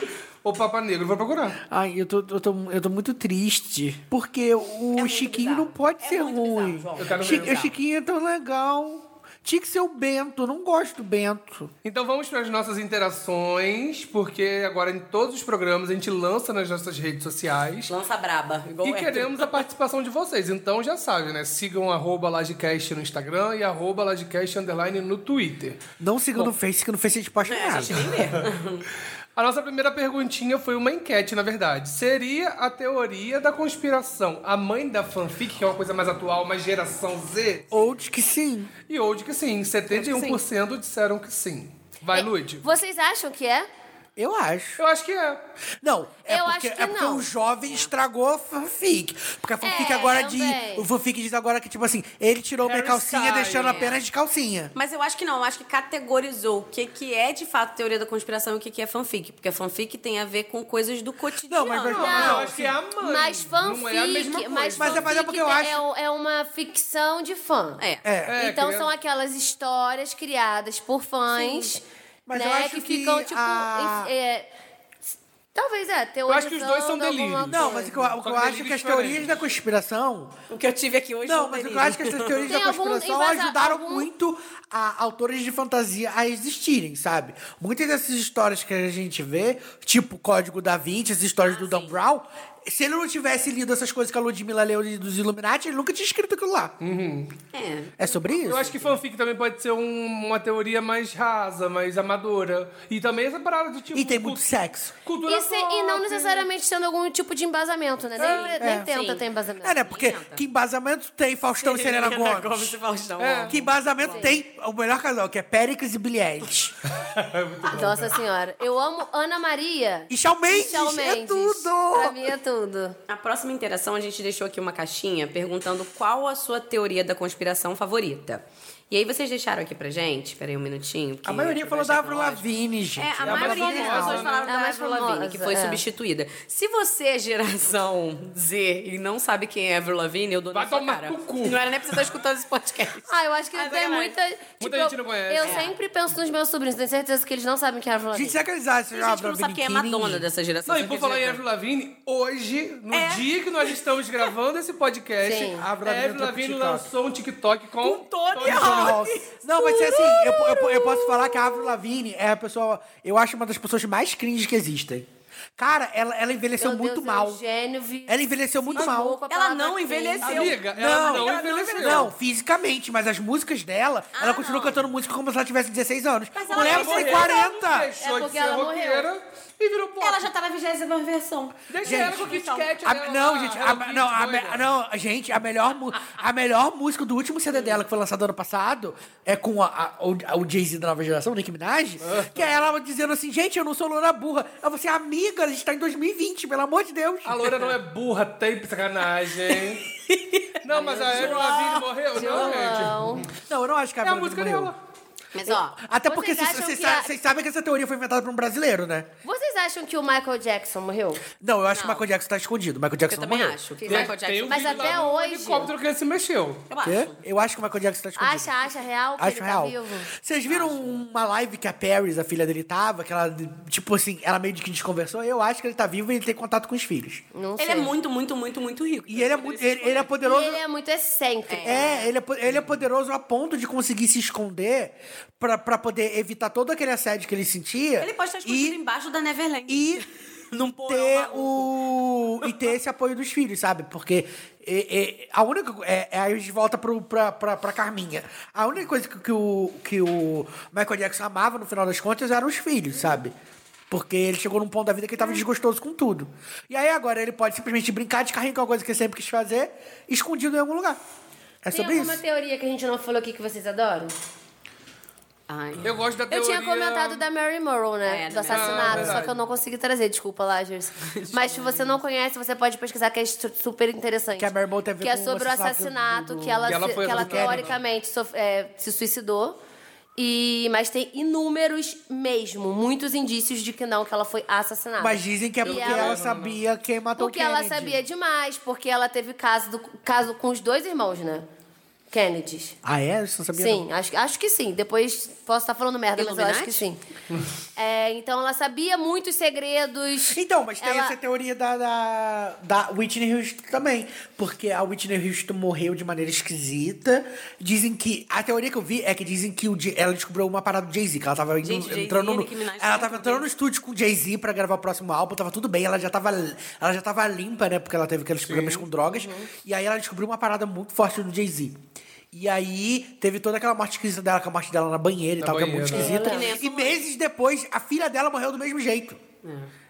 O Papa Negro, vou procurar. Ai, eu tô, eu tô, eu tô muito triste. Porque É o Chiquinho não pode ser ruim. Eu quero Chi- ver. o Chiquinho é tão legal. Tinha que ser o Bento. eu Não gosto do Bento. Então vamos para as nossas interações, porque agora em todos os programas a gente lança nas nossas redes sociais. Lança braba, igual é. E o Hector. queremos a participação de vocês. Então já sabe, né? Sigam arroba Lagecast no Instagram e arroba Lagecast Underline no Twitter. Não siga no Face, que no Face né, a gente posta nada. A nossa primeira perguntinha foi uma enquete, na verdade. Seria a teoria da conspiração a mãe da fanfic, que é uma coisa mais atual, mais geração Z? Ou diz que sim. E hoje que sim, 71% disseram que sim. É, Vai, Lude. Vocês acham que é? Eu acho. Eu acho que é. Não, é Eu porque, acho que é porque não. o jovem estragou a fanfic. Porque a fanfic É, agora diz. também. O fanfic diz agora que, tipo assim, ele tirou minha Harry calcinha Styles. deixando apenas de calcinha. Mas eu acho que não, eu acho que categorizou o que, que é de fato teoria da conspiração e o que, que é fanfic. Porque a fanfic tem a ver com coisas do cotidiano. Não, mas- mas- Não, eu acho que é a mãe. Mas fanfic... Não é a mesma coisa. Mas, Mas é- mas é fanfic porque eu é- acho- É uma ficção de fã. É. É. É, então que- são aquelas histórias criadas por fãs, Mas né, eu acho que, que ficam tipo a- em- é, Talvez, é, teorizando Eu acho que os dois são alguma delírios. coisa. Não, mas o que eu, o que eu Só que acho é que as delírios teorias diferentes. da conspiração. O que eu tive aqui hoje um Não, foi mas o que eu delírio. acho é que essas teorias Tem da algum conspiração embasa- ajudaram algum- muito a autores de fantasia a existirem, sabe? Muitas dessas histórias que a gente vê, tipo Código da Vinci, as Ah, histórias do Dan Brown, se ele não tivesse lido essas coisas que a Ludmilla leu de- dos Illuminati, ele nunca tinha escrito aquilo lá. É. É sobre isso? Eu acho que fanfic também pode ser um- uma teoria mais rasa, mais amadora. E também essa parada de tipo. E tem cu- muito sexo. Cultura E, se- e não pop. necessariamente tendo algum tipo de embasamento, né? Nem, pre- nem tenta Sim. ter embasamento. É, né? Porque que embasamento tem Faustão e Selena Selena Gomes? e Faustão. É. Que embasamento tem o melhor casal, que é Péricles e Bilieres. Nossa senhora, eu amo Ana Maria E Shawn e Mendes, Shawn Mendes. é tudo! Pra mim é tudo. Na próxima interação, a gente deixou aqui uma caixinha perguntando qual a sua teoria da conspiração favorita. E aí vocês deixaram aqui pra gente, espera aí um minutinho. que A maioria eu falou vou da achar Avril Lavigne, gente. É, a mais maioria das famosa, pessoas né? falaram É a da mais Avril Lavigne, famosa, que foi é. substituída. Se você é geração Z e não sabe quem é Avril Lavigne, eu dou Vai na sua tomar cara. no cu. Não era nem pra você estar escutando esse podcast. Ah, eu acho que Ah, tem sacanagem. muita. tipo, é gente não conhece. Eu É. sempre penso nos meus sobrinhos, tenho certeza que eles não sabem quem é a Avril Gente, Lavigne. será que eles acham Tem gente a que Avril não sabe quem é Lavigne? Madonna dessa geração. Não, e só por que falar em eles- tá. Avril Lavigne, hoje, no dia que nós estamos gravando esse podcast, Sim. a Avril Lavigne, entrou pro TikTok. lançou um TikTok com, Com Tony Tony Hawk. Não, mas é assim, eu, eu- eu posso falar que a Avril Lavigne é a pessoa... Eu acho uma das pessoas mais cringe que existem. Cara, ela, ela envelheceu Meu muito é Deus, um mal. Eugênio, vi- Ela envelheceu muito Amor mal. com a Ela palavra não cringe. envelheceu. Amiga, ela não, ela envelheceu. Não, fisicamente, mas as músicas dela, ela continua cantando música como se ela tivesse 16 anos. Ah, Mas ela Mulher, tem você tem 40! Deixou 40! É de porque ser ela morreu. roqueira e virou pop. Ela já tá na 21 versão. Deixa Gente, ela com o Kit Kat. né? A- dela não, lá, gente, Hello a, Kitty não, a, doida. me- não, gente, a melhor, mu- a melhor música do último CD dela, que foi lançado ano passado, é com a, a- o, a- o Jay-Z da nova geração, Nicki Minaj, que é ela dizendo assim, gente, eu não sou loura burra. Eu vou assim, amiga, a gente tá em 2020, pelo amor de Deus. A loira não é burra, tem sacanagem. não, mas a Avril Lavigne morreu? Não, gente. João. Não, eu não acho que É a Avril música morreu. dela. Mas ó. Até porque vocês vocês acham vocês que sa- a- vocês sabem que essa teoria foi inventada por um brasileiro, né? Vocês acham que o Michael Jackson morreu? Não, eu acho que o Michael Jackson tá escondido. O Michael Jackson Eu não também morreu. acho. que Tem- Michael Jackson. Tem um Mas vídeo até lá do hoje- helicóptero que ele se mexeu. Eu acho. Quê? Eu acho que o Michael Jackson tá escondido. Acha, acha real que Acho ele real. tá vivo? Vocês viram uma live que a Paris, a filha dele, tava? Que ela, tipo assim, ela meio de que desconversou. Eu acho que ele tá vivo e ele tem contato com os filhos. Não sei. Ele é muito, muito, muito, muito rico. E ele é muito. Ele, ele é E poderoso. ele é muito excêntrico. É, ele é, po- ele é poderoso a ponto de conseguir se esconder pra, pra poder evitar todo aquele assédio que ele sentia. Ele pode estar escondido e, embaixo da Neverland. e num porão ter maluco. o. E ter esse apoio dos filhos, sabe? Porque é- é- a única. co- É, é, aí a gente volta pro, pra, pra, pra Carminha. A única coisa que, que, o, que o Michael Jackson amava, no final das contas, eram os filhos, sabe? Porque ele chegou num ponto da vida que ele É. tava desgostoso com tudo. E aí agora ele pode simplesmente brincar de carrinho, que é uma coisa que ele sempre quis fazer, escondido em algum lugar. É Tem sobre alguma isso. teoria que a gente não falou aqui que vocês adoram? Ai. Eu gosto da Eu teoria... tinha comentado da Mary Morrow, né? É, do da Mary assassinato, Morrow. só que eu não consegui trazer, desculpa, Lagers. Mas se você não conhece, você pode pesquisar, que é estru- super interessante. Que a Mary Morrow teve Que é com o sobre o assassinato assassinato, do- que ela, Que ela se- foi que ela executada. teoricamente sof- é, se suicidou. E, mas tem inúmeros mesmo, muitos indícios de que não, que ela foi assassinada. Mas dizem que é E porque ela- ela, sabia quem matou Porque o Kennedy. ela sabia demais, porque ela teve caso, do- caso com os dois irmãos, né? Kennedys. Ah, é? Eu não sabia. Sim, acho, acho que sim. Depois posso estar falando merda, mas eu acho Illuminati? que sim. É, então ela sabia muitos segredos. Então, mas tem Ela- essa teoria da, da, da Whitney Houston também. Porque a Whitney Houston morreu de maneira esquisita. Dizem que. A teoria que eu vi é que dizem que o, Jay- ela descobriu uma parada do Jay-Z, que ela tava indo- Gente, Jay-Z, entrando no. Nicki Minaj, Ela tudo tava entrando no estúdio com o Jay-Z pra gravar o próximo álbum, tava tudo bem, ela já tava, ela já tava limpa, né? Porque ela teve aqueles problemas com drogas. E aí ela descobriu uma parada muito forte do Jay-Z. E aí, teve toda aquela morte esquisita dela, com a morte dela na banheira e Na tal, que é muito banheira. esquisita. Que nem a E sua mãe. meses depois, a filha dela morreu do mesmo jeito.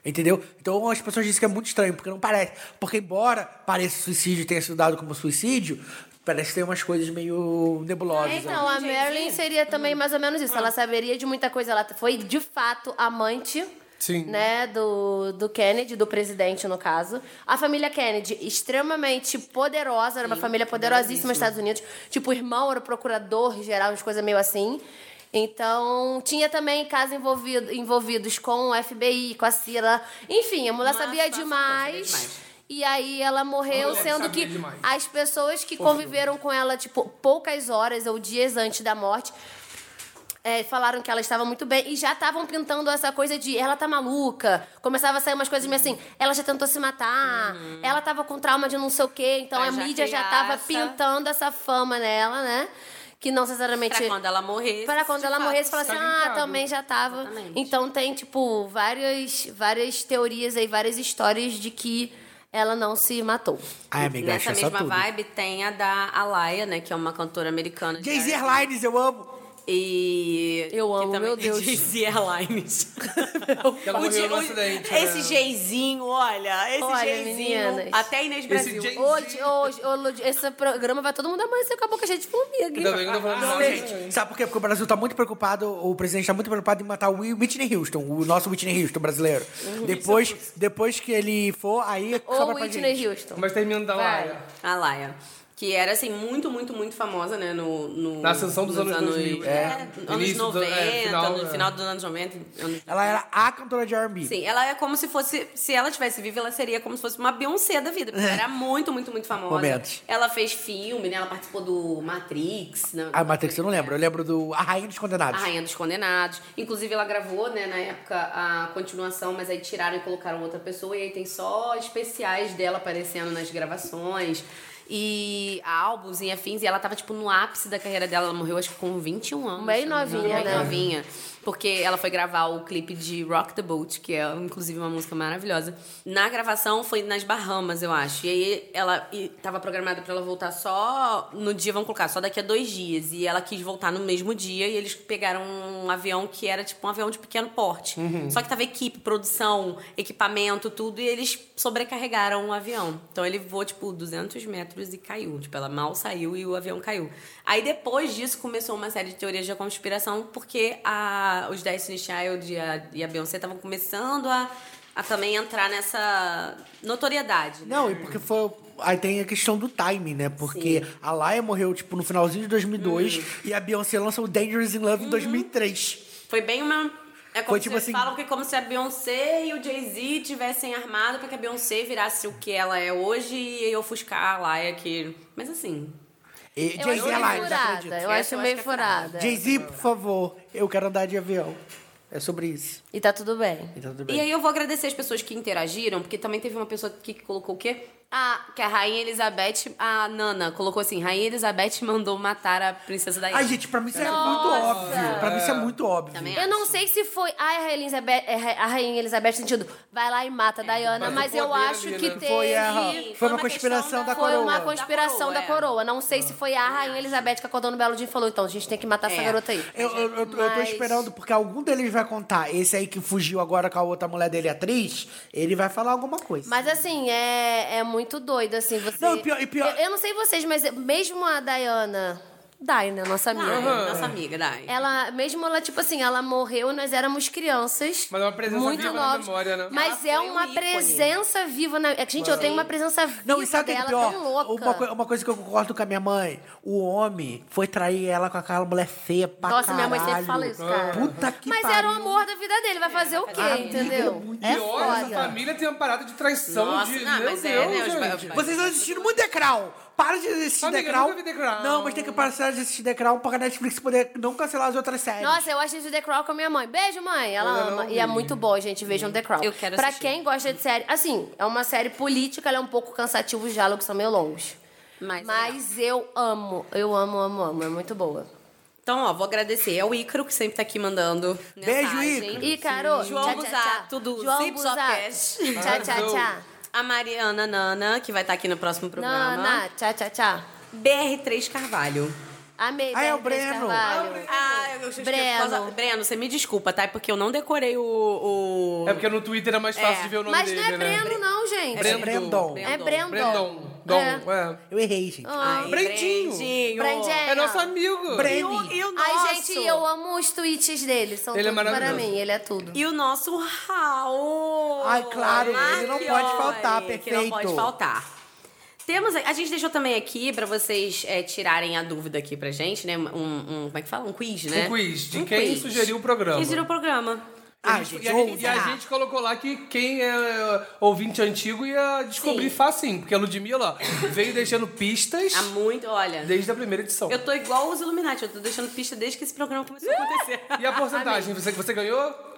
Entendeu? Então as pessoas dizem que é muito estranho, porque não parece. Porque, embora pareça suicídio e tenha sido dado como suicídio, parece ter umas coisas meio nebulosas. É, né? então, a Marilyn seria também mais ou menos isso. Ela saberia de muita coisa. Ela foi, de fato, amante. Sim. Né, do, do Kennedy, do presidente, no caso. A família Kennedy, extremamente poderosa, era uma família poderosíssima nos Estados Unidos. Tipo, o irmão era o procurador geral, umas coisas meio assim. Então, tinha também casos envolvido, envolvidos com o FBI, com a CIA. Enfim, a mulher Nossa, sabia nossa, demais. sabia demais. E aí ela morreu, mulher sendo sabia que demais. as pessoas que conviveram com ela, tipo, poucas horas ou dias antes da morte, é, falaram que ela estava muito bem e já estavam pintando essa coisa de ela tá maluca. Começava a sair umas coisas meio assim, ela já tentou se matar, ela tava com trauma de não sei o quê, então Pra a Uhum. já mídia já criar tava essa- pintando essa fama nela, né? Que não necessariamente. Pra quando ela morrer. Para quando de ela fato, é morrer, você fala assim, tá ah, linkado." também já tava. Exatamente. Então tem, tipo, várias, várias teorias aí, várias histórias de que ela não se matou. Ai, amiga, Nessa acho só mesma tudo. vibe tem a da Alaya, né? Que é uma cantora americana. de Jay-Z R&B. Airlines, eu amo. E. Eu que amo, também meu Deus. Jay-Z Airlines. Ela morreu Jay- num acidente, né? Esse Jayzinho, olha. Esse Olha, Jayzinho. meninas. Até Inês Brasil. Jay- Hoje, hoje, hoje, esse programa vai todo mundo amanhecer com a boca cheia de formiga. Ainda bem que eu tô falando mal, gente. Ah, Gente, sabe por quê? Porque o Brasil tá muito preocupado, o presidente tá muito preocupado em matar o Whitney Houston, o nosso Whitney Houston brasileiro. Depois, depois que ele for, aí Ou sobra pra gente. Whitney Houston. Mas terminando da Vai. Laia. Alaya. Que era, assim, muito, muito, muito famosa, né? No, no- Na ascensão dos nos anos 2000, É, né? anos Início do- 90, é, final, no é. final dos anos 90. anos- Ela era a cantora de R&B. Sim, ela é como se fosse. Se ela tivesse viva, ela seria como se fosse uma Beyoncé da vida. Porque ela era muito, muito, muito famosa. É. Momentos. Ela fez filme, né? Ela participou do Matrix. Né? Ah, Matrix, eu não lembro. Eu lembro do A Rainha dos Condenados. A Rainha dos Condenados. Inclusive, ela gravou, né, na época, a continuação, mas aí tiraram e colocaram outra pessoa. E aí tem só especiais dela aparecendo nas gravações. E álbuns e afins. E ela tava, tipo, no ápice da carreira dela. Ela morreu, acho que com 21 anos. Bem se não me engano. novinha, Bem né? novinha. Porque ela foi gravar o clipe de Rock the Boat, que é, inclusive, uma música maravilhosa. Na gravação, foi nas Bahamas, eu acho. E aí, ela e tava programada pra ela voltar só no dia, vamos colocar, só daqui a dois dias. E ela quis voltar no mesmo dia. E eles pegaram um avião que era, tipo, um avião de pequeno porte. Uhum. Só que tava equipe, produção, equipamento, tudo. E eles sobrecarregaram o avião. Então, ele voou, tipo, 200 metros e caiu. Tipo, ela mal saiu e o avião caiu. Aí depois disso começou uma série de teorias da conspiração, porque a, os Destiny Child e a, e a Beyoncé estavam começando a, a também entrar nessa notoriedade. né? Não, e porque foi. Aí tem a questão do timing, né? Porque a Laia morreu, tipo, no finalzinho de 2002 e a Beyoncé lança o Dangerous in Love em 2003. Foi bem uma. É como Foi tipo se assim- falam que é como se a Beyoncé e o Jay-Z tivessem armado pra que a Beyoncé virasse o que ela é hoje e ofuscar a Laia que. Mas assim. E Eu acho Jay-Z é é meio Airlines, furada. acredito. Eu Essa acho eu meio acho que é furada. furada. Jay-Z, por favor, eu quero andar de avião. É sobre isso. E tá tudo bem. Então, tudo E bem. aí eu vou agradecer as pessoas que interagiram, porque também teve uma pessoa aqui que colocou o quê? Ah, que a Rainha Elizabeth, a Nana, colocou assim: Rainha Elizabeth mandou matar a princesa da Ai, Índia. gente, pra mim isso é muito óbvio. Pra mim isso é muito óbvio. Também Eu não sei se foi ai, a Rainha Elizabeth, é, a Rainha Elizabeth no sentido, vai lá e mata a Diana, É, mas mas o eu poder acho ali, que né? teve... Foi, a- Teve- foi uma foi uma questão conspiração da, da- Foi coroa. uma conspiração Da coroa, da é. coroa. Não sei se foi a Rainha Elizabeth que acordou no Belo Dia e falou: então, a gente tem que matar essa É. garota aí. Eu, eu, eu tô- eu tô Mas- esperando, porque algum deles vai contar. Esse aí que fugiu agora com a outra mulher dele, atriz, ele vai falar alguma coisa. Mas assim, é, é muito doido, assim. Você... Não, e pior- e pior- Eu, eu não sei vocês, mas mesmo a Diana. Diana, nossa amiga. Ah, Nossa amiga, Dai. Ela, mesmo ela, tipo assim, ela morreu, nós éramos crianças. Mas é uma presença muito viva na novos, memória, né? Mas Ela é foi um uma ícone. presença viva na. é que, Gente, eu tenho uma presença viva Não, e sabe o que é dela pior? tão louca. Uma, coi- uma coisa que eu concordo com a minha mãe: o homem foi trair ela com aquela mulher feia pra Nossa, minha caralho. mãe sempre fala isso, cara. Puta que mas pariu. É, era o amor da vida dele, vai fazer o quê, entendeu? E olha, é essa família tem uma parada de traição Nossa, de. não, meu mas é, né, os Deus, ba- gente. Vocês estão assistindo muito decral. Para de assistir Amiga, eu decral. nunca vi Degrau. Não, mas tem que parar de assistir decral pra Netflix poder não cancelar as outras séries. Nossa, eu assisto The Crown com a minha mãe. Beijo, mãe. Ela Olha, ama. não E é vi. muito bom, gente. Vejam The Crown. Eu quero pra assistir. quem gosta de série. Assim, é uma série política, ela é um pouco cansativa, os diálogos são meio longos. Mas- é Mas eu amo. Eu amo, amo, amo. É muito boa. Então, ó, vou agradecer. É o Ícaro que sempre tá aqui mandando. Beijo, mensagem. Ícaro. E, Caro, João tchau, tchau, tchau. Buzato do João Zip Zopcast. Buzato. Tchau, tchau, tchau. A Mariana Nana, que vai estar aqui no próximo programa. Nana, tchau, tchau, tchau. BR3 Carvalho. Amei, Ah, é o Beatriz Breno. Carvalho. Ah, eu esqueci por causa- Breno. Breno, você me desculpa, tá? É porque eu não decorei o. o... É porque no Twitter é mais fácil É. de ver o nome Mas dele, não é né? Breno, não, gente. Breno. Brandon. É Brandon. Brandon. Dom, é. Eu errei, gente. Ah. Ai, Brendinho. Brendinho. Brendinho. É nosso amigo. Breno. E o, e o nosso. Ai, gente, eu amo os tweets dele. São Ele é tudo para maravilhoso. mim. Ele é tudo. E o nosso Raul. Ai, claro, ele não pode faltar, Marchiori, Que não perfeito. pode faltar. Temos, a gente deixou também aqui pra vocês é, tirarem a dúvida aqui pra gente, né? Um, um- como é que fala? Um quiz, né? Um quiz de quem sugeriu o programa. Quem sugeriu o programa. Ah, E gente, a- ouve. e a gente colocou lá que quem é ouvinte antigo ia descobrir facinho, porque a Ludmilla veio deixando pistas Há muito, olha. desde a primeira edição. Eu tô igual os Illuminati, eu tô deixando pista desde que esse programa começou a acontecer. E a porcentagem, você, você ganhou?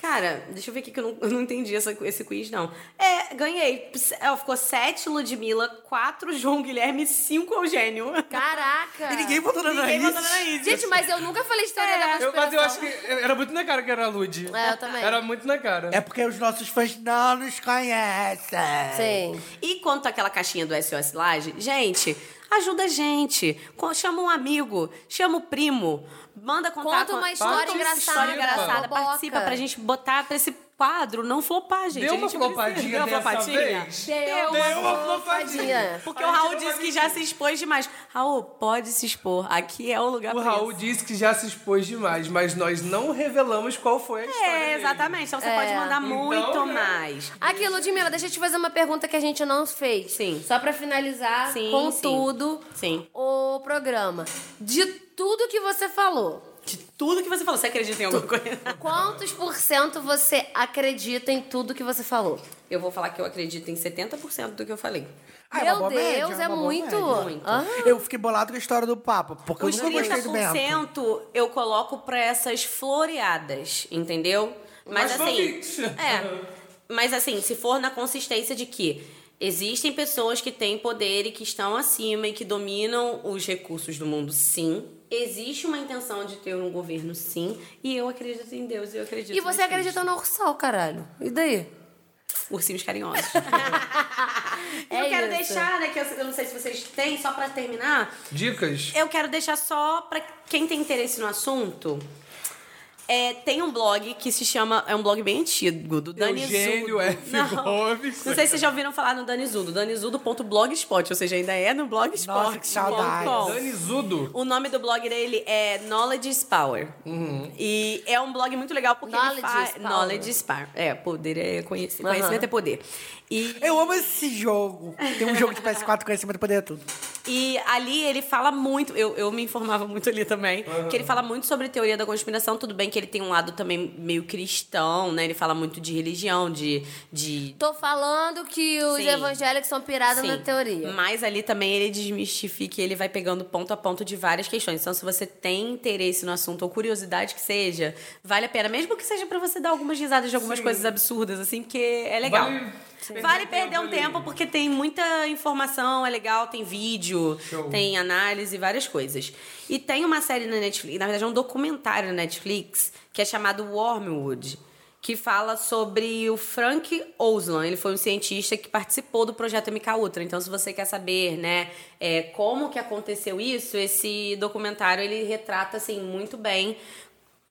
Cara, deixa eu ver aqui que eu não, eu não entendi essa- esse quiz, não. É, ganhei. Se- ó, Ficou 7 Ludmilla, 4 João Guilherme, 5 Eugênio. Caraca! E ninguém botou na Ninguém nariz. botou na Anaís. Gente, mas eu nunca falei história É. da Eu, conspiração. mas eu acho que era muito na cara que era a Lud. É, eu também. Era muito na cara. É porque os nossos fãs não nos conhecem. É. Sim. E quanto àquela caixinha do SOS Laje, gente, ajuda a gente. Co- Chama um amigo, chama o primo, manda contar. Conta com- uma história conta uma engraçada, história engraçada. fofoca. Participa pra gente botar pra esse quadro não flopar, gente. Deu A uma gente precisa- flopadinha Deu uma dessa flopadinha? vez? Deu Deu uma uma flopadinha. flopadinha. Porque o Raul disse que já se expôs demais. Raul, pode se expor. Aqui é o lugar O pra Raul isso. disse que já se expôs demais, mas nós não revelamos qual foi a história. É, dele. exatamente. Então você É. pode mandar Então, muito né? mais. Aqui, Ludmilla, deixa eu te fazer uma pergunta que a gente não fez. Sim. Só pra finalizar Sim, com sim. tudo Sim. o programa. De tudo que você falou, De tudo que você falou, você acredita em alguma coisa? quantos por cento você acredita em tudo que você falou? Eu vou falar que eu acredito em 70% do que eu falei. Ah, é Meu uma boa média, Deus, uma é boa muito. média. Ah, Eu fiquei bolado com a história do Papa, porque Os eu nunca gostei do Bento. 30% eu coloco pra essas floreadas, entendeu? Mas Mas assim. fanfics. É. Mas assim, se for na consistência de que existem pessoas que têm poder e que estão acima e que dominam os recursos do mundo, sim. Existe uma intenção de ter um governo, sim. E eu acredito em Deus, eu acredito E você nas acredita no ursal, caralho. E daí? ursinhos carinhosos. E É eu quero isso. deixar, né, que eu, eu não sei se vocês têm, só pra terminar, Dicas? eu quero deixar só pra quem tem interesse no assunto. É, tem um blog que se chama. É um blog bem antigo, do Dani Eugênio Zudo. F. Não. Gomes. Não sei se vocês já ouviram falar no Dani Zudo. Danizudo.blogspot, ou seja, ainda é no blogspot. Nossa, que saudade. Dani Zudo. O nome do blog dele é Knowledge is Power. E é um blog muito legal porque ele Knowledge faz. is power. Knowledge is Power. É, poder é conhecimento. Aham. Conhecimento é poder. E Eu amo esse jogo. Tem um jogo de PS4 com esse muito poder é tudo. E ali ele fala muito, eu, eu me informava muito ali também, que ele fala muito sobre teoria da conspiração, tudo bem que ele tem um lado também meio cristão, né? Ele fala muito de religião, de. de Tô falando que os Sim. evangélicos são pirados na Sim. teoria. Mas ali também ele desmistifica e ele vai pegando ponto a ponto de várias questões. Então, se você tem interesse no assunto ou curiosidade que seja, vale a pena. Mesmo que seja pra você dar algumas risadas de algumas coisas absurdas, assim, porque é legal. Vale Vale perder um perder um tempo ali. tempo, porque tem muita informação, é legal, tem vídeo, Show. tem análise, várias coisas. E tem uma série na Netflix, na verdade é um documentário na Netflix, que é chamado Wormwood, que fala sobre o Frank Ouslan. Ele foi um cientista que participou do projeto MK Ultra. Então, se você quer saber, né, é, como que aconteceu isso, esse documentário ele retrata assim muito bem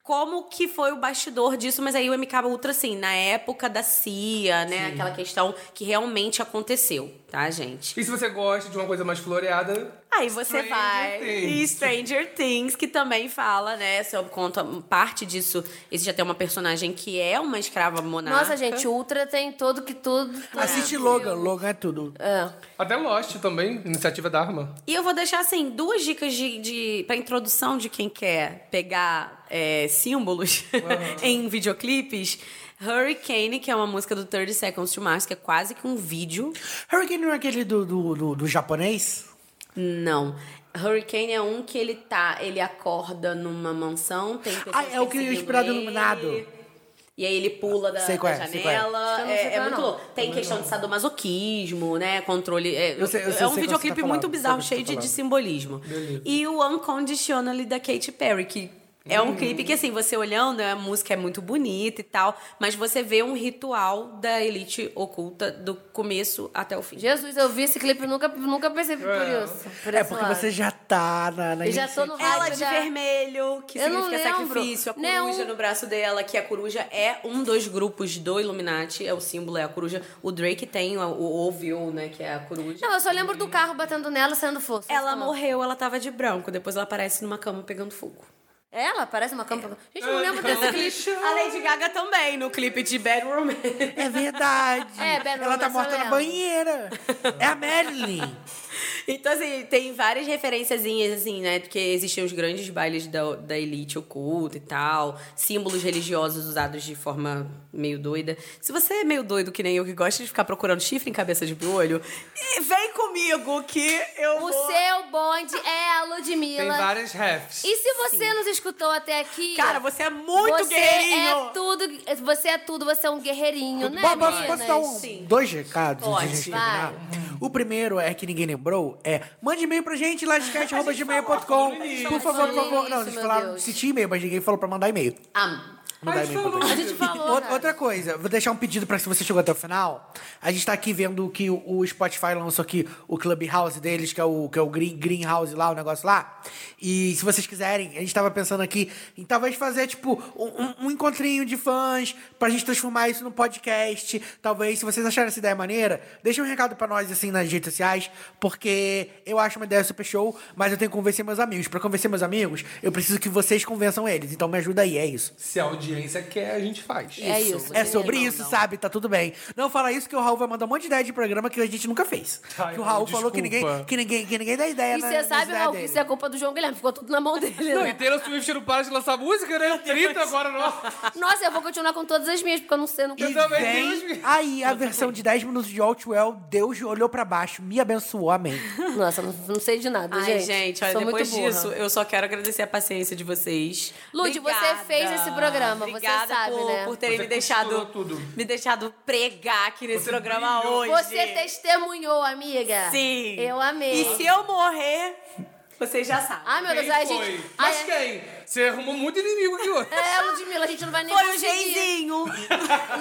como que foi o bastidor disso, mas aí o MK Ultra, assim, na época da CIA, né? Aquela questão que realmente aconteceu, tá, gente? E se você gosta de uma coisa mais floreada, Aí você Stranger vai. Things. E Stranger Things, que também fala, né? Sobre conta parte disso. Existe até uma personagem que é uma escrava monarca. Nossa, gente, Ultra tem todo que tudo. Tá. Assiste Logan, Logan é tudo. até Lost também, iniciativa da Arma. E eu vou deixar, assim, duas dicas de, de, pra introdução de quem quer pegar é, símbolos em videoclipes. Hurricane, que é uma música do 30 Seconds to Mars, que é quase que um vídeo. Hurricane não é aquele do, do, do, do japonês? Não. Hurricane é um que ele tá, ele acorda numa mansão, tem pessoas Ah, é o que perseguindo inspirado ele, iluminado. E aí ele pula da, Sei qual da é, sei qual é. janela. Eu não É, sei é qual é, muito não. louco. Tem questão de sadomasoquismo, né? Controle. É, Eu sei- é eu sei- eu um sei qual você videoclipe tá falando, muito sei bizarro, qual você cheio tá de, de falando. simbolismo. E o Unconditionally da Katy Perry, que é Hum. um clipe que, assim, você olhando, a música é muito bonita e tal, mas você vê um ritual da elite oculta do começo até o fim. Jesus, eu vi esse clipe e nunca, nunca pensei por isso. por É esse porque lado. você já tá na. na Eu já tô no Ela hype de da- vermelho, que Eu não significa lembro. sacrifício. A Né, coruja um- no braço dela, que a coruja é um dos grupos do Illuminati. É o símbolo, é a coruja. O Drake tem o o OVO, né, que é a coruja. Não, eu só lembro do carro batendo nela sendo força. Ela morreu, ela tava de branco. Depois ela aparece numa cama pegando fogo. Ela? Parece uma campa. Gente, eu não lembro desse clipe. A Lady Gaga também, no clipe de Bad Romance. É verdade. É, Bad Ela tá Romance, morta eu na lembro. banheira. É a Marilyn. Então, assim, tem várias referenciazinhas, assim, né? Porque existem os grandes bailes da, da elite oculta e tal, símbolos religiosos usados de forma meio doida. Se você é meio doido que nem eu, que gosta de ficar procurando chifre em cabeça de piolho, eh, vem comigo que eu O vou... seu bonde é a Tem Ludmilla. várias refs. E se você nos escutou até aqui... Cara, você é muito você guerreirinho. é tudo, você é tudo, você é um guerreirinho, né, Bom, posso, posso meninas? dar um- Sim. dois recados Pode, antes de vai. terminar? O primeiro é que ninguém lembrou, é mande e-mail pra gente, lascast.gmail.com. Por favor, falou por favor. isso, Não, meu vocês falaram Deus. se tinha e-mail, mas ninguém falou pra mandar e-mail. Ah, Mandar e-mail pra a gente. gente falou, né? Outra- nada. Outra coisa, vou deixar um pedido pra se você chegou até o final. A gente tá aqui vendo que o- o Spotify lançou aqui o Clubhouse deles, que é o, que é o green, Greenhouse lá, o negócio lá. E se vocês quiserem, a gente tava pensando aqui em talvez fazer, tipo, um, um- um encontrinho de fãs pra gente transformar isso num podcast. Talvez, se vocês acharem essa ideia maneira, deixem um recado pra nós, assim, nas redes sociais, porque eu acho uma ideia super show, mas eu tenho que convencer meus amigos. Pra convencer meus amigos, eu preciso que vocês convençam eles. Então me ajuda aí, é isso. Se a audiência quer, a gente faz. É isso. É sobre isso, sabe? sabe? Tá tudo bem. Não fala isso que o Raul vai mandar um monte de ideia de programa que a gente nunca fez. Ai, que o Raul Raul, falou que desculpa. ninguém, que ninguém, que ninguém dá ideia E na- você nas sabe, ideias Raul, que dele. isso é culpa do João Guilherme. Ficou tudo na mão dele, Não, né? e Taylor Swift não para de lançar música, né? 30 agora, nossa. Nossa, eu vou continuar com todas as minhas, porque eu não sei, não E quero. também vem Deus me- aí a versão de 10 minutos de Outwell, Deus olhou pra baixo, me abençoou, amém. Nossa, não, não sei de nada, Ai, gente, olha, Sou depois muito burra. disso, eu só quero agradecer a paciência de vocês. Lud, você fez esse programa, você Obrigada sabe, por, né? por terem Você me deixado, costurou tudo. me deixado pregar aqui nesse Você programa brilhou. hoje. Você testemunhou, amiga. Sim. Eu amei. E se eu morrer, vocês já sabem. Ai, meu Deus, Quem ai, é. foi? gente. Mas ai, quem? Você arrumou muito inimigo aqui hoje. é, Ludmilla, a gente não vai nem Foi o conseguir. Geizinho.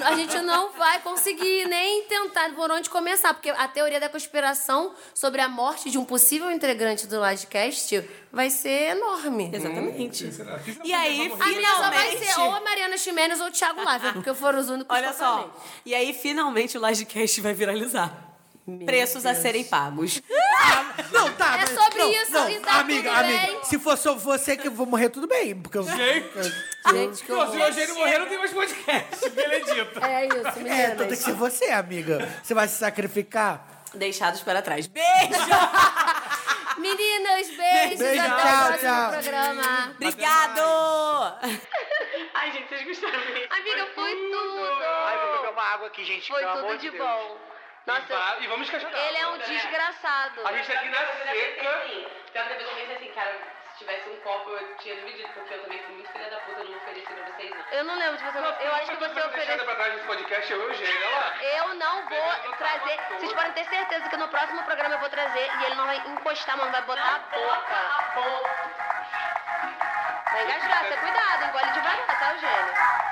A gente não vai conseguir nem tentar por onde começar, porque a teoria da conspiração sobre a morte de um possível integrante do Lodcast vai ser enorme. Exatamente. Será que- E aí, A minha só vai finalmente... ser ou a Mariana Ximenes ou o Thiago Lávia, porque foram os únicos Olha só. totalmente. E aí, finalmente, o Lodcast vai viralizar. Preços a serem pagos. Não, tá, É mas- sobre não, isso, não, e tá amiga, tudo amiga. bem. Se for só você que eu vou morrer, tudo bem. Porque eu, Gente, Gente, que não, se o horror. Eugênio morrer, não tem mais podcast. Benedita. É isso, é, então tem que meninas. ser você, amiga. Você vai se sacrificar. Deixados para trás. Beijo! Meninas, beijos. Beijo, até tchau, o próximo tchau. programa. Então, Obrigado! assim, Amiga, foi tudo. Ai, vou beber uma água aqui, gente. Foi tudo de bom. Nossa, E vamos encaixar. ele é um desgraçado. A gente tá aqui na Pior seca. que depois eu pensei assim, cara, se tivesse um copo eu tinha dividido, porque eu também fui muito filha da puta, eu não ofereci pra vocês não. Eu não lembro de você. Eu acho que você deixada ofereceu. tá pra trás nesse podcast é o Eugênio, olha lá. Eu não vou trazer. Vocês podem ter certeza que no próximo programa eu vou trazer e ele não vai encostar, mano. Vai botar a boca. Vai engasgar, você cuidado, engole tá? devagar, tá, Eugênio?